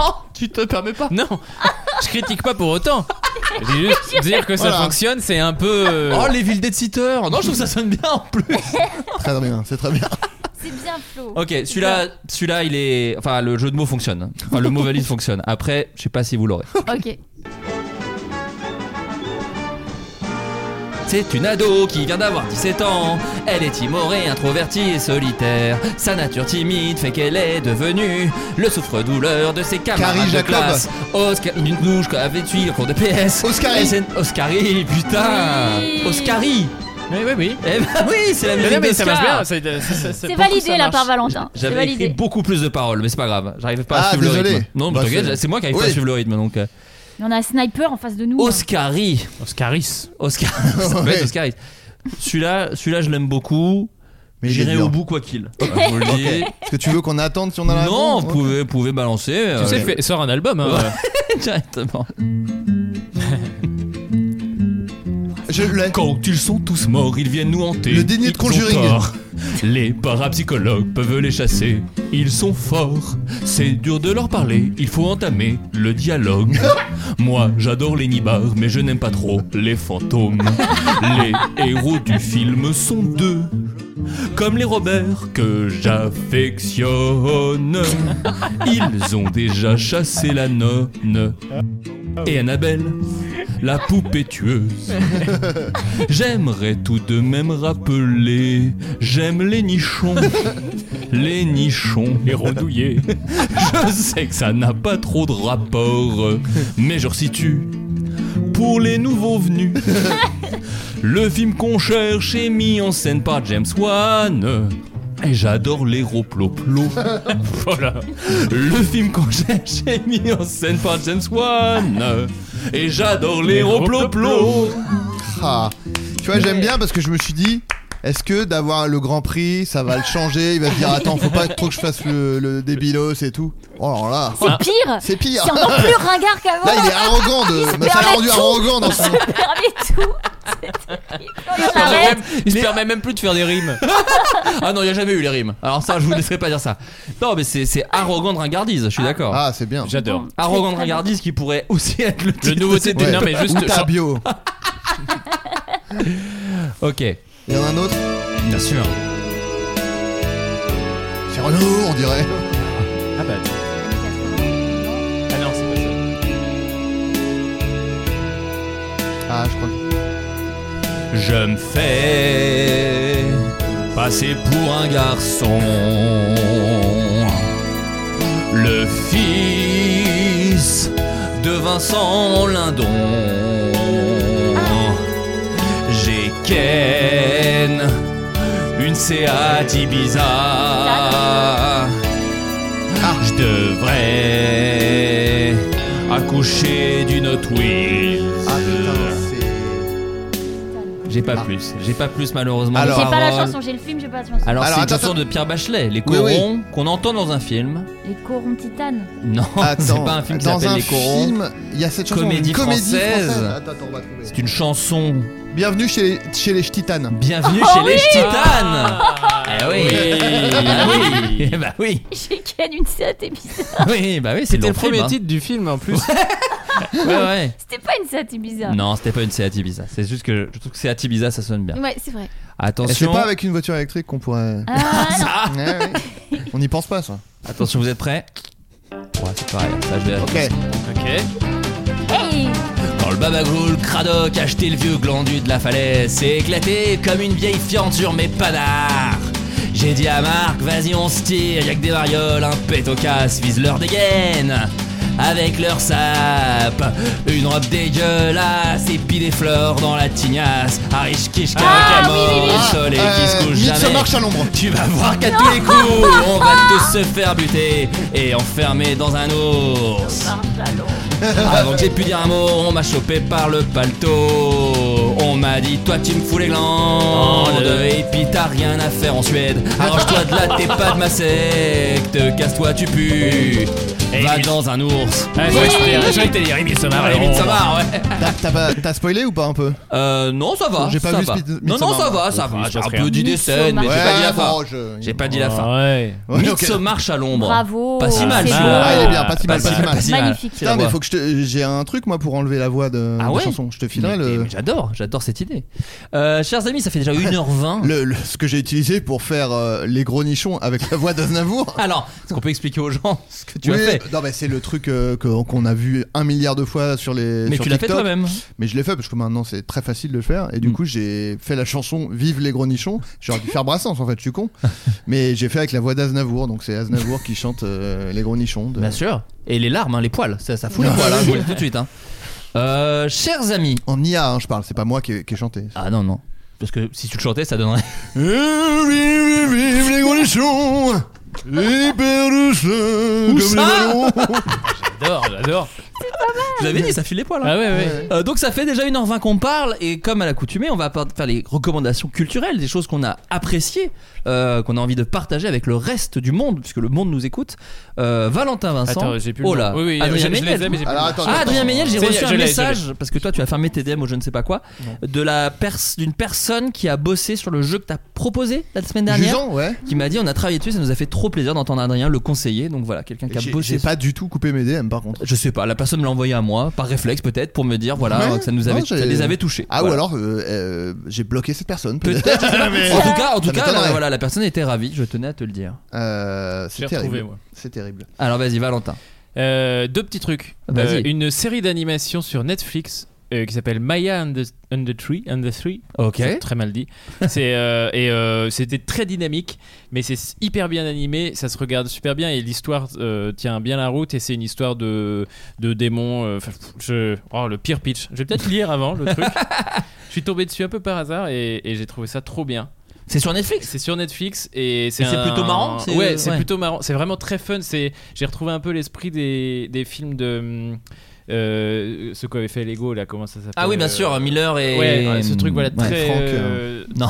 F: Oh, tu te permets pas.
H: Non, je critique pas pour autant. Je dis juste dire que ça
E: Voilà.
H: fonctionne, c'est un peu. euh,
F: Oh, les villes Dead Eaters. Non, je trouve que ça sonne bien en plus.
E: Très bien, c'est très bien.
G: C'est bien Flo.
F: Ok, celui-là, celui-là, il est. Enfin, le jeu de mots fonctionne. Enfin, le mot valide fonctionne. Après, je sais pas si vous l'aurez.
G: Ok.
F: C'est une ado qui vient d'avoir 17 ans. Elle est timorée, introvertie et solitaire. Sa nature timide fait qu'elle est devenue le souffre-douleur de ses camarades
E: Carrie
F: de
E: Jacob.
F: classe. Oscar, une douche avait tué en cours de PS.
E: Oscari.
F: SN Oscari, putain.
G: Oui.
F: Oscari.
H: Oui, oui, oui.
F: Eh ben oui, c'est la
H: Mais,
F: musique
H: non, mais ça
F: d'Oscar.
H: marche bien. c'est- c'est- c'est-
G: C'est
H: beaucoup, ça
G: validé là
H: marche.
G: par Valentin. C'est
F: J'avais écrit
G: validé.
F: beaucoup plus de paroles, mais c'est pas grave. J'arrive pas à
E: Ah,
F: suivre le
E: désolé.
F: rythme. Non, mais
E: Bah,
F: t'inquiète,
E: c'est-
F: c'est moi qui arrive pas à
E: Oui.
F: suivre le rythme, donc. euh,
G: Mais on a un sniper en face de nous.
F: Oscari.
H: Oscaris.
F: Oscar. ça peut être
E: Ouais.
F: Oscaris. Celui-là, celui-là, je l'aime beaucoup.
E: Mais il est Ah,
F: J'irai
E: dur.
F: au bout quoi qu'il. Voilà, je vous le dis.
E: Est-ce que tu veux qu'on attende si on a la
F: Non,
E: réponse
F: vous pouvez, vous pouvez balancer. euh,
H: Tu sais, fais- sort un album. hein.
F: directement.
E: Je l'ai.
F: Quand ils sont tous morts, ils viennent nous hanter.
E: Le déni de
F: Ils ont
E: Conjuring.
F: tort. Les parapsychologues peuvent les chasser. Ils sont forts. C'est dur de leur parler. Il faut entamer le dialogue. Moi, j'adore les nibards, mais je n'aime pas trop les fantômes. Les héros du film sont deux. Comme les Robert que j'affectionne. Ils ont déjà chassé la nonne. Et Annabelle, la poupée tueuse. J'aimerais tout de même rappeler, j'aime les nichons, les nichons, les rondouillés. Je sais que ça n'a pas trop de rapport, mais je resitue pour les nouveaux venus. Le film qu'on cherche est mis en scène par James Wan. Et j'adore les roploplo. voilà. Le film qu'on cherche est mis en scène par James Wan. Et j'adore les,
H: Les
F: roploplo.
H: roploplo.
E: Ah. Tu vois, j'aime bien parce que je me suis dit. Est-ce que d'avoir le grand prix, ça va le changer Il va se dire Attends, faut pas trop que je fasse le, le débilos et tout. Oh alors là,
G: C'est pire.
E: c'est pire
G: C'est encore plus ringard
E: Là,
G: qu'avant.
E: il est arrogant de.
G: Il
E: bah,
G: se
E: ça l'a
G: permet
E: rendu
G: tout.
E: arrogant dans son.
G: Il permet tout. C'est terrible. On
H: Il se
G: arrête.
H: permet même- Il se permet même plus de faire des rimes.
F: Ah non, il n'y a jamais eu les rimes. Alors ça, je vous laisserai pas dire ça. Non, mais c'est c'est arrogant de ringardise, je suis d'accord.
E: Ah, c'est bien.
H: J'adore.
F: Arrogant de
G: Très, très
F: ringardise qui pourrait aussi être le
H: Le
F: titre.
H: nouveau CD.
E: Ouais.
H: Non, mais
E: Ou
H: juste.
E: ta bio.
F: Ok,
E: Il y en a un autre
F: bien sûr.
E: C'est Renaud, on dirait.
H: Ah bah. Ah non, c'est
E: Ah,
H: pas ça.
E: je crois. que-
F: Je me fais passer pour un garçon. Le fils de Vincent Lindon. J'ai Ken, une Seat
H: Ah.
F: Ibiza. Je devrais accoucher d'une twin.
E: Ah putain, c'est.
F: J'ai pas plus. J'ai pas plus, malheureusement.
E: Alors,
G: J'ai pas la
F: Parole.
G: chanson, j'ai le film, j'ai pas la chanson.
F: Alors,
E: Alors,
F: c'est une
E: attends,
F: chanson
E: attends.
F: de Pierre Bachelet, Les
E: Oui,
F: Corons,
E: oui.
F: qu'on entend dans un film.
G: Les corons titanes.
F: Non, c'est
E: Attends,
F: pas un film qui
E: dans
F: s'appelle
E: un
F: Les Corons.
E: film, il y a cette chanson.
F: Comédie
E: une comédie française.
F: française. Ah,
E: Attends, attends, on va trouver.
F: C'est une chanson.
E: Bienvenue chez les, chez les Ch'titanes.
G: Oh
F: Bienvenue chez les Titanes
G: Ah.
F: Eh oui Eh bah oui
G: J'ai gagné une SAT bizarre.
F: Oui, bah oui, c'était
H: C'était le
F: film,
H: premier
F: hein.
H: titre du film en plus.
F: Ouais, ouais.
G: C'était pas une SAT bizarre.
F: Non, c'était pas une Seat Ibiza. C'est juste que je trouve que Seat Ibiza, ça sonne bien.
G: Ouais, c'est vrai.
E: Et C'est
F: Attention,
E: pas avec une voiture électrique qu'on pourrait.
G: Ah, non.
E: Ouais, ouais. On n'y pense pas, ça.
F: attention, vous êtes prêts Ouais, c'est pareil. Là, je vais
E: Ok.
H: ok.
G: Hey
F: Dans le babagoul, Cradoc acheté le vieux glandu de la falaise. C'est éclaté comme une vieille fianture, mais pas d'art. J'ai dit à Marc, vas-y, on se tire. Y'a que des marioles, un pet au casse, vise leur dégaine. Avec leur sape, une robe dégueulasse, et puis des fleurs dans la tignasse. Arish kish Ah,
G: Ah,
E: Ah,
F: le soleil qui se
E: Euh,
F: couche jamais.
E: Midsommar à l'ombre.
F: Tu vas voir qu'à tous les coups, on va tous se faire buter et enfermer dans un ours. Avant que j'ai pu dire un mot, on m'a chopé par le paletot. On m'a dit, toi tu me fous les
H: Oh
F: glandes. Et puis t'as rien à faire en Suède. Arrange-toi de là, t'es pas de ma secte. Casse-toi, tu pues. Va dans un ours.
H: Ah, je croyais que c'était- je croyais que t'allais dire Émile Sommar.
F: Ah,
H: alors
F: limite,
H: on-
F: ça va, ouais.
E: T'as- T'as pas- t'as spoilé ou pas un peu
F: Euh, non, ça va.
E: J'ai pas
F: ça
E: vu
F: va.
E: Speed-
F: Non, non, ça
E: Midsommar.
F: va, ça
H: Oui,
F: va.
H: je
F: Ah, J'ai un Ah,
H: pense
F: peu
H: rien.
F: dit des scènes, mais j'ai pas dit la fin.
E: bon, je-
F: J'ai pas dit la fin.
H: Ouais.
E: euh, Ouais, ok.
F: Midsommar marche à l'ombre.
G: Bravo.
F: Pas si mal,
G: Oh, C'est
F: celui-là.
G: beau.
E: Ah, il est bien, pas si mal, pas si mal.
F: si mal.
G: Magnifique.
F: C'est la
E: Putain, mais
F: voix.
E: faut que je te- j'ai un truc moi pour enlever la voix de
F: Ah
E: de
F: ouais
E: chanson. Je te filerai
F: Mais-
E: le,
F: mais J'adore, j'adore cette idée. Euh, chers amis, ça fait déjà 1h20.
E: le- le- ce que j'ai utilisé pour faire euh, les gros nichons avec la voix d'Aznavour.
F: Alors, est-ce qu'on peut expliquer aux gens ce que tu
E: Oui,
F: as fait
E: Non, mais c'est le truc euh, que- qu'on a vu un milliard de fois sur les.
F: Mais
E: sur
F: tu l'as fait
E: TikTok.
F: toi-même.
E: Mais je l'ai fait parce que maintenant c'est très facile de le faire. Et du
F: Mm.
E: coup, j'ai fait la chanson Vive les gros nichons. J'aurais dû faire Brassens en fait, je suis con. mais j'ai fait avec la voix d'Aznavour. Donc c'est Aznavour qui chante euh, les gros nichons. de-
F: Bien sûr. Et les larmes, hein, les poils, ça, ça fout les poils, hein, je vous le dis tout de suite. hein. Euh, chers amis.
E: En IA, hein, je parle, c'est pas moi qui ai, qui ai chanté.
F: Ah non, non. Parce que si tu le chantais, ça donnerait.
E: Euh, Vive, vive, vive les gros nichons Hyper douceux comme les
F: ça
E: ballons.
H: J'adore, j'adore.
F: Vous avez dit, ça file les poils. hein.
H: Ah ouais, ouais.
F: Euh, donc ça fait déjà 1h20 qu'on parle et comme à l'accoutumée on va par- faire les recommandations culturelles, des choses qu'on a appréciées, euh, qu'on a envie de partager avec le reste du monde puisque le monde nous écoute. Euh, Valentin Vincent,
H: Attends, j'ai plus
F: oh
H: le
F: là,
H: nom. Oui, oui,
F: Adrien
H: je- je les ai,
F: Méniel.
H: mais j'ai plus
E: Alors
H: le nom.
E: attends,
F: Ah, Adrien Méniel, j'ai
H: Ça y est,
F: reçu
H: je
F: un
H: l'ai, je
F: message parce que toi tu as fermé tes DM ou je ne sais pas quoi de la perse d'une personne qui a bossé sur le jeu que t'as proposé la semaine dernière
E: Jusant, ouais.
F: qui m'a dit on a travaillé dessus ça nous a fait trop plaisir d'entendre Adrien le conseiller donc voilà quelqu'un qui a
E: J'ai-
F: bossé
E: J'ai pas du tout coupé mes DM par contre.
F: je sais pas, la personne me l'a envoyé à moi, par réflexe peut-être, pour me dire, voilà,
E: Ouais.
F: que ça nous avait,
E: Non,
F: ça
E: j'ai-
F: les avait touchés.
E: Ah
F: Voilà.
E: ou alors euh, euh, j'ai bloqué cette personne. peut-être.
F: Peut-être, je sais
H: Ah,
F: pas. en tout cas, en tout
E: Ça
F: cas,
E: m'étonnerait.
F: la, voilà, la personne était ravie, je tenais à te le dire.
E: Euh, c'est
H: J'ai
E: terrible.
H: retrouvé, moi.
E: C'est terrible.
F: Alors vas-y, Valentin.
H: Euh, deux petits trucs.
F: Vas-y.
H: Euh, une série d'animation sur Netflix euh, qui s'appelle Maya and the, and the Tree. And the Three.
F: Ok.
H: C'est Très mal dit. C'est euh, et euh, c'était très dynamique, mais c'est hyper bien animé. Ça se regarde super bien et l'histoire euh, tient bien la route. Et c'est une histoire de de démons. euh, enfin, pff, je oh, le pire pitch. Je vais peut-être lire avant le truc. Je suis tombé dessus un peu par hasard et, et j'ai trouvé ça trop bien.
F: C'est sur Netflix
H: C'est sur Netflix et c'est
F: Et c'est
H: un-
F: plutôt marrant, c'est- euh,
H: Ouais, c'est
F: ouais.
H: plutôt marrant. C'est vraiment très fun. C'est j'ai retrouvé un peu l'esprit des, des films de hum, euh, ce qu'avait fait Lego là. Comment ça s'appelle
F: Ah oui, bien sûr,
H: euh,
F: Miller et.
H: Ouais, ouais, ce truc voilà
F: Ouais,
H: très
F: Franck, euh,
H: euh,
F: Non.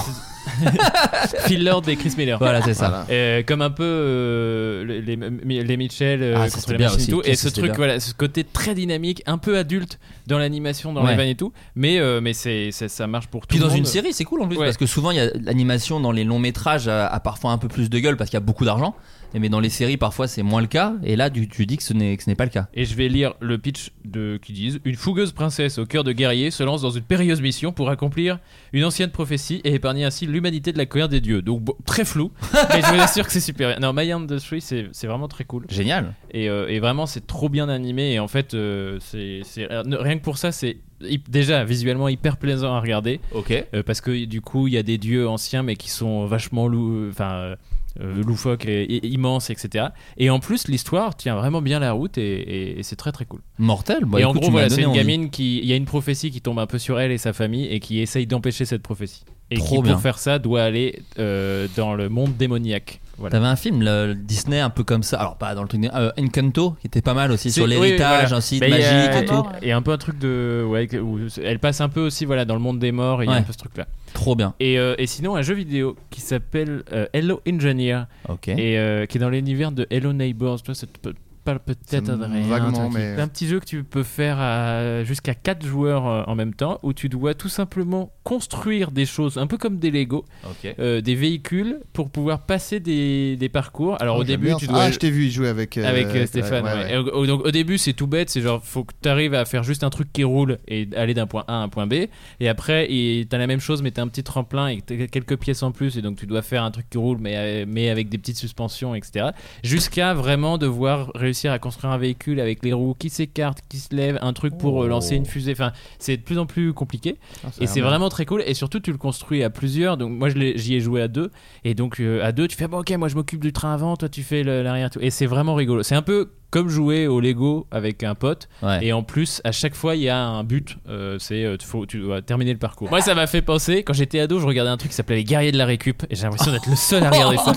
H: filler des Chris Miller.
F: Voilà, c'est ça.
E: Voilà.
H: Euh, comme un peu euh, les, les- les Mitchell euh,
F: Ah, ça,
H: contre
F: c'était
H: les
F: bien
H: machines
F: aussi.
H: et tout.
F: Qu'est-ce
H: Et
F: que
H: ce
F: c'était
H: truc,
F: bien.
H: voilà, ce côté très dynamique, un peu adulte dans l'animation, dans
F: Ouais.
H: les vannes et tout. Mais, euh, mais c'est, c'est- ça marche pour tout
F: Puis
H: le
F: dans une
H: monde.
F: série, c'est cool en plus,
H: Ouais.
F: parce que souvent, il y a l'animation dans les longs métrages a, a parfois un peu plus de gueule parce qu'il y a beaucoup d'argent. Et Mais dans les séries, parfois, c'est moins le cas. Et là, tu, tu dis que ce n'est que ce n'est pas le cas.
H: Et je vais lire le pitch de qui disent Une fougueuse princesse au cœur de guerrier se lance dans une périlleuse mission pour accomplir une ancienne prophétie et épargner ainsi l'humanité de la colère des dieux. Donc bon, très flou, mais je vous assure que c'est super. bien. Non, My Hand the Three, c'est c'est vraiment très cool.
F: Génial.
H: Et, euh, et vraiment, c'est trop bien animé. Et en fait, euh, c'est c'est- euh, rien que pour ça, c'est hy- déjà visuellement hyper plaisant à regarder.
F: Ok.
H: Euh, parce que du coup, il y a des dieux anciens, mais qui sont vachement lou- enfin, euh, euh, loufoques et, et immenses, etc. Et en plus, l'histoire tient vraiment bien la route et, et- et c'est très très cool.
F: Mortel. Bah,
H: et
F: écoute,
H: en
F: tu
H: gros,
F: m'as
H: voilà, c'est
F: donné
H: une
F: envie.
H: gamine qui. Il y a une prophétie qui tombe un peu sur elle et sa famille et qui essaye d'empêcher cette prophétie. Et
F: Trop
H: qui,
F: bien.
H: pour faire ça, doit aller euh, dans le monde démoniaque. Voilà.
F: T'avais un film, le, le Disney, un peu comme ça. Alors, pas dans le truc. euh, Encanto, qui était pas mal aussi, sur
H: C'est- oui,
F: l'héritage,
H: voilà.
F: un site
H: Mais il y a-
F: magique et
G: euh,
F: tout.
H: Et un peu un truc de. Ouais, que- où elle passe un peu aussi voilà, dans le monde des morts, il y a
F: Ouais.
H: un peu ce truc-là.
F: Trop bien.
H: Et, euh, et sinon, un jeu vidéo qui s'appelle euh, Hello Engineer,
F: Ok.
H: et euh, qui est dans l'univers de Hello Neighbors. Toi, ça te peut- parle peut-être
I: Ça me-
H: Adrien,
I: vaguement,
H: toi qui-
I: mais-
H: C'est un petit jeu que tu peux faire à- jusqu'à 4 joueurs euh, en même temps, où tu dois tout simplement construire des choses, un peu comme des Lego,
F: Ok.
H: euh, des véhicules pour pouvoir passer des, des parcours. Alors
I: Oh,
H: au
I: j'aime
H: début,
I: bien
H: tu
I: ça.
H: dois
I: Ah,
E: Je t'ai vu y jouer avec. euh,
H: avec euh, Stéphane.
E: ouais,
H: ouais.
E: ouais.
H: Et au- au- donc au début c'est tout bête, c'est genre faut que tu arrives à faire juste un truc qui roule et aller d'un point A à un point B. Et après et t'as la même chose mais t'as un petit tremplin et t'as quelques pièces en plus et donc tu dois faire un truc qui roule mais, euh, mais avec des petites suspensions etc. Jusqu'à vraiment devoir réussir à construire un véhicule avec les roues qui s'écartent, qui se lèvent, un truc pour euh, lancer une fusée. Enfin c'est de plus en plus compliqué.
I: Ah,
H: Et c'est vraiment très cool. Et surtout, tu le construis à plusieurs. Donc, moi, je l'ai- j'y ai joué à deux. Et donc, euh, à deux, tu fais bon, ok, moi, je m'occupe du train avant, toi, tu fais le- l'arrière. tout. Et c'est vraiment rigolo. C'est un peu comme jouer au Lego avec un pote.
F: Ouais.
H: Et en plus, à chaque fois, il y a un but. Euh, c'est euh, faut- tu dois terminer le parcours. Moi, ça m'a fait penser. Quand j'étais ado, je regardais un truc qui s'appelait Les Guerriers de la Récup. Et j'ai l'impression d'être le seul à regarder ça.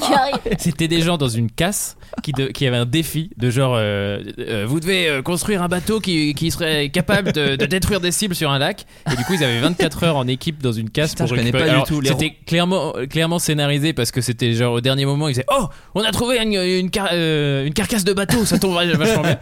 H: C'était des gens dans une casse qui, de- qui avaient un défi de genre euh, euh, vous devez euh, construire un bateau qui, qui serait capable de, de détruire des cibles sur un lac. Et du coup, ils avaient 24 heures en équipe dans une casse
F: Putain,
H: pour
F: je connais
H: récupérer-
F: pas du
H: Alors,
F: tout les
H: C'était clairement, euh, clairement scénarisé parce que c'était genre au dernier moment, ils disaient Oh, on a trouvé une, une, car- euh, une carcasse de bateau, ça tombe vachement bien.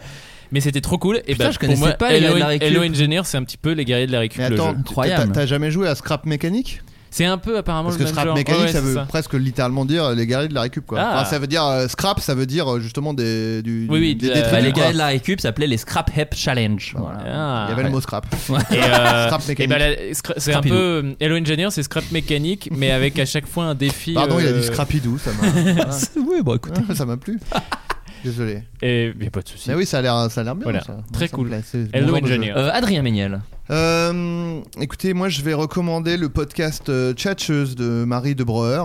H: Mais c'était trop cool. Et
F: Putain,
H: bah,
F: je
H: pour
F: connaissais
H: moi,
F: pas les
H: Hello,
F: Guerriers de la Récup.
H: Hello Engineer, c'est un petit peu les guerriers de la récup.
E: Mais
H: le
E: attends,
H: jeu.
E: t'as-
F: Incroyable.
E: t'as jamais joué à Scrap Mécanique
H: C'est un peu apparemment
E: Parce que
H: le même
E: Scrap
H: genre.
E: Mécanique,
H: Ouais,
E: ça
H: c'est
E: veut
H: ça.
E: presque littéralement dire euh, les guerriers de la récup quoi.
H: Ah.
E: Enfin, ça veut dire euh, Scrap, ça veut dire euh, justement des du
H: Oui, oui,
E: des,
H: de-
E: des
H: bah,
F: Bah,
E: trucs,
F: les
E: quoi.
F: gars de la récup s'appelaient les Scrap Hep Challenge. Voilà.
H: Ah.
E: Il y avait le mot Scrap.
H: Et, euh,
E: Scrap
H: et
E: Mécanique.
H: ben la- scra- c'est un
F: Scrapidou.
H: peu euh, Hello Engineer, c'est Scrap Mécanique, mais avec à chaque fois un défi.
E: Pardon, il a
H: euh,
E: dit Scrapidou, ça m'a
F: oui, bon, écoute.
E: ça m'a plu. Désolé.
H: Et, mais pas de souci.
E: Mais oui, ça a l'air ça a l'air bien
H: Voilà.
E: ça.
H: Très
E: Ça me
H: cool.
E: plaît, c'est mon
H: Hello
E: genre de jeu.
H: Engineer.
F: Euh, Adrien Méniel.
E: Euh, écoutez, moi je vais recommander le podcast euh, Tchatcheuse de Marie de Breuer,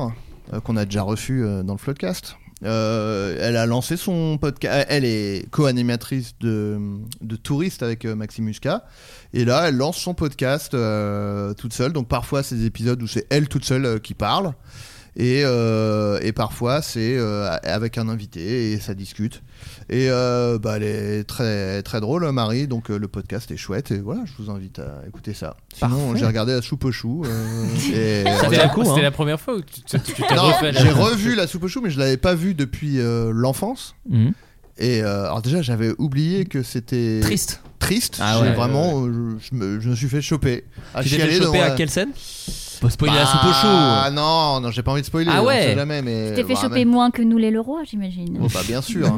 E: euh, qu'on a déjà reçu euh, dans le Floodcast. Euh, elle a lancé son podcast. Elle est co-animatrice de, de Touriste avec euh, Maxime Muscat. Et là, elle lance son podcast euh, toute seule. Donc parfois, c'est des épisodes où c'est elle toute seule euh, qui parle. Et, euh, et parfois, c'est euh, avec un invité et ça discute. Et euh, bah, elle est très, très drôle, Marie. Donc euh, le podcast est chouette. Et voilà, je vous invite à écouter ça. Sinon,
F: Parfait.
E: j'ai regardé la soupe au chou. euh, et
H: C'était
F: fait
H: la,
F: un coup,
H: c'était
F: hein.
H: la première fois où tu tu- tu t'es
E: non,
H: refait. la-
E: j'ai revu la soupe au chou, mais je l'avais pas vue depuis euh, l'enfance.
F: Mhm.
E: Et euh, alors déjà, j'avais oublié que c'était
F: Triste.
E: triste.
F: Ah
E: J'ai
F: ouais,
E: vraiment, euh, Je, je me, je me suis fait choper. À
F: tu t'es
E: chialer
F: fait choper
E: dans
F: à
E: la-
F: quelle scène Pas spoiler la soupe au
E: Ah
F: chou.
E: non, non, j'ai pas envie de spoiler.
F: Ah
E: on
F: ouais.
E: sait jamais, mais.
G: Tu t'es fait
E: bah,
G: choper
E: même-
G: moins que nous les Leroy, j'imagine.
E: Oh, bah, bien sûr, hein.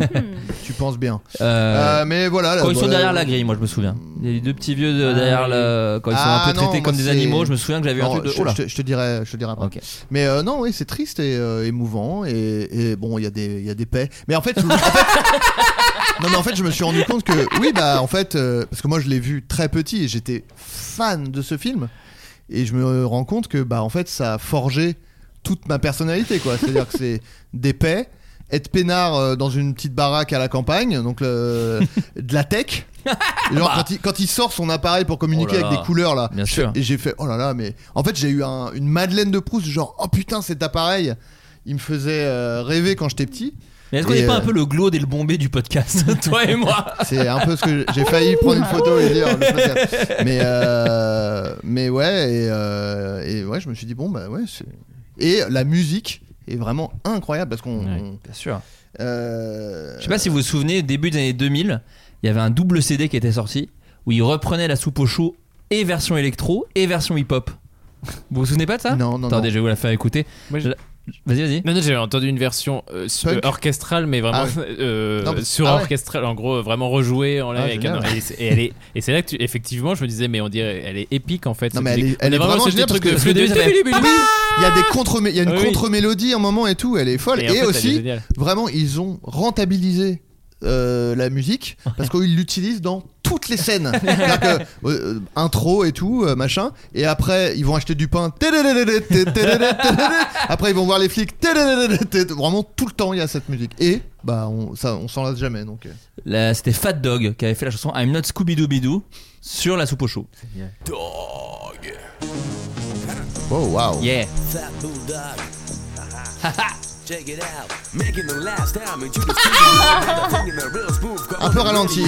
E: tu penses bien.
F: Euh,
E: Euh, mais voilà. là,
F: Quand ils sont
E: voilà.
F: derrière la grille, moi je me souviens. Il y a les deux petits vieux de- derrière le. Quand ils sont
E: Ah,
F: un peu
E: non,
F: traités
E: moi,
F: comme des
E: c'est-
F: animaux, je me souviens que j'avais vu un
E: Non,
F: truc de.
E: je,
F: Oh là.
E: je te- je te dirai, je te dirai après.
F: Ok.
E: Mais euh, non, oui, c'est triste et euh, émouvant et, et bon, il y a des, il y a des paix. Mais en fait, je- en fait- non, mais en fait, je me suis rendu compte que oui, bah en fait, euh, parce que moi, je l'ai vu très petit et j'étais fan de ce film et je me rends compte que bah en fait, ça a forgé toute ma personnalité, quoi. C'est-à-dire que c'est des paix. Être peinard euh, dans une petite baraque à la campagne, donc le- de la tech. Genre, quand, il, quand il sort son appareil pour
F: Bah.
E: communiquer
F: Oh là
E: avec
F: là.
E: des couleurs, là,
F: Bien sûr.
E: et j'ai fait, oh là là, mais en fait j'ai eu un- une Madeleine de Proust, genre, oh putain cet appareil, il me faisait euh, rêver quand j'étais petit.
F: Mais est-ce qu'on
E: Et,
F: n'est pas
E: euh,
F: un peu le glaude et le bombé du podcast Toi et moi
E: C'est un peu ce que j'ai failli prendre une photo et dire, je vais pas faire. mais euh, mais ouais et, euh, et ouais je me suis dit bon bah ouais c'est- et la musique est vraiment incroyable parce qu'on
H: Ouais.
E: on-
F: Bien sûr.
E: euh,
F: Je sais pas si vous vous souvenez, début des années 2000, il y avait un double CD qui était sorti où ils reprenaient la soupe au chou et version électro et version hip-hop. Vous vous souvenez pas de ça
E: non non
F: Attendez, je
E: non.
F: vais vous la faire écouter.
H: Moi, je-
F: Vas-y, vas-y.
H: Non, non, j'avais entendu une version euh, su-
E: Punk
H: euh, orchestrale, mais vraiment
E: Ah ouais.
H: euh,
E: Non, mais-
H: sur
E: ah ouais.
H: orchestrale, en gros, euh, vraiment rejouée en live.
E: Ah,
H: avec
E: génial.
H: un- et, c'est- et elle est, et c'est là que tu, effectivement, je me disais, mais on dirait, elle est épique en fait.
E: Non,
H: cette
E: mais elle
H: musique.
E: est- elle
H: On a
E: est vraiment
H: ce petit
E: géniale
H: truc
E: parce
H: de
E: que-
H: flûte de-
F: parce que au début, ça
E: il y a des contre il y a une
H: Ah oui.
E: contre mélodie un moment et tout elle est folle
H: Et
E: et,
H: en fait, elle est
E: aussi
H: géniale.
E: vraiment ils ont rentabilisé euh, la musique parce qu'ils l'utilisent dans toutes les scènes C'est-à-dire que, euh, euh, intro et tout euh, machin et après ils vont acheter du pain après ils vont voir les flics vraiment tout le temps il y a cette musique et bah on, ça on s'en lasse jamais donc euh.
F: Là, C'était Fat Dog qui avait fait la chanson I'm Not Scooby Doo Bidou sur la soupe au chou.
E: oh waouh
F: Yeah.
E: Un peu ralenti.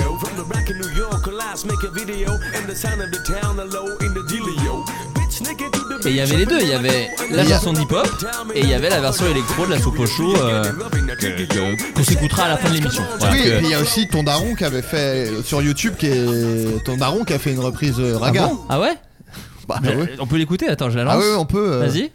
F: Et il y avait les deux, il y avait la
E: Il y a-
F: chanson d'hip hop et il y avait la version électro de la soupe au chou euh, que- que- qu'on s'écoutera à la fin de l'émission. Voilà,
E: Oui,
F: que-
E: et puis il y a aussi ton daron qui avait fait sur YouTube, qui est ton daron qui a fait une reprise euh, raga.
F: Ah, bon Ah ouais
E: Bah
F: Je-
E: ouais.
F: On peut l'écouter, attends, je la lance.
E: Ah ouais, on peut. euh,
F: Vas-y.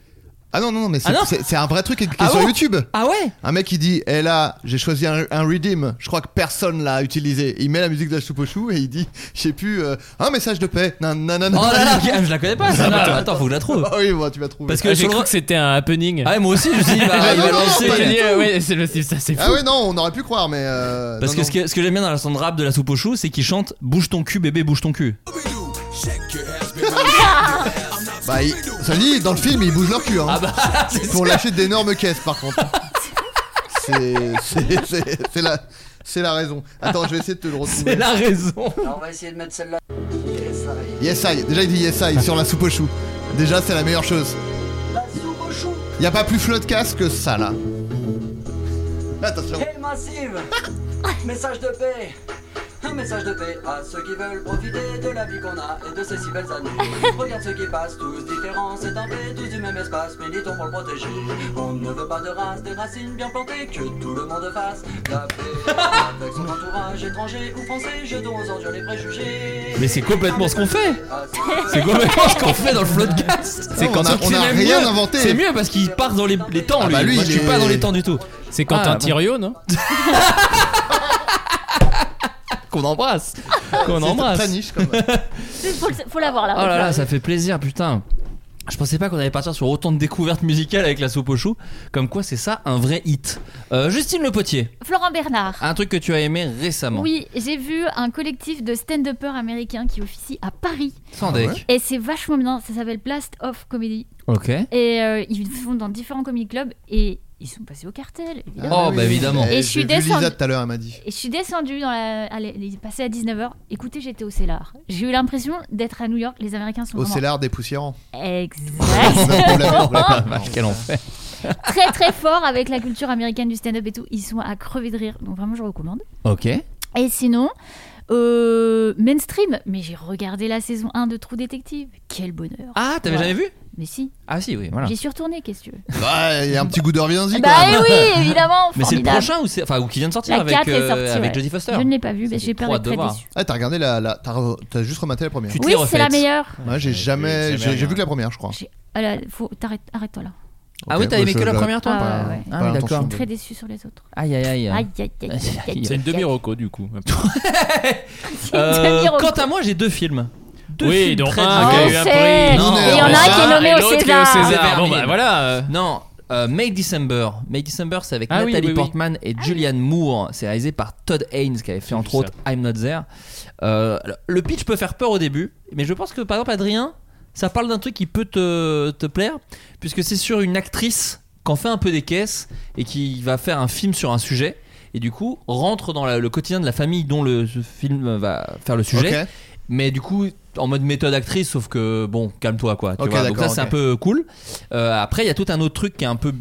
E: Ah non, non, non, mais c'est
F: Ah non
E: c'est- c'est un vrai truc qui est, qui est
F: Ah
E: sur
F: bon
E: YouTube.
F: Ah ouais
E: Un mec qui dit Eh là, j'ai choisi un, un redeem, je crois que personne l'a utilisé. Il met la musique de la soupe aux choux et il dit Je sais plus, euh, un message de paix. Nan, nan, nan,
F: Oh
E: nan.
F: là là, je la connais pas ça. Non, attends, faut que je la trouve.
E: Ah oui, bon, tu vas trouver.
F: Parce que
H: Ah,
F: sur
H: J'ai
F: le
H: cru
F: rock-
H: que c'était un happening.
F: Ah ouais, moi aussi, je me suis dit, bah,
E: Ah
F: il
E: non,
F: va
E: non,
F: lancer.
E: pas
H: J'ai
E: du
H: dit, euh, ouais, c'est le Steve, ça c'est fou.
E: Ah oui, non, on aurait pu croire, mais. euh,
F: Parce
E: non,
F: que
E: non.
F: ce que, ce que j'aime bien dans la chanson de rap de la soupe au chou, c'est qu'il chante Bouge ton cul, bébé, bouge ton cul.
E: euh, Bah, il- ça dit, dans le film, ils bougent leur cul. Hein.
F: Ah bah, c'est
E: Ils font lâcher d'énormes caisses, par contre. C'est- c'est- C'est c'est la. C'est la raison. Attends, je vais essayer de te le retrouver.
F: c'est la raison.
E: Yes I. Déjà il dit yes I sur la soupe aux choux. Déjà c'est la meilleure chose. Y a pas plus flot de casse que ça là. Attention.
J: Hey Massive Message de paix Un message de paix à ceux qui veulent profiter de la vie qu'on a et de ces si belles années. Regarde ceux qui passent, tous différents, c'est un peu tous du même espace, militons pour le protéger. On ne veut pas de race, des racines bien plantées, que tout le monde fasse la paix avec son entourage étranger ou français, jetons aux ordures les préjugés.
F: Mais c'est complètement ce qu'on fait.
J: À ceux qui
F: C'est complètement ce qu'on fait dans le floodcast. C'est
E: on
F: quand
E: a-
F: donc
E: on
F: c'est
E: a
F: même
E: rien
F: mieux.
E: inventé.
F: C'est mieux parce qu'il part dans les, les temps.
E: Ah bah, lui,
F: Moi, je
E: il
F: suis pas
E: est-
F: dans les temps du tout.
H: C'est Quentin
F: Ah, bon.
H: Thirion, non
F: Qu'on embrasse. Qu'on
E: C'est Très
F: embrasse.
E: niche quand même.
G: Faut, le- faut l'avoir là.
F: Oh là là, ça fait plaisir, putain. Je pensais pas qu'on allait partir sur autant de découvertes musicales avec la soupe au chou. Comme quoi, c'est ça un vrai hit. Euh, Justine Le Potier,
G: Florent Bernard.
F: un truc que tu as aimé récemment.
G: Oui, j'ai vu un collectif de stand-uppers américains qui officie à Paris.
F: Sans
E: Ah
F: deck.
G: Et c'est vachement bien. Ça s'appelle Blast Off Comedy.
F: Ok.
G: Et euh, ils font dans différents comedy clubs. Et ils sont passés au cartel, évidemment.
F: Oh, bah, évidemment.
G: Et je suis
E: J'ai vu Lisa
G: descendue-
E: tout à l'heure, elle m'a dit.
G: Et je suis descendue dans la. Allez, il est passé à 19h. Écoutez, j'étais au Cellar. J'ai eu l'impression d'être à New York. Les Américains sont
E: Au
G: vraiment
E: Célar des poussiérants.
G: Exact.
E: On l'avait- on l'avait pas.
F: Ah, Quel enfer.
G: très très fort avec la culture américaine du stand-up et tout. Ils sont à crever de rire. Donc vraiment, je recommande.
F: Ok. Ah,
G: Et sinon, euh, mainstream. Mais j'ai regardé la saison 1 de Trou Détective. Quel bonheur.
F: Ah, t'avais
G: Voilà.
F: jamais vu
G: Mais si,
F: Ah, si, oui, voilà.
G: j'y suis retournée, qu'est-ce que tu veux
E: Ouais, y a un petit goût de reviens-y quand
G: Bah
E: même.
G: oui, évidemment,
F: Mais c'est le
G: formidable.
F: prochain ou c'est. Enfin, ou qui vient de sortir
G: La
F: avec, euh,
G: 4 est sortie,
F: avec
G: ouais.
F: Jodie Foster.
G: Je ne l'ai pas vu,
F: Ça
G: mais
F: fait
G: j'ai peur
F: trois
G: d'être
F: de
G: très
F: voir.
G: déçue.
E: Ah, t'as regardé la. la- t'as re- T'as juste rematé la première.
F: Tu te
G: Oui,
F: l'es
G: c'est la
F: refaite.
G: meilleure.
E: Ouais, j'ai jamais.
H: jamais
E: J'ai j'ai
H: rien.
E: vu que la première, je crois.
G: J'ai- Ah là, faut- t'arrêtes- Arrête-toi là.
F: Ah,
E: Ok,
F: oui, t'as aimé
E: bah,
F: que
E: je-
F: la première, toi
G: Ah,
E: pas-
G: ouais, ouais.
E: pas
F: Ah oui,
E: l'intention.
F: d'accord.
G: Très déçue sur les autres.
F: Aïe, aïe,
G: Aïe,
F: aïe.
G: aïe, aïe, aïe, aïe,
H: C'est une
G: aïe, aïe.
H: demi-roco du coup.
G: C'est une
F: Euh,
G: demi-robe.
F: quant à moi, j'ai deux films. Deux
H: Oui,
F: films
H: donc
F: très
G: différent.
H: un qui a
F: différents.
H: eu un
G: On sait.
H: prix.
F: Non,
G: Et Oh, il y en a un qui est nommé
H: Et
G: au
H: l'autre qui est
G: César.
F: César,
H: Bon bah
F: mille.
H: voilà. euh,
F: Non, euh, May December. May December, c'est avec
H: Ah oui,
F: Nathalie
H: oui, oui.
F: Portman et Julianne Moore. C'est réalisé par Todd Haynes qui avait fait
H: J'ai
F: entre
H: vu
F: autres I'm Not There. Euh, alors, le pitch peut faire peur au début, mais je pense que par exemple Adrien, ça parle d'un truc qui peut te, te plaire, puisque c'est sur une actrice qu'en fait un peu des caisses et qui va faire un film sur un sujet. Et du coup, rentre dans la- le quotidien de la famille dont le ce film va faire le sujet.
E: Ok.
F: Mais du coup, en mode méthode actrice, sauf que bon, calme-toi quoi. Tu
E: Ok,
F: vois Donc ça,
E: d'accord,
F: c'est
E: ok.
F: un peu cool. Euh, après, il y a tout un autre truc qui est un peu.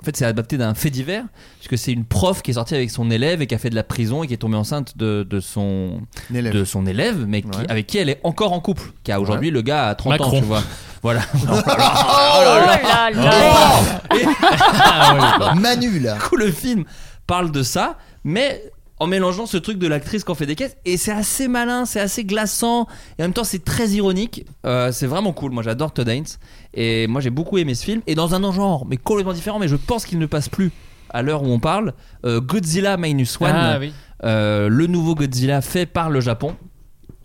F: En fait, c'est adapté d'un fait divers, puisque c'est une prof qui est sortie avec son élève et qui a fait de la prison et qui est tombée enceinte de, de son
E: Un élève.
F: de son élève, mais qui-
E: Ouais.
F: avec qui elle est encore en couple. Qui a aujourd'hui le gars à 30 ans,
H: Macron.
F: tu vois. Voilà.
G: Oh là là.
F: Et-
E: Oh. Manu là.
F: coup, Oh. le film parle de ça, mais en mélangeant ce truc de l'actrice qu'on fait des caisses. Et c'est assez malin, c'est assez glaçant, et en même temps c'est très ironique. Euh, c'est vraiment cool. Moi j'adore Todd Haynes, et moi j'ai beaucoup aimé ce film. Et dans un autre genre, mais complètement différent, mais je pense qu'il ne passe plus à l'heure où on parle. euh, Godzilla Minus One,
H: Ah oui.
F: euh, le nouveau Godzilla fait par le Japon.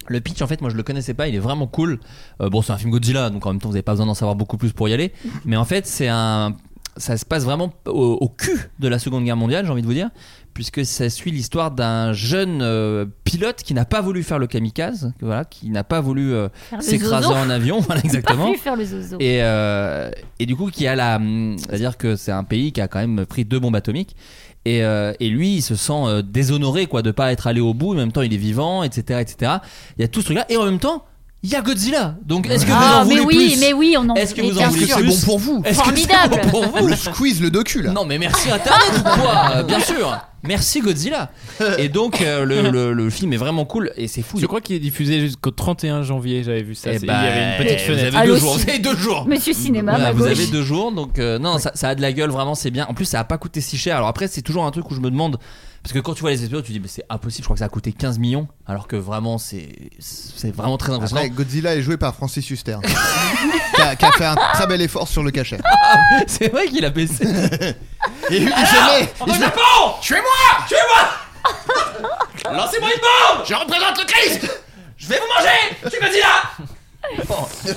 F: Le pitch, en fait, moi je le connaissais pas, il est vraiment cool. Euh, bon, c'est un film Godzilla, donc en même temps, vous n'avez pas besoin d'en savoir beaucoup plus pour y aller. Mais en fait, c'est un. Ça se passe vraiment au, au cul de la Seconde Guerre mondiale, j'ai envie de vous dire, puisque ça suit l'histoire d'un jeune euh, pilote qui n'a pas voulu faire le kamikaze, que voilà, qui n'a pas voulu euh,
G: Faire le
F: s'écraser
G: zozo.
F: en avion, voilà
G: Pas
F: exactement.
G: pu faire le zozo.
F: Et, euh, et du coup, qui a la. hum, C'est-à-dire que c'est un pays qui a quand même pris deux bombes atomiques. Et, euh, et lui, il se sent euh, déshonoré quoi, de pas être allé au bout. En même temps, il est vivant, etc. etc. Il y a tout ce truc-là. Et en même temps, il y a Godzilla. Donc est-ce que vous
G: Ah,
F: en
G: mais
F: voulez
G: oui,
F: plus
G: mais oui, on en
F: Est-ce que
G: mais
F: vous en
G: bien
F: voulez
G: sûr.
F: plus
E: bon pour vous.
F: Est-ce que c'est
G: Formidable.
F: bon pour vous
E: Le squeeze, le docu là.
F: Non mais merci Internet ou quoi Euh, Bien sûr. Merci Godzilla. Et donc euh, le, le- le film est vraiment cool et c'est fou.
H: Je crois qu'il est diffusé jusqu'au 31 janvier, j'avais vu ça.
F: Eh
H: c'est-
F: bah,
H: il y avait une petite
F: vous
H: fenêtre.
F: avez
G: Allô,
F: deux jours.
G: si.
F: Vous avez deux jours.
G: Monsieur Cinéma,
F: Voilà,
G: ma
F: vous
G: gauche.
F: avez deux jours, donc euh, non, ça, ça a de la gueule, vraiment, c'est bien. En plus, ça a pas coûté si cher. Alors après, c'est toujours un truc où je me demande, parce que quand tu vois les épisodes, tu dis, mais c'est impossible, je crois que ça a coûté 15 millions, alors que vraiment, c'est c'est vraiment très impressionnant.
E: Après, Godzilla est joué par Francis Huster. hein. qui, a, qui a fait un très bel effort sur le cachet.
F: c'est vrai qu'il a baissé.
E: Et il se met-
F: Ah,
E: il se met-
F: Japon Tuez-moi Tuez-moi Lancez-moi une bombe Je représente le Christ Je vais vous manger Tu me dis là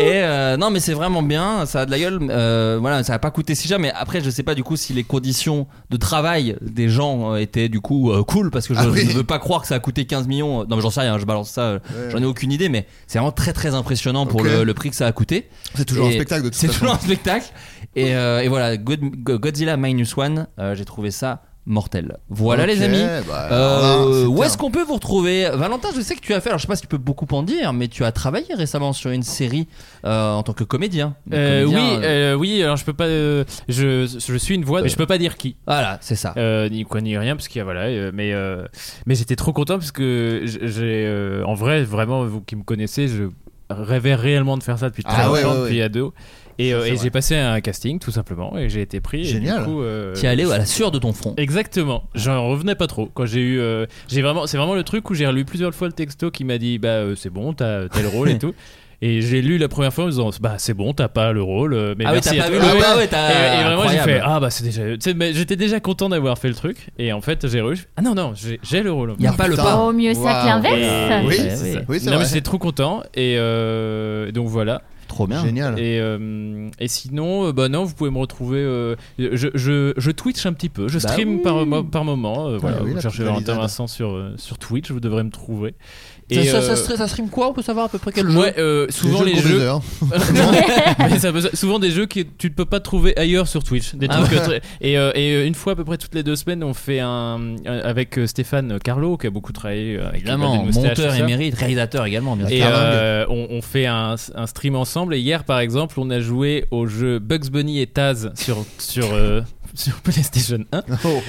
F: Et euh, non mais c'est vraiment bien, ça a de la gueule, euh, voilà, ça a pas coûté si cher, mais après je sais pas du coup si les conditions de travail des gens euh, étaient du coup euh, cool parce que je,
E: Ah oui.
F: je veux pas croire que ça a coûté 15 millions, non mais j'en sais rien, je balance ça, euh, j'en ai aucune idée, mais c'est vraiment très très impressionnant pour
E: Ok.
F: le, le prix que ça a coûté.
E: C'est toujours
F: Et
E: un spectacle de toute
F: C'est
E: façon.
F: toujours un spectacle. Et, euh, et voilà, God- Go- Godzilla Minus One, euh, j'ai trouvé ça mortel. Voilà
E: Ok,
F: les amis.
E: bah,
F: Euh,
E: voilà,
F: où
E: c'était
F: est-ce
E: un-
F: qu'on peut vous retrouver Valentin, je sais que tu as fait, alors je sais pas si tu peux beaucoup en dire, mais tu as travaillé récemment sur une série euh, en tant que comédien. Donc,
H: Euh, oui,
F: comédien, euh,
H: euh, oui. Alors je peux pas. euh, je, je suis une voix, mais je peux pas dire qui.
F: Voilà, c'est ça.
H: Euh, ni quoi ni rien parce qu'il y a voilà euh, mais euh, mais j'étais trop content parce que j- j'ai euh, en vrai vraiment vous qui me connaissez je rêvais réellement de faire ça depuis
E: Ah
H: très
E: ouais,
H: longtemps
E: ouais,
H: depuis
E: ouais.
H: ado et, euh,
E: c'est
H: et
E: vrai.
H: j'ai passé un casting tout simplement et euh, j'ai été pris et
E: Génial.
H: du coup euh,
F: Tu es allé à la sueur de ton front.
H: Exactement. J'en revenais pas trop. Quand j'ai eu, euh, j'ai vraiment, c'est vraiment le truc où j'ai relu plusieurs fois le texto qui m'a dit, bah euh, c'est bon, t'as tel rôle et tout. Et j'ai lu la première fois en me disant, bah c'est bon, t'as pas le rôle, euh, mais
F: Ah oui,
H: merci
F: t'as
H: à
F: pas vu le
H: toi.
F: ah ouais,
H: Et,
F: t'as-
H: et vraiment j'ai
F: incroyable.
H: fait ah bah c'est déjà tu sais, mais j'étais déjà content d'avoir fait le truc et en fait j'ai relu je fais, ah non non j'ai j'ai le rôle
F: Y a pas le
E: putain.
F: pas.
G: Oh, mieux ça
E: Waouh.
G: que l'inverse.
E: Oui,
H: Et-
F: Ouais,
E: c'est
F: oui.
E: ça. Oui, c'est
H: non mais
E: vrai.
H: j'étais trop content et euh, donc voilà
F: Trop bien.
E: Génial.
H: et, euh, et sinon euh, bah non vous pouvez me retrouver euh, je, je, je twitch un petit peu je
F: Bah
H: stream
F: oui. Ah
H: par, mo- par moment euh, voilà
E: oui,
H: vous
E: la
H: cherchez
E: petite
H: Valentin
E: Elisabeth.
H: Vincent sur, euh, sur Twitch vous devrez me trouver
F: Ça, ça, ça,
H: euh,
F: stre- ça stream quoi On peut savoir à peu près quel jeu
H: ouais, euh, souvent
E: Des
H: les
E: gros
H: jeux
E: baisers.
H: Non, mais ça peut- souvent des jeux que tu ne peux pas trouver ailleurs sur Twitch. Des
F: Ah
H: trucs, euh, très- et, euh, et, euh, une fois à peu près toutes les deux semaines, on fait un euh, avec euh, Stéphane Carlo qui a beaucoup travaillé euh, avec
F: Évidemment,
H: Golden Moustache,
F: monteur
H: tout ça.
F: émérite, réalisateur également, bien sûr.
H: Et
E: Ah,
H: euh, on, on fait un, un stream ensemble. Et hier, par exemple, on a joué au jeu Bugs Bunny et Taz sur sur euh, sur PlayStation 1,
E: Oh.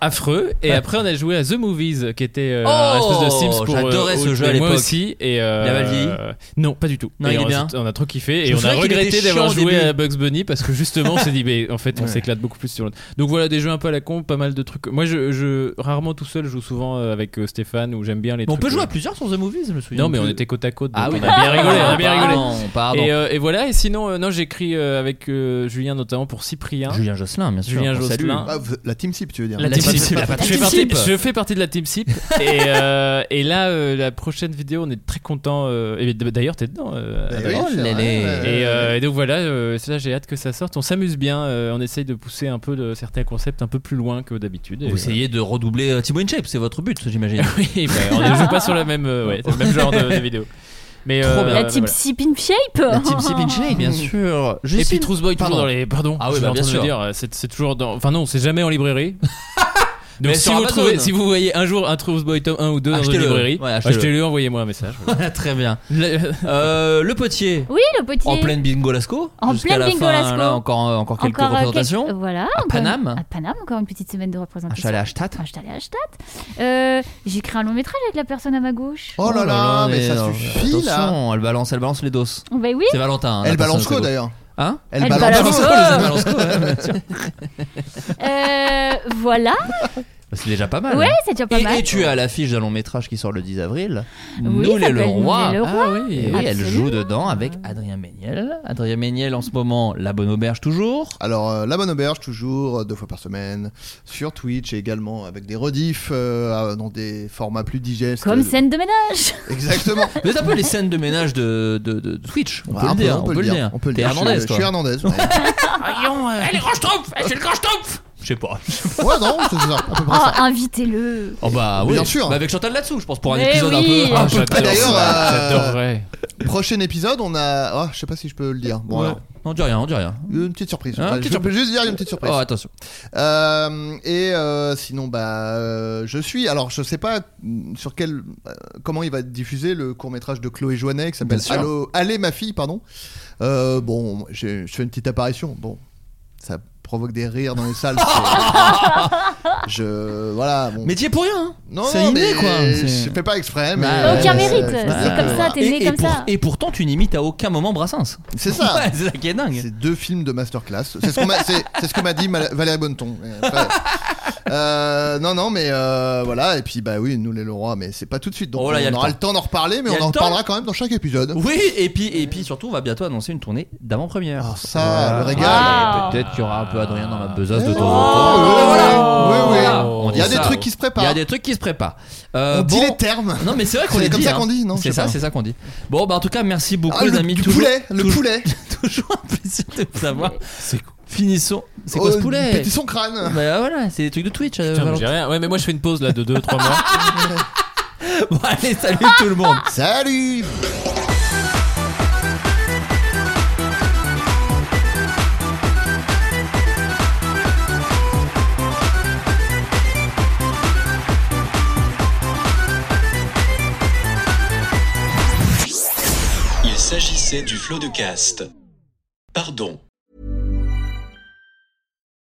H: affreux. Et après, on a joué à The Movies, qui était euh,
F: Oh,
H: un espèce de Sims pour. euh,
F: j'adorais ce
H: au-
F: jeu à
H: et Moi
F: l'époque.
H: aussi. Et euh,
F: Il a mal vieilli
H: Non, pas du tout.
F: Non,
H: Et
F: il est
H: on,
F: bien.
H: On a trop kiffé
F: Je
H: et
F: me
H: on a
F: souviens qu'il
H: regretté
F: était
H: d'avoir
F: chiant au
H: joué
F: début.
H: à Bugs Bunny parce que justement, on s'est dit, mais en fait, on
F: Ouais.
H: s'éclate beaucoup plus sur l'autre. Donc voilà, des jeux un peu à la con, pas mal de trucs. Moi, je, je- rarement tout seul, je joue souvent euh, avec euh, Stéphane où j'aime bien les.
F: Mais on
H: trucs,
F: peut jouer
H: euh,
F: à plusieurs sur The Movies, je me souviens.
H: non, mais on
F: plus.
H: était côte à côte.
F: Ah
H: donc
F: oui,
H: on a bien rigolé, on a bien rigolé.
F: Pardon, pardon.
H: Et, euh, et voilà, et sinon, euh, non, j'ai écrit euh, avec euh, Julien notamment pour Cyprien.
F: Julien Josselin, bien sûr.
H: Julien
F: qu'on salue.
H: Josselin.
E: Ah, vous- la team SIP, tu veux dire
H: La
F: team
H: team
F: Sip.
H: Sip.
F: La
H: Je
F: team
H: fais partie-
F: Sip.
H: Je fais partie de la team SIP. et, euh, et là, euh, la prochaine vidéo, on est très content. euh, et d- D'ailleurs, t'es dedans. euh,
E: Bah
H: Adam.
E: oui,
F: Oh
E: c'est
F: là
E: vrai,
F: là.
E: ouais.
H: Et, euh, et donc voilà, euh, ça j'ai hâte que ça sorte. On s'amuse bien, euh, on essaye de pousser un peu de, certains concepts un peu plus loin que d'habitude. Et
F: Vous essayez de redoubler euh, Thibaut InShape, c'est votre but, j'imagine.
H: voilà. Oui, bah, on ne joue pas sur la même, euh, ouais, le même genre de, de vidéo. Mais
F: Trop bien.
G: La
H: bah,
G: type
H: voilà.
G: Sip in Shape.
F: La team Sip InShape, bien sûr. Je
H: Et
F: suis
H: puis Trousse Boy toujours
F: Pardon.
H: dans les. Pardon.
F: Ah oui,
H: je
F: bah,
H: suis en
F: bien
H: train de
F: sûr.
H: dire, euh, c'est c'est toujours dans. Enfin non, c'est jamais en librairie. Donc
F: Mais
H: si
F: sur
H: vous,
F: Amazon.
H: trouvez, si vous voyez un jour un Trousse Boy tome 1 ou 2 dans une
F: Achetez-le.
H: librairie,
F: Ouais, achetez-le.
H: envoyez-moi un message.
F: Voilà, Très bien. Euh, le potier.
G: Oui, le potier.
F: En pleine bingolasco.
G: En
F: Jusqu'à
G: pleine
F: la fin,
G: bingolasco.
F: Là, encore, euh, encore quelques
G: Encore, euh,
F: représentations.
G: quelques- Voilà.
F: À
G: encore-
F: Paname.
G: À Paname, encore une petite semaine de
F: À
G: représentation.
F: Chalet à Stadt.
G: Ah, je suis allée à Stadt. Euh, J'ai créé un long métrage avec la personne à ma gauche.
E: Oh là là, mais ça suffit là.
F: euh, Attention, elle balance, elle balance les doses.
G: Oh, Bah oui.
F: C'est Valentin. hein, la
E: Elle balance
F: personne
E: quoi
F: que vous-
E: d'ailleurs
F: Hein
E: Elle
G: Elle balance
E: balance quoi
G: quoi
F: Elle balance quoi, ouais, ouais.
G: Euh, voilà.
F: Bah, C'est déjà pas mal. hein.
G: Ouais, c'est déjà pas
F: Et,
G: mal.
F: et tu as l'affiche d'un long métrage qui sort le 10 avril.
G: Oui,
F: Nous les
G: s'appelle
F: le
G: Nous
F: roi.
G: les le roi.
F: Ah oui, et oui, elle
G: Absolument.
F: joue dedans avec Adrien Méniel. Adrien Méniel en ce moment, la bonne auberge toujours.
E: Alors, euh, La Bonne Auberge, toujours euh, deux fois par semaine, sur Twitch et également avec des rediffs euh, euh, dans des formats plus digestes.
G: Comme
E: Euh,
G: scène de ménage.
E: Exactement.
F: Vous êtes un peu les scènes de ménage de, de, de Twitch. On,
E: Ouais,
F: peut,
E: un
F: le
E: peu,
F: dire, on peut le dire.
E: On peut le
F: T'es
E: dire. Je suis-
F: Hernandez,
E: je
F: toi.
E: suis Hernandez. ouais.
F: Allez, range-troupe Elle le range-troupe Je sais pas.
E: Ouais, non, c'est ça, à peu près ça.
G: Oh, invitez-le.
F: Oh bah
E: Mais
F: oui.
E: bien sûr.
F: Mais avec Chantal là-dessous, je pense, pour un
G: Mais
F: épisode
G: oui.
F: un peu.
G: Ah,
F: peu-
E: Bah, D'ailleurs, euh,
H: J'adorerais.
E: prochain épisode, on a. Ah, je sais pas si je peux le dire. Bon,
F: Ouais.
E: alors,
F: On dit rien, on dit rien.
E: une petite surprise.
F: Hein,
E: Ouais,
F: petite
E: je peux juste dire une petite surprise.
F: Oh, attention.
E: Euh, et euh, sinon, bah, euh, je suis. Alors, je sais pas sur quel, euh, comment il va être diffusé le court métrage de Chloé Joannet qui s'appelle
F: Bien sûr.
E: Allô, allez ma fille, pardon. Euh, bon, j'ai- je fais une petite apparition. Bon, ça provoque des rires dans les salles. c'est- je, voilà. bon.
F: Mais tu es pour rien, hein.
E: non,
F: c'est
E: non,
F: inné,
E: mais
F: quoi, c'est-
E: Je fais pas exprès, mais
F: Bah,
G: Aucun
E: euh,
G: mérite,
E: c'est-
G: c'est comme ça, t'es
F: et,
G: né
F: et
G: comme
F: pour-
G: ça.
F: et pourtant, tu n'imites à aucun moment Brassens.
E: C'est ça.
F: Ouais, c'est ça qui est dingue.
E: C'est deux films de masterclass. C'est ce qu'on m'a- c'est- c'est ce que m'a dit Mal- Valérie Bonneton. Et après- Euh, non, non, mais euh, voilà. Et puis, bah oui, nous les Leroy, mais c'est pas tout de suite. Donc,
F: Oh là, y a
E: on
F: le
E: aura
F: temps.
E: le temps d'en reparler, mais
F: Y a
E: on en
F: le temps.
E: reparlera quand même dans chaque épisode.
F: Oui, et puis, et puis surtout, on va bientôt annoncer une tournée d'avant-première.
E: Ah, ça, le régal.
F: Ah, Peut-être qu'il y aura un peu Adrien dans la besace de temps en temps.
E: Oh,
F: Euh, voilà.
E: oui, oui.
F: Voilà, on
E: Il y a
F: dit
E: des
F: ça.
E: trucs qui
F: Il
E: se
F: y
E: préparent.
F: a des trucs qui se préparent. Euh,
E: On dit
F: bon-
E: les termes.
F: Non, mais c'est vrai qu'on
E: C'est
F: les
E: comme
F: dit.
E: ça
F: hein.
E: qu'on dit, non je
F: C'est
E: sais
F: ça,
E: pas.
F: c'est ça qu'on dit. Bon, bah en tout cas, merci beaucoup,
E: Ah,
F: les
E: le,
F: amis.
E: du
F: Toujours-
E: poulet, le
F: toujours-
E: poulet.
F: Toujours un plaisir de vous savoir. Finissons. C'est quoi
E: Oh,
F: ce poulet
E: Péter son crâne.
F: Bah voilà, c'est des trucs de Twitch. euh,
H: Putain, mais
F: Valentin.
H: j'ai rien. Ouais, mais moi je fais une pause là de 2-3 mois.
F: Bon, allez, salut tout le monde.
E: Salut.
A: Il s'agissait du flot de caste. Pardon.